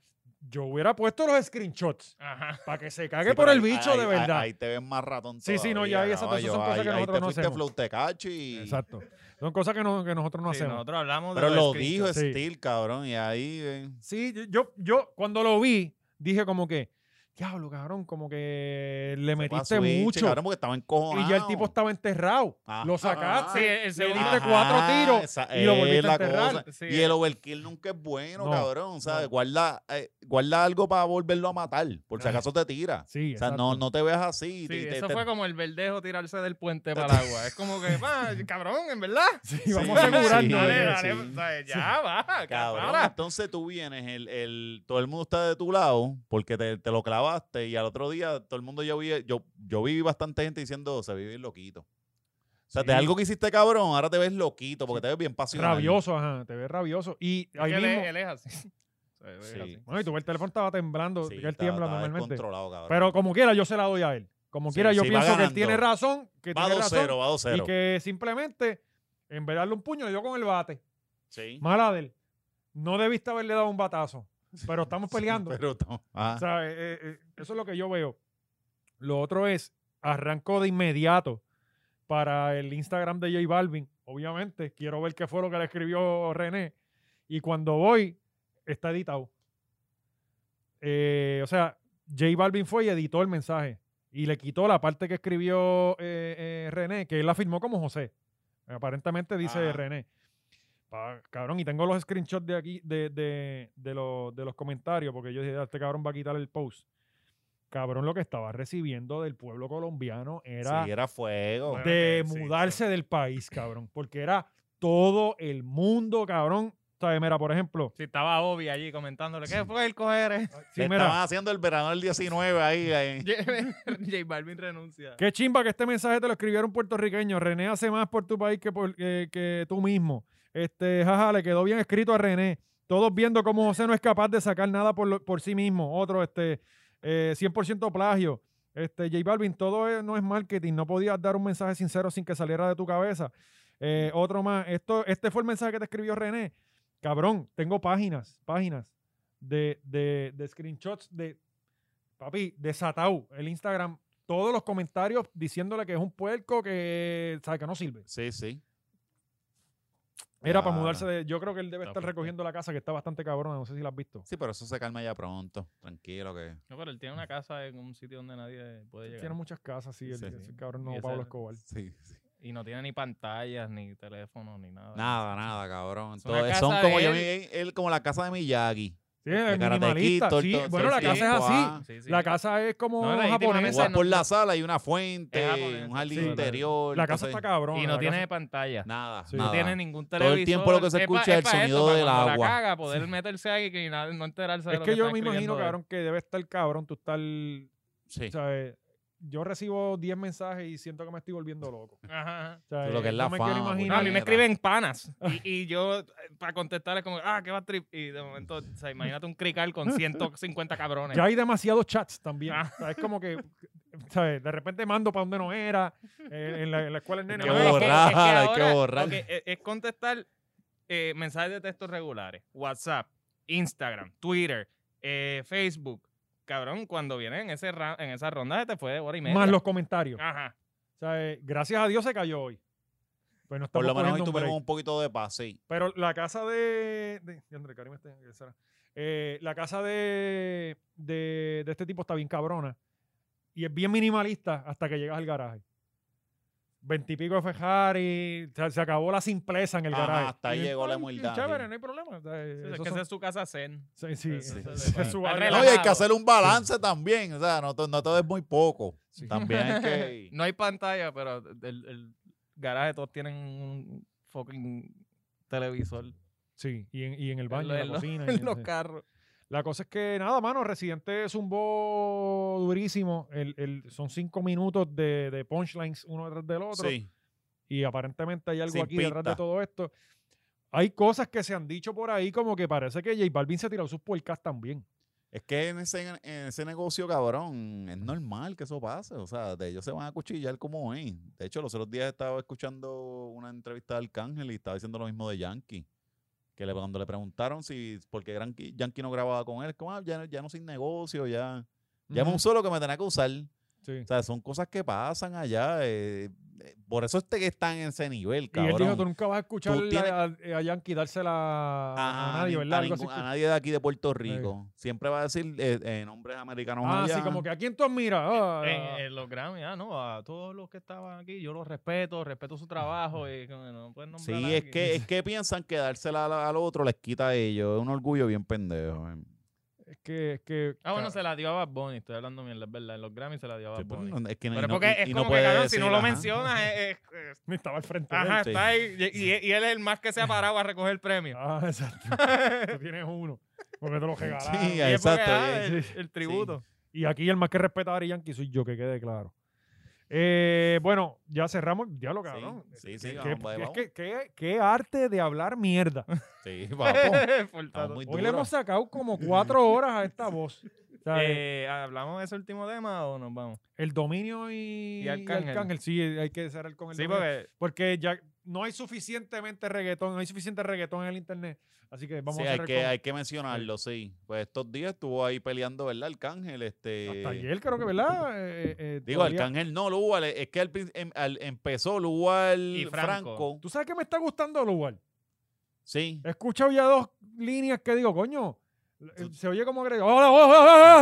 Speaker 2: Yo hubiera puesto los screenshots
Speaker 4: Ajá.
Speaker 2: para que se
Speaker 3: Sí,
Speaker 2: cague
Speaker 3: pero
Speaker 2: por el
Speaker 3: ahí-
Speaker 2: bicho
Speaker 3: ahí-
Speaker 2: de
Speaker 3: ahí-
Speaker 2: verdad.
Speaker 3: Ahí, te ven más ratón
Speaker 2: Sí, sí, no, ya ahí esas-
Speaker 3: todavía,
Speaker 2: esas son
Speaker 3: caballo.
Speaker 2: cosas que
Speaker 3: Ahí- ahí
Speaker 2: nosotros
Speaker 3: te
Speaker 2: no
Speaker 3: fuiste
Speaker 2: hacemos.
Speaker 3: flow tecachi y-
Speaker 2: Exacto. Son cosas que, no- que nosotros no
Speaker 4: Sí,
Speaker 2: hacemos.
Speaker 4: nosotros hablamos de
Speaker 3: Pero
Speaker 4: los
Speaker 3: lo
Speaker 4: screenshots.
Speaker 3: dijo
Speaker 2: sí.
Speaker 3: Steel, cabrón, y ahí... eh,
Speaker 2: Sí, yo, yo, yo cuando lo vi, dije como que, diablo, cabrón, como que le metiste
Speaker 3: pasó, bicho,
Speaker 2: mucho.
Speaker 3: Cabrón, porque estaba encojonado.
Speaker 2: y ya el tipo estaba enterrado.
Speaker 3: Ajá.
Speaker 2: Lo
Speaker 4: Sí,
Speaker 2: sacaste. eh,
Speaker 4: el
Speaker 2: le
Speaker 4: segundo-
Speaker 2: diste
Speaker 3: Ajá,
Speaker 2: cuatro tiros
Speaker 3: esa
Speaker 2: y lo
Speaker 3: es
Speaker 2: volviste a
Speaker 3: la
Speaker 2: enterrar. eh.
Speaker 3: cosa.
Speaker 4: Sí.
Speaker 3: Y el overkill nunca es bueno,
Speaker 2: No,
Speaker 3: cabrón. ¿sabes?
Speaker 2: no.
Speaker 3: Guarda, eh, guarda algo para volverlo a matar, por si acaso te tira.
Speaker 2: Sí,
Speaker 3: O sea, no, no te veas así.
Speaker 4: Sí,
Speaker 3: te- te-
Speaker 4: eso
Speaker 3: te-
Speaker 4: fue como el verdejo tirarse del puente para el agua. Es como que, va, cabrón, en verdad.
Speaker 2: Y vamos
Speaker 3: Sí,
Speaker 2: a asegurarnos.
Speaker 3: sí,
Speaker 4: dale,
Speaker 2: de-
Speaker 4: dale,
Speaker 3: sí.
Speaker 4: o sea, ya, va,
Speaker 3: Cabrón,
Speaker 4: cabrón.
Speaker 3: entonces tú vienes, el, el, todo el mundo está de tu lado porque te, te lo clavaste y al otro día todo el mundo yo vi, yo, yo vi bastante gente diciendo, se vive bien loquito. O sea, de
Speaker 2: Sí.
Speaker 3: algo que hiciste cabrón, ahora te ves loquito porque te ves bien pasional.
Speaker 2: Rabioso, ajá. Te ves rabioso. Y ahí
Speaker 4: Es que él,
Speaker 2: mismo.
Speaker 4: es- él es así. O sea, él es
Speaker 3: Sí.
Speaker 4: así.
Speaker 2: Bueno, y tu el teléfono estaba temblando.
Speaker 3: Sí,
Speaker 2: que él
Speaker 3: está-
Speaker 2: tiembla
Speaker 3: está
Speaker 2: normalmente.
Speaker 3: descontrolado, cabrón.
Speaker 2: Pero como quiera, yo se la doy a él. Como
Speaker 3: Sí,
Speaker 2: quiera, yo
Speaker 3: sí, va
Speaker 2: pienso que él
Speaker 3: ganando.
Speaker 2: tiene razón. Que
Speaker 3: va
Speaker 2: tiene
Speaker 3: 2-0,
Speaker 2: razón.
Speaker 3: va
Speaker 2: Y
Speaker 3: 2-0.
Speaker 2: que simplemente, en vez de darle un puño, le dio con el bate.
Speaker 3: Sí.
Speaker 2: Mala de él. No debiste haberle dado un batazo. Pero estamos peleando.
Speaker 3: Pero estamos- ah, ajá.
Speaker 2: O sea, eh, eh, eh, eso es lo que yo veo. Lo otro es, arrancó de inmediato para el Instagram de J Balvin. Obviamente, quiero ver qué fue lo que le escribió René. Y cuando voy, está editado. Eh, o sea, J Balvin fue y editó el mensaje. Y le quitó la parte que escribió eh, eh, René, que él la firmó como José. Aparentemente dice
Speaker 4: Ah.
Speaker 3: Ajá.
Speaker 2: René. Pa- cabrón, y tengo los screenshots de aquí, de, de, de los, de los comentarios, porque yo dije, "Ah, este cabrón va a quitar el post. Cabrón, lo que estaba recibiendo del pueblo colombiano era
Speaker 3: sí, era fuego.
Speaker 4: Bueno,
Speaker 2: de
Speaker 4: que sí,
Speaker 2: mudarse del país, cabrón, porque era todo el mundo, cabrón. ¿Sabes? Mira, por ejemplo,
Speaker 4: Sí, estaba Obi allí comentándole, ¿qué fue el coger? eh?"
Speaker 2: sí,
Speaker 3: Le
Speaker 2: mira,
Speaker 3: Estaban haciendo el verano del 19 ahí. ahí.
Speaker 4: J Balvin renuncia.
Speaker 2: qué chimba que este mensaje te lo escribieron puertorriqueños. René hace más por tu país que, por, que, que tú mismo. Este, jaja, le quedó bien escrito a René. Todos viendo cómo José no es capaz de sacar nada por, lo- por sí mismo. Otro, este, eh, 100% plagio. Este, J Balvin, todo es- no es marketing. No podías dar un mensaje sincero sin que saliera de tu cabeza. Eh, otro más. Esto, este fue el mensaje que te escribió René. Cabrón, tengo páginas, páginas de, de, de screenshots de, papi, de Satau, el Instagram. Todos los comentarios diciéndole que es un puerco, que, sabe, que no sirve.
Speaker 3: Sí, sí.
Speaker 2: Era para
Speaker 3: Ah,
Speaker 2: mudarse de. Yo creo que él debe
Speaker 4: está
Speaker 2: estar
Speaker 4: fuerte.
Speaker 2: recogiendo la casa, que está bastante cabrona. No sé si la has visto.
Speaker 3: Sí, pero eso se calma ya pronto. Tranquilo que.
Speaker 4: No, pero él tiene una casa en un sitio donde nadie puede llegar.
Speaker 2: Tiene muchas casas, sí, el,
Speaker 3: Sí.
Speaker 2: ese cabrón
Speaker 4: Y
Speaker 2: no,
Speaker 4: ese-
Speaker 2: Pablo Escobar.
Speaker 3: Sí, sí.
Speaker 4: Y no tiene ni pantallas, ni teléfono, ni nada.
Speaker 3: Nada, nada, cabrón.
Speaker 4: Es una
Speaker 3: Todo-
Speaker 4: casa
Speaker 3: son
Speaker 4: de
Speaker 3: como yo
Speaker 4: él.
Speaker 3: él, él como la casa de Miyagi.
Speaker 2: Sí, es
Speaker 3: Karate
Speaker 2: minimalista.
Speaker 3: Kid, todo el-
Speaker 2: sí.
Speaker 3: todo el-
Speaker 2: Bueno, la
Speaker 3: todo el
Speaker 2: casa es
Speaker 3: tiempo,
Speaker 2: así.
Speaker 3: ah.
Speaker 4: Sí, sí.
Speaker 2: La casa es como
Speaker 4: No, legítimamente
Speaker 2: japonesa.
Speaker 3: Tú vas
Speaker 4: no-
Speaker 3: por la sala y una
Speaker 4: Es
Speaker 3: fuente,
Speaker 4: japonés,
Speaker 3: un jardín
Speaker 2: sí.
Speaker 3: interior.
Speaker 2: La casa
Speaker 3: entonces,
Speaker 2: está cabrón.
Speaker 4: Y no tiene pantalla.
Speaker 3: Nada,
Speaker 2: Sí.
Speaker 4: No
Speaker 3: nada.
Speaker 4: tiene ningún
Speaker 3: el
Speaker 4: televisor.
Speaker 3: tiempo lo que se
Speaker 4: Es pa-
Speaker 3: escucha es el
Speaker 4: pa' eso,
Speaker 3: sonido
Speaker 4: pa'
Speaker 3: del
Speaker 4: cuando la
Speaker 3: agua.
Speaker 4: caga, poder meterse ahí y nada- no enterarse de
Speaker 2: Es
Speaker 4: lo
Speaker 2: que yo
Speaker 4: está
Speaker 2: me
Speaker 4: escribiendo
Speaker 2: imagino,
Speaker 4: él.
Speaker 2: cabrón, que debe estar cabrón. Tú estás.
Speaker 3: Sí.
Speaker 2: o sea, Yo recibo 10 mensajes y siento que me estoy volviendo loco.
Speaker 4: Ajá. ajá.
Speaker 2: O sea,
Speaker 3: Tú lo que es la
Speaker 2: no me quiero
Speaker 3: fama,
Speaker 4: No, a
Speaker 2: imaginar.
Speaker 4: mí me
Speaker 3: Mierda.
Speaker 4: escriben panas. Y, y yo, eh, para contestarle, como, ah, qué va trip. Y de momento, o sea, imagínate un crical con 150 cabrones.
Speaker 2: Ya hay demasiados chats también.
Speaker 4: Ah.
Speaker 2: O sea, es como que, ¿sabes? De repente mando para donde no era, eh, en, la, en la escuela el nene.
Speaker 3: que
Speaker 4: No,
Speaker 2: no
Speaker 4: es
Speaker 2: era.
Speaker 3: borrar, hay que
Speaker 4: ahora-
Speaker 3: borrar.
Speaker 4: ok, es, es contestar eh, mensajes de texto regulares, WhatsApp, Instagram, Twitter, eh, Facebook. Cabrón, cuando vienen en, ese ra- en esa ronda, se te fue de hora y media.
Speaker 2: Más los comentarios.
Speaker 4: Ajá.
Speaker 2: O sea, eh, gracias a Dios se cayó hoy. Pues no
Speaker 3: Por lo
Speaker 2: estamos
Speaker 3: menos hoy
Speaker 2: cogiendo un
Speaker 3: tuvimos
Speaker 2: break.
Speaker 3: un poquito de paz, sí.
Speaker 2: Pero la casa de. de, de André Karim está- ¿qué será? Eh, la casa de, de, de este tipo está bien cabrona. Y es bien minimalista hasta que llegas al garaje. Veintipico de Ferrari. Se, se acabó la simpleza en el
Speaker 3: Ajá,
Speaker 2: garaje.
Speaker 3: hasta ahí
Speaker 2: Y,
Speaker 3: llegó la
Speaker 2: ay,
Speaker 3: humildad,
Speaker 2: Chévere,
Speaker 3: sí.
Speaker 2: no hay problema. O sea,
Speaker 4: Sí,
Speaker 2: esos
Speaker 4: es que
Speaker 2: son-
Speaker 4: esa es su casa zen.
Speaker 2: sí, sí,
Speaker 4: eso-
Speaker 2: ese
Speaker 4: eso-
Speaker 2: es su
Speaker 4: está
Speaker 2: área.
Speaker 3: No, y hay que
Speaker 4: relajado.
Speaker 3: hacer un balance también. O sea, no, to- no todo es muy poco. También hay que.
Speaker 4: No hay pantalla, pero el, el garaje todos tienen un fucking televisor
Speaker 2: Sí, y en, y en el baño,
Speaker 4: lo-
Speaker 2: en
Speaker 4: en
Speaker 2: la
Speaker 4: lo-
Speaker 2: cocina. y
Speaker 4: en los
Speaker 2: sí.
Speaker 4: carros.
Speaker 2: La cosa es que nada, mano, Residente zumbó durísimo. El, el- son cinco minutos de, de punchlines uno detrás del otro.
Speaker 3: Sí.
Speaker 2: Y aparentemente hay algo
Speaker 3: Sin
Speaker 2: aquí detrás de
Speaker 3: pista.
Speaker 2: todo esto. Hay cosas que se han dicho por ahí como que parece que J Balvin se ha tirado sus puercas también.
Speaker 3: Es que en ese, en ese negocio, cabrón, es normal que eso pase. O sea, de ellos se van a cuchillar como es. De hecho, los otros días estaba escuchando una entrevista de Arcángel y estaba diciendo lo mismo de Yankee. Que le, cuando le preguntaron si por qué Yankee, Yankee no grababa con él, como, ah, ya, ya no sin negocio, ya. Ya me
Speaker 2: Ujú.
Speaker 3: usó lo que me tenía que usar.
Speaker 2: Sí.
Speaker 3: O sea, son cosas que pasan allá. eh, eh, por eso es que están en ese nivel,
Speaker 2: Y él
Speaker 3: cabrón.
Speaker 2: dijo, tú nunca vas a escuchar
Speaker 3: Tú tienes-
Speaker 2: a, a Yankee dársela a,
Speaker 3: Ajá,
Speaker 2: nadie,
Speaker 3: ni-
Speaker 2: ¿verdad?
Speaker 3: a,
Speaker 2: Algo así.
Speaker 3: ningún- a
Speaker 2: escu-
Speaker 3: nadie de aquí de Puerto Rico. Siempre va a decir eh, eh, nombres americanos
Speaker 2: Ah,
Speaker 3: allá.
Speaker 2: sí, como que ¿a quién tú admiras?
Speaker 3: Eh,
Speaker 2: Ah,
Speaker 4: En, en los Grammy, ah, no, a todos los que estaban aquí, yo los respeto, respeto su trabajo y como que no pueden nombrar
Speaker 3: Sí,
Speaker 4: a
Speaker 3: es que,
Speaker 4: alguien.
Speaker 3: es que piensan que dársela al, al otro les quita a ellos. Es un orgullo bien pendejo. eh.
Speaker 4: Pues,
Speaker 2: es que, es que...
Speaker 4: Ah, bueno, se la dio a Bad Bunny, estoy hablando bien, es verdad, en los Grammy se la dio a Bad
Speaker 3: Sí, pero
Speaker 4: Bunny.
Speaker 3: no- es que no-
Speaker 4: pues, Pero
Speaker 3: y no-
Speaker 4: porque
Speaker 3: y-
Speaker 4: es
Speaker 3: y no
Speaker 4: como que,
Speaker 3: puede
Speaker 4: cabrón, si no
Speaker 3: decir,
Speaker 4: lo
Speaker 3: ajá.
Speaker 4: mencionas, es- es- es-
Speaker 2: Estaba al frente de él.
Speaker 4: ajá,
Speaker 3: Sí.
Speaker 4: está ahí, y, y- y él es el más que se ha parado a recoger el premio.
Speaker 2: Ah, exacto. Tú tienes uno. Porque te lo regalaron.
Speaker 3: Sí,
Speaker 4: Y es porque,
Speaker 3: exacto.
Speaker 4: ah,
Speaker 3: eh.
Speaker 4: el, el tributo.
Speaker 2: Y aquí el más que respeta a Ari Yankee soy yo, que quede claro. Eh, bueno, ya cerramos. Ya lo cabrón.
Speaker 3: sí, sí,
Speaker 2: ¿Qué-
Speaker 3: vamos, vamos.
Speaker 2: es que- qué- qué arte de hablar mierda.
Speaker 3: Sí, vamos.
Speaker 4: Forzado.
Speaker 3: Estamos muy
Speaker 2: Hoy le
Speaker 3: duros.
Speaker 2: hemos sacado como cuatro horas a esta voz. O sea,
Speaker 4: Eh, ¿Hablamos de ese último tema o nos vamos?
Speaker 2: el dominio y,
Speaker 4: y Arcángel.
Speaker 2: Sí, hay que cerrar con el
Speaker 4: Sí,
Speaker 2: dominio.
Speaker 4: porque eh,
Speaker 2: Porque ya no hay suficientemente reggaetón, no hay suficiente reggaetón en el internet. Así que vamos
Speaker 3: Sí,
Speaker 2: a
Speaker 3: hay
Speaker 2: cerrar
Speaker 3: que,
Speaker 2: con-
Speaker 3: hay que mencionarlo, sí. Pues estos días estuvo ahí peleando, ¿verdad? Arcángel, este...
Speaker 2: Hasta ayer creo que, ¿verdad? Eh, eh,
Speaker 3: Digo,
Speaker 2: todavía-
Speaker 3: Arcángel no, Lugar. Es que al prin- em- al- empezó Lugar
Speaker 4: Y Franco.
Speaker 3: Franco.
Speaker 2: ¿Tú sabes que me está gustando lugar?
Speaker 3: Sí.
Speaker 2: He escuchado ya dos líneas que digo, coño, eh, se oye como agrego. ¡Hola, oh, oh,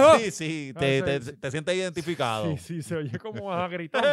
Speaker 2: oh, oh, oh!
Speaker 3: Sí, sí,
Speaker 2: Ah,
Speaker 3: te,
Speaker 2: sí,
Speaker 3: te-
Speaker 2: sí.
Speaker 3: te sientes identificado.
Speaker 2: Sí, sí, se oye como a gritón.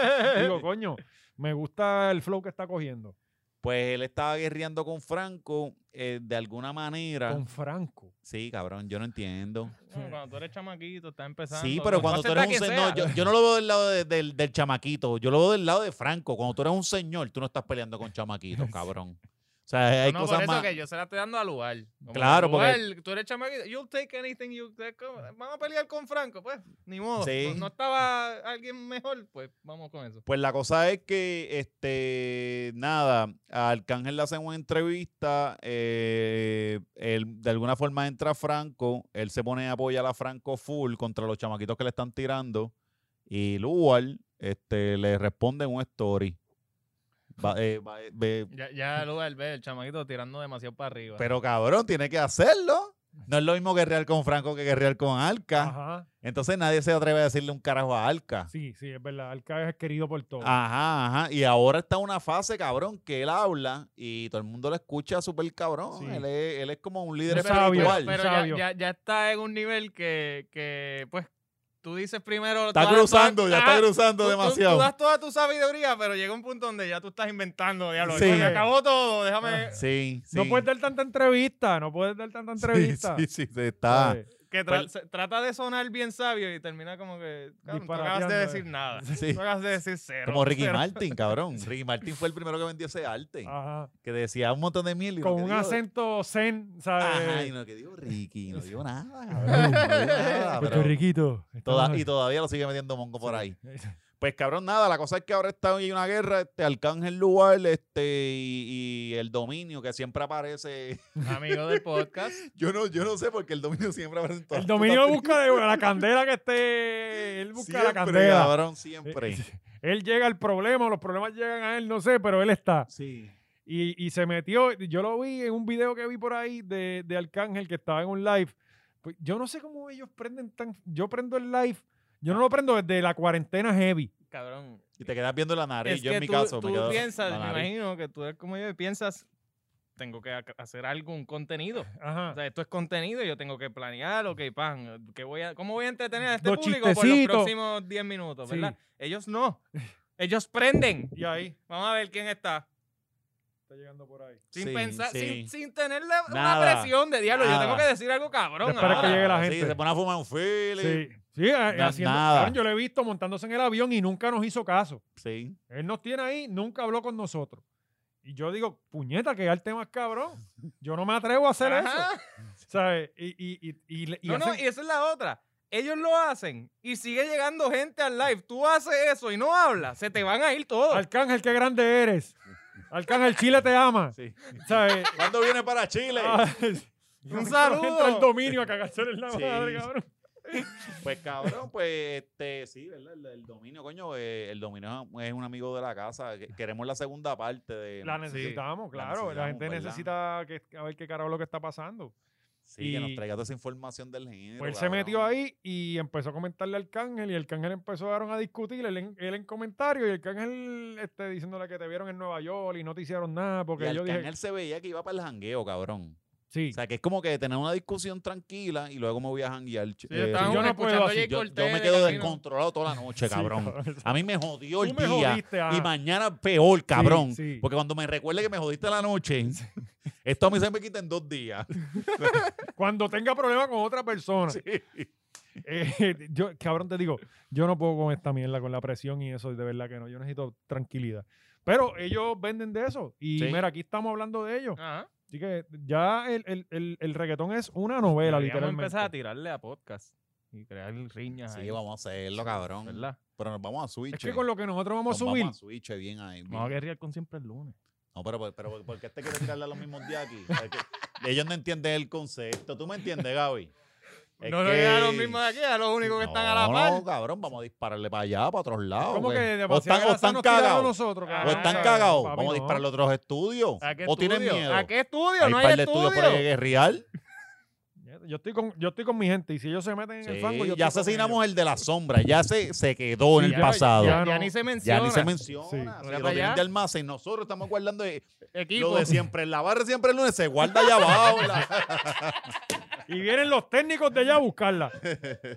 Speaker 2: digo, coño, me gusta el flow que está cogiendo.
Speaker 3: Pues él estaba guerreando con Franco eh, de alguna manera.
Speaker 2: Con Franco.
Speaker 3: Sí, cabrón, yo no entiendo.
Speaker 4: bueno, cuando tú eres chamaquito, estás empezando.
Speaker 3: Sí, pero
Speaker 4: no
Speaker 3: cuando tú
Speaker 4: aceptas
Speaker 3: eres un
Speaker 4: que
Speaker 3: señor,
Speaker 4: sea.
Speaker 3: yo, yo no lo veo del lado de- del, del chamaquito, yo lo veo del lado de Franco. Cuando tú eres un señor, tú no estás peleando con chamaquitos, cabrón. O sea, hay
Speaker 4: no, por
Speaker 3: cosas
Speaker 4: eso
Speaker 3: más.
Speaker 4: que yo se la estoy dando al lugar. Como que,
Speaker 3: Claro,
Speaker 4: lugar,
Speaker 3: porque-
Speaker 4: Tú eres chamaquito. You'll take anything. You, take. vamos a pelear con Franco, pues. Ni modo.
Speaker 3: Sí.
Speaker 4: No, no estaba alguien mejor, pues vamos con eso.
Speaker 3: Pues la cosa es que, este, nada, a Arcángel le hacen una entrevista, eh, él, de alguna forma entra Franco, él se pone a apoyar a Franco full contra los chamaquitos que le están tirando. Y Lugar este, le responde en un story. Va- eh, va- eh, ve-
Speaker 4: Ya, ya lo ves, el chamaquito tirando demasiado para arriba.
Speaker 3: pero cabrón, tiene que hacerlo. No es lo mismo guerrear con Franco que guerrear con Alca.
Speaker 2: Ajá.
Speaker 3: Entonces nadie se atreve a decirle un carajo a Alca.
Speaker 2: Sí, sí, es verdad. Alcaez es querido por todos.
Speaker 3: Ah, Ajá, ajá. Y ahora está una fase, cabrón, que él habla y todo el mundo lo escucha súper cabrón.
Speaker 2: Sí.
Speaker 3: Él, es, él es como un líder
Speaker 2: Un sabio.
Speaker 3: espiritual.
Speaker 4: Pero
Speaker 2: sabio.
Speaker 4: ya, ya, ya está en un nivel que, que, pues, tú dices primero...
Speaker 3: está
Speaker 4: todas las-
Speaker 3: cruzando, ya está
Speaker 4: Ah,
Speaker 3: cruzando
Speaker 4: tú- tú-
Speaker 3: demasiado.
Speaker 4: Tú, das toda tu sabiduría, pero llega un punto donde ya tú estás inventando, diablo.
Speaker 3: Sí.
Speaker 4: Se acabó todo,
Speaker 2: Ah.
Speaker 4: déjame
Speaker 3: sí, sí.
Speaker 2: No puedes dar tanta entrevista, no puedes dar tanta
Speaker 3: Sí,
Speaker 2: entrevista.
Speaker 3: Sí, sí, sí, está.
Speaker 2: ¿sabes?
Speaker 4: que tra-
Speaker 3: Pero-
Speaker 4: se- trata de sonar bien sabio y termina como que cabrón, tú acabas
Speaker 2: Disparateando,
Speaker 4: de
Speaker 2: eh.
Speaker 4: decir nada.
Speaker 3: Sí.
Speaker 4: Tú acabas de decir cero.
Speaker 3: Como Ricky
Speaker 4: cero.
Speaker 3: Martin, cabrón. Ricky Martin fue el primero que vendió ese arte.
Speaker 2: Ajá.
Speaker 3: Que decía un montón de mil.
Speaker 2: Ah. Con un acento zen,
Speaker 3: Ajá, y
Speaker 2: ¿sabes?
Speaker 3: no, que digo Ricky, no digo nada, cabrón. no digo nada,
Speaker 2: Puerto
Speaker 3: pero
Speaker 2: Riquito.
Speaker 3: toda-
Speaker 2: estamos
Speaker 3: y todavía lo sigue metiendo mongo por ahí. Pues cabrón, nada, la cosa es que ahora está hoy una guerra, este Arcángel Lugar, este, y, y el dominio que siempre aparece.
Speaker 4: Amigo del podcast.
Speaker 3: Yo no, yo no sé porque el dominio siempre aparece en todas
Speaker 2: El
Speaker 3: las
Speaker 2: dominio
Speaker 3: putas
Speaker 2: busca de- la candela que esté. Él busca
Speaker 3: películas.
Speaker 2: la
Speaker 3: Siempre,
Speaker 2: candela.
Speaker 3: cabrón, siempre.
Speaker 2: Eh, Él llega al problema, los problemas llegan a él, no sé, pero él está.
Speaker 3: Sí.
Speaker 2: Y, y se metió, yo lo vi en un video que vi por ahí de, de Arcángel que estaba en un live. Pues yo no sé cómo ellos prenden tan. Yo prendo el live. Yo no lo prendo desde la cuarentena heavy.
Speaker 4: Cabrón.
Speaker 3: Y te quedas viendo la nariz.
Speaker 4: es
Speaker 3: yo
Speaker 4: que
Speaker 3: en mi
Speaker 4: tú,
Speaker 3: caso
Speaker 4: tú
Speaker 3: me quedo
Speaker 4: piensas,
Speaker 3: la
Speaker 4: me
Speaker 3: nariz.
Speaker 4: imagino que tú eres como yo y piensas, tengo que ac- hacer algún contenido. O
Speaker 2: Ajá.
Speaker 4: sea, esto es contenido, yo tengo que planear, ok, pan, ¿qué voy a, ¿cómo voy a entretener a este
Speaker 2: Los
Speaker 4: público por los
Speaker 2: chistecitos.
Speaker 4: próximos 10 minutos,
Speaker 2: Sí.
Speaker 4: verdad? Ellos no. Ellos prenden.
Speaker 2: Y ahí.
Speaker 4: Vamos a ver quién está.
Speaker 2: Está llegando por ahí.
Speaker 4: Sin
Speaker 3: Sí,
Speaker 4: pensar,
Speaker 3: sí.
Speaker 4: sin, sin tener la-
Speaker 3: Nada,
Speaker 4: una presión de diablo. Yo
Speaker 3: nada.
Speaker 4: tengo que decir algo cabrón.
Speaker 2: Espera que
Speaker 4: ahora.
Speaker 2: llegue la
Speaker 3: Ah, Sí,
Speaker 2: gente.
Speaker 3: se pone a fumar un
Speaker 2: Sí.
Speaker 3: fili.
Speaker 2: Sí, eh,
Speaker 3: Na-
Speaker 2: haciendo-
Speaker 3: nada.
Speaker 2: cabrón, yo lo he visto montándose en el avión y nunca nos hizo caso.
Speaker 3: Sí.
Speaker 2: Él nos tiene ahí, nunca habló con nosotros. Y yo digo, puñeta, que ya el tema es cabrón. Yo no me atrevo a hacer
Speaker 4: Ajá.
Speaker 2: eso. ¿Sabes? Y, y, y, y, le- y
Speaker 4: No, no,
Speaker 2: hacen-
Speaker 4: y esa es la otra. Ellos lo hacen y sigue llegando gente al live. Tú haces eso y no hablas, se te van a ir todos.
Speaker 2: Arcángel, qué grande eres. Arcángel, Chile te ama.
Speaker 3: sí.
Speaker 2: ¿Sabes?
Speaker 3: ¿Cuándo viene para Chile?
Speaker 2: Ah,
Speaker 4: Un
Speaker 2: Entra el
Speaker 4: saludo.
Speaker 2: dominio a cagarse en la
Speaker 3: Sí.
Speaker 2: madre, cabrón.
Speaker 3: Pues cabrón, pues este, sí, ¿verdad? El, el dominio, coño, eh, el dominio es un amigo de la casa. que- Queremos la segunda parte de.
Speaker 2: La necesitamos, claro. La,
Speaker 3: necesitamos,
Speaker 2: gente
Speaker 3: ¿verdad?
Speaker 2: necesita que, a ver qué carajo es lo que está pasando.
Speaker 3: Sí, que nos
Speaker 2: y-
Speaker 3: traiga toda esa información del género.
Speaker 2: Pues él se
Speaker 3: cabrón.
Speaker 2: metió ahí y empezó a comentarle al cángel y el cángel empezaron a discutir, él en, él en comentarios y el cángel este, diciéndole que te vieron en Nueva York y no te hicieron nada
Speaker 3: Y
Speaker 2: porque yo
Speaker 3: Arcángel
Speaker 2: dije...
Speaker 3: se veía que iba para el jangueo, cabrón.
Speaker 2: Sí,
Speaker 3: O sea, que es como que tener una discusión tranquila y luego me voy a janguear. ch- eh,
Speaker 4: estaban
Speaker 2: yo no
Speaker 4: escuchando
Speaker 2: puedo
Speaker 4: a
Speaker 2: así,
Speaker 4: Jay
Speaker 3: yo, yo
Speaker 4: Cortés
Speaker 3: me
Speaker 4: de
Speaker 3: quedo
Speaker 4: camino.
Speaker 3: descontrolado toda la noche, cabrón. A mí me jodió el
Speaker 2: Tú me
Speaker 3: día
Speaker 2: jodiste, ah. ajá.
Speaker 3: y mañana peor, cabrón.
Speaker 2: sí.
Speaker 3: Porque cuando me recuerde que me jodiste la noche, esto a mí se me quita en dos días.
Speaker 2: Cuando tenga problemas con otra persona. Eh, yo, cabrón, te digo, yo no puedo con esta mierda, con la presión y eso, de verdad que no. Yo necesito tranquilidad. Pero ellos venden de eso. Y
Speaker 3: Sí.
Speaker 2: mira, aquí estamos hablando de ellos.
Speaker 4: Ajá.
Speaker 2: Así que ya el, el- el- el reggaetón es una novela,
Speaker 4: Deberíamos
Speaker 2: literalmente.
Speaker 4: empezar a tirarle a podcast y crear riñas ahí,
Speaker 3: Sí, vamos a hacerlo, cabrón.
Speaker 4: ¿verdad?
Speaker 3: Pero nos vamos a
Speaker 2: Es
Speaker 3: switch.
Speaker 2: que con lo que nosotros vamos
Speaker 3: nos
Speaker 2: a subir,
Speaker 3: Vamos a switch bien ahí. bien.
Speaker 4: Vamos a guerrear con siempre el lunes.
Speaker 3: No, pero, pero, pero ¿por qué este quiere tirarle a los mismos días aquí? Es que ellos no entienden el concepto. ¿Tú me entiendes, Gaby? Es
Speaker 4: no
Speaker 3: que-
Speaker 4: le a los mismos de aquí, a los únicos que están a la
Speaker 3: No,
Speaker 4: par.
Speaker 3: No, cabrón, vamos a dispararle para allá, para otros lados.
Speaker 2: como que
Speaker 3: güey. Ah, o
Speaker 2: demasiada
Speaker 3: están, o
Speaker 2: grasa
Speaker 3: están
Speaker 2: nos tiraron a
Speaker 3: cagados.
Speaker 2: nosotros,
Speaker 4: Ah,
Speaker 3: O
Speaker 2: cabrón.
Speaker 3: están
Speaker 4: ¿sabes?
Speaker 3: cagados.
Speaker 2: Papi,
Speaker 3: Vamos a
Speaker 2: no.
Speaker 3: dispararle a otros estudios.
Speaker 4: ¿A qué
Speaker 3: O tienen
Speaker 4: estudio?
Speaker 3: miedo.
Speaker 4: ¿A qué estudio?
Speaker 3: Hay
Speaker 4: no
Speaker 3: par
Speaker 4: hay
Speaker 3: de
Speaker 4: estudio.
Speaker 3: estudios por ahí que guerrear.
Speaker 2: Yo estoy, con, yo estoy con mi gente y si ellos se meten en el fango,
Speaker 3: Sí,
Speaker 2: yo
Speaker 3: ya
Speaker 2: estoy con
Speaker 3: asesinamos el de la sombra. Ya se, se quedó
Speaker 2: Sí,
Speaker 3: en el
Speaker 2: ya-
Speaker 3: pasado.
Speaker 4: Ya,
Speaker 3: Ya,
Speaker 4: ya
Speaker 2: no.
Speaker 4: ni se menciona.
Speaker 3: ni se menciona.
Speaker 2: Sí.
Speaker 3: Se
Speaker 2: Mira
Speaker 3: lo
Speaker 4: para
Speaker 3: tienen
Speaker 4: allá.
Speaker 3: de almacén. Nosotros estamos guardando eh,
Speaker 4: Equipo.
Speaker 3: lo de siempre. En la barra siempre el lunes se guarda allá abajo. la-
Speaker 2: ellos. Y vienen los técnicos de allá a buscarla.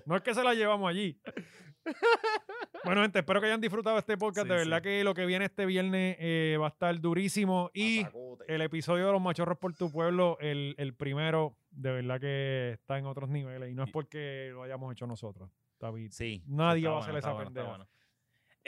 Speaker 2: No es que se la llevamos allí. Bueno, gente, espero que hayan disfrutado este podcast.
Speaker 3: Sí,
Speaker 2: de verdad
Speaker 3: sí.
Speaker 2: que lo que viene este viernes eh, va a estar durísimo. Y
Speaker 3: Mazacote.
Speaker 2: el episodio de Los Machorros por tu pueblo, el, el primero, de verdad que está en otros niveles. Y no es porque lo hayamos hecho nosotros, David.
Speaker 3: Sí.
Speaker 2: Nadie
Speaker 4: Está
Speaker 2: va a
Speaker 4: bueno,
Speaker 2: hacer
Speaker 4: está
Speaker 2: esa
Speaker 4: bueno, está
Speaker 2: pendeja.
Speaker 4: bueno.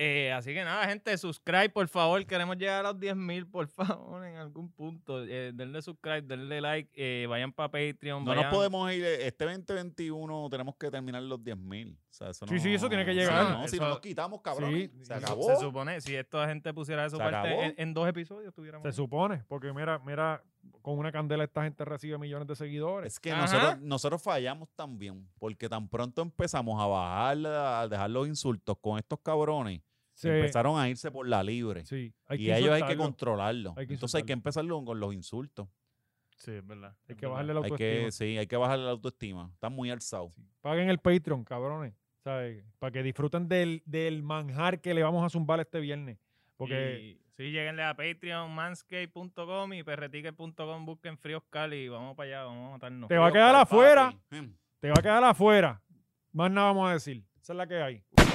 Speaker 4: Eh, así que nada, gente, subscribe, por favor. Queremos llegar a los 10.000 por favor, en algún punto. Eh, denle subscribe, denle like, eh, vayan para Patreon.
Speaker 3: No nos
Speaker 4: vayan-
Speaker 3: podemos ir. eh, Este 2021 tenemos que terminar los 10.000. O sea, eso
Speaker 2: Sí,
Speaker 3: no-
Speaker 2: sí, eso tiene que
Speaker 3: o sea,
Speaker 2: llegar.
Speaker 3: no, si
Speaker 4: Eso-
Speaker 3: no nos quitamos, cabrón.
Speaker 2: Sí.
Speaker 3: se
Speaker 2: Se-
Speaker 3: acabó.
Speaker 4: Se supone, si esta gente pusiera eso
Speaker 3: Se
Speaker 4: parte
Speaker 3: acabó.
Speaker 4: en, en dos episodios, tuviéramos.
Speaker 2: Se supone, porque mira, mira, con una candela esta gente recibe millones de seguidores.
Speaker 3: Es que
Speaker 4: Ajá.
Speaker 3: nosotros, nosotros fallamos también, porque tan pronto empezamos a bajar, a dejar los insultos con estos cabrones,
Speaker 2: Sí,
Speaker 3: empezaron a irse por la libre.
Speaker 2: sí,
Speaker 3: y a ellos hay que
Speaker 2: insultarlo.
Speaker 3: controlarlos.
Speaker 2: Hay que
Speaker 3: Entonces hay que
Speaker 2: insultarlo.
Speaker 3: empezarlo con los insultos.
Speaker 4: Sí, es verdad.
Speaker 2: Hay que bajarle la
Speaker 3: Hay
Speaker 2: autoestima.
Speaker 3: que, sí, hay que bajar la autoestima. Está muy alzado.
Speaker 2: Sí. Paguen el Patreon, cabrones. ¿sabes? Para que disfruten del, del manjar que le vamos a zumbar este viernes. Porque
Speaker 4: Porque sí, lleguenle a Patreon, manscape.com y perreticket.com, busquen Fríos Cali y vamos para allá, vamos a matarnos.
Speaker 2: Te va a quedar afuera.
Speaker 3: Papi.
Speaker 2: te va a quedar afuera. Más nada vamos a decir. Esa es la que hay.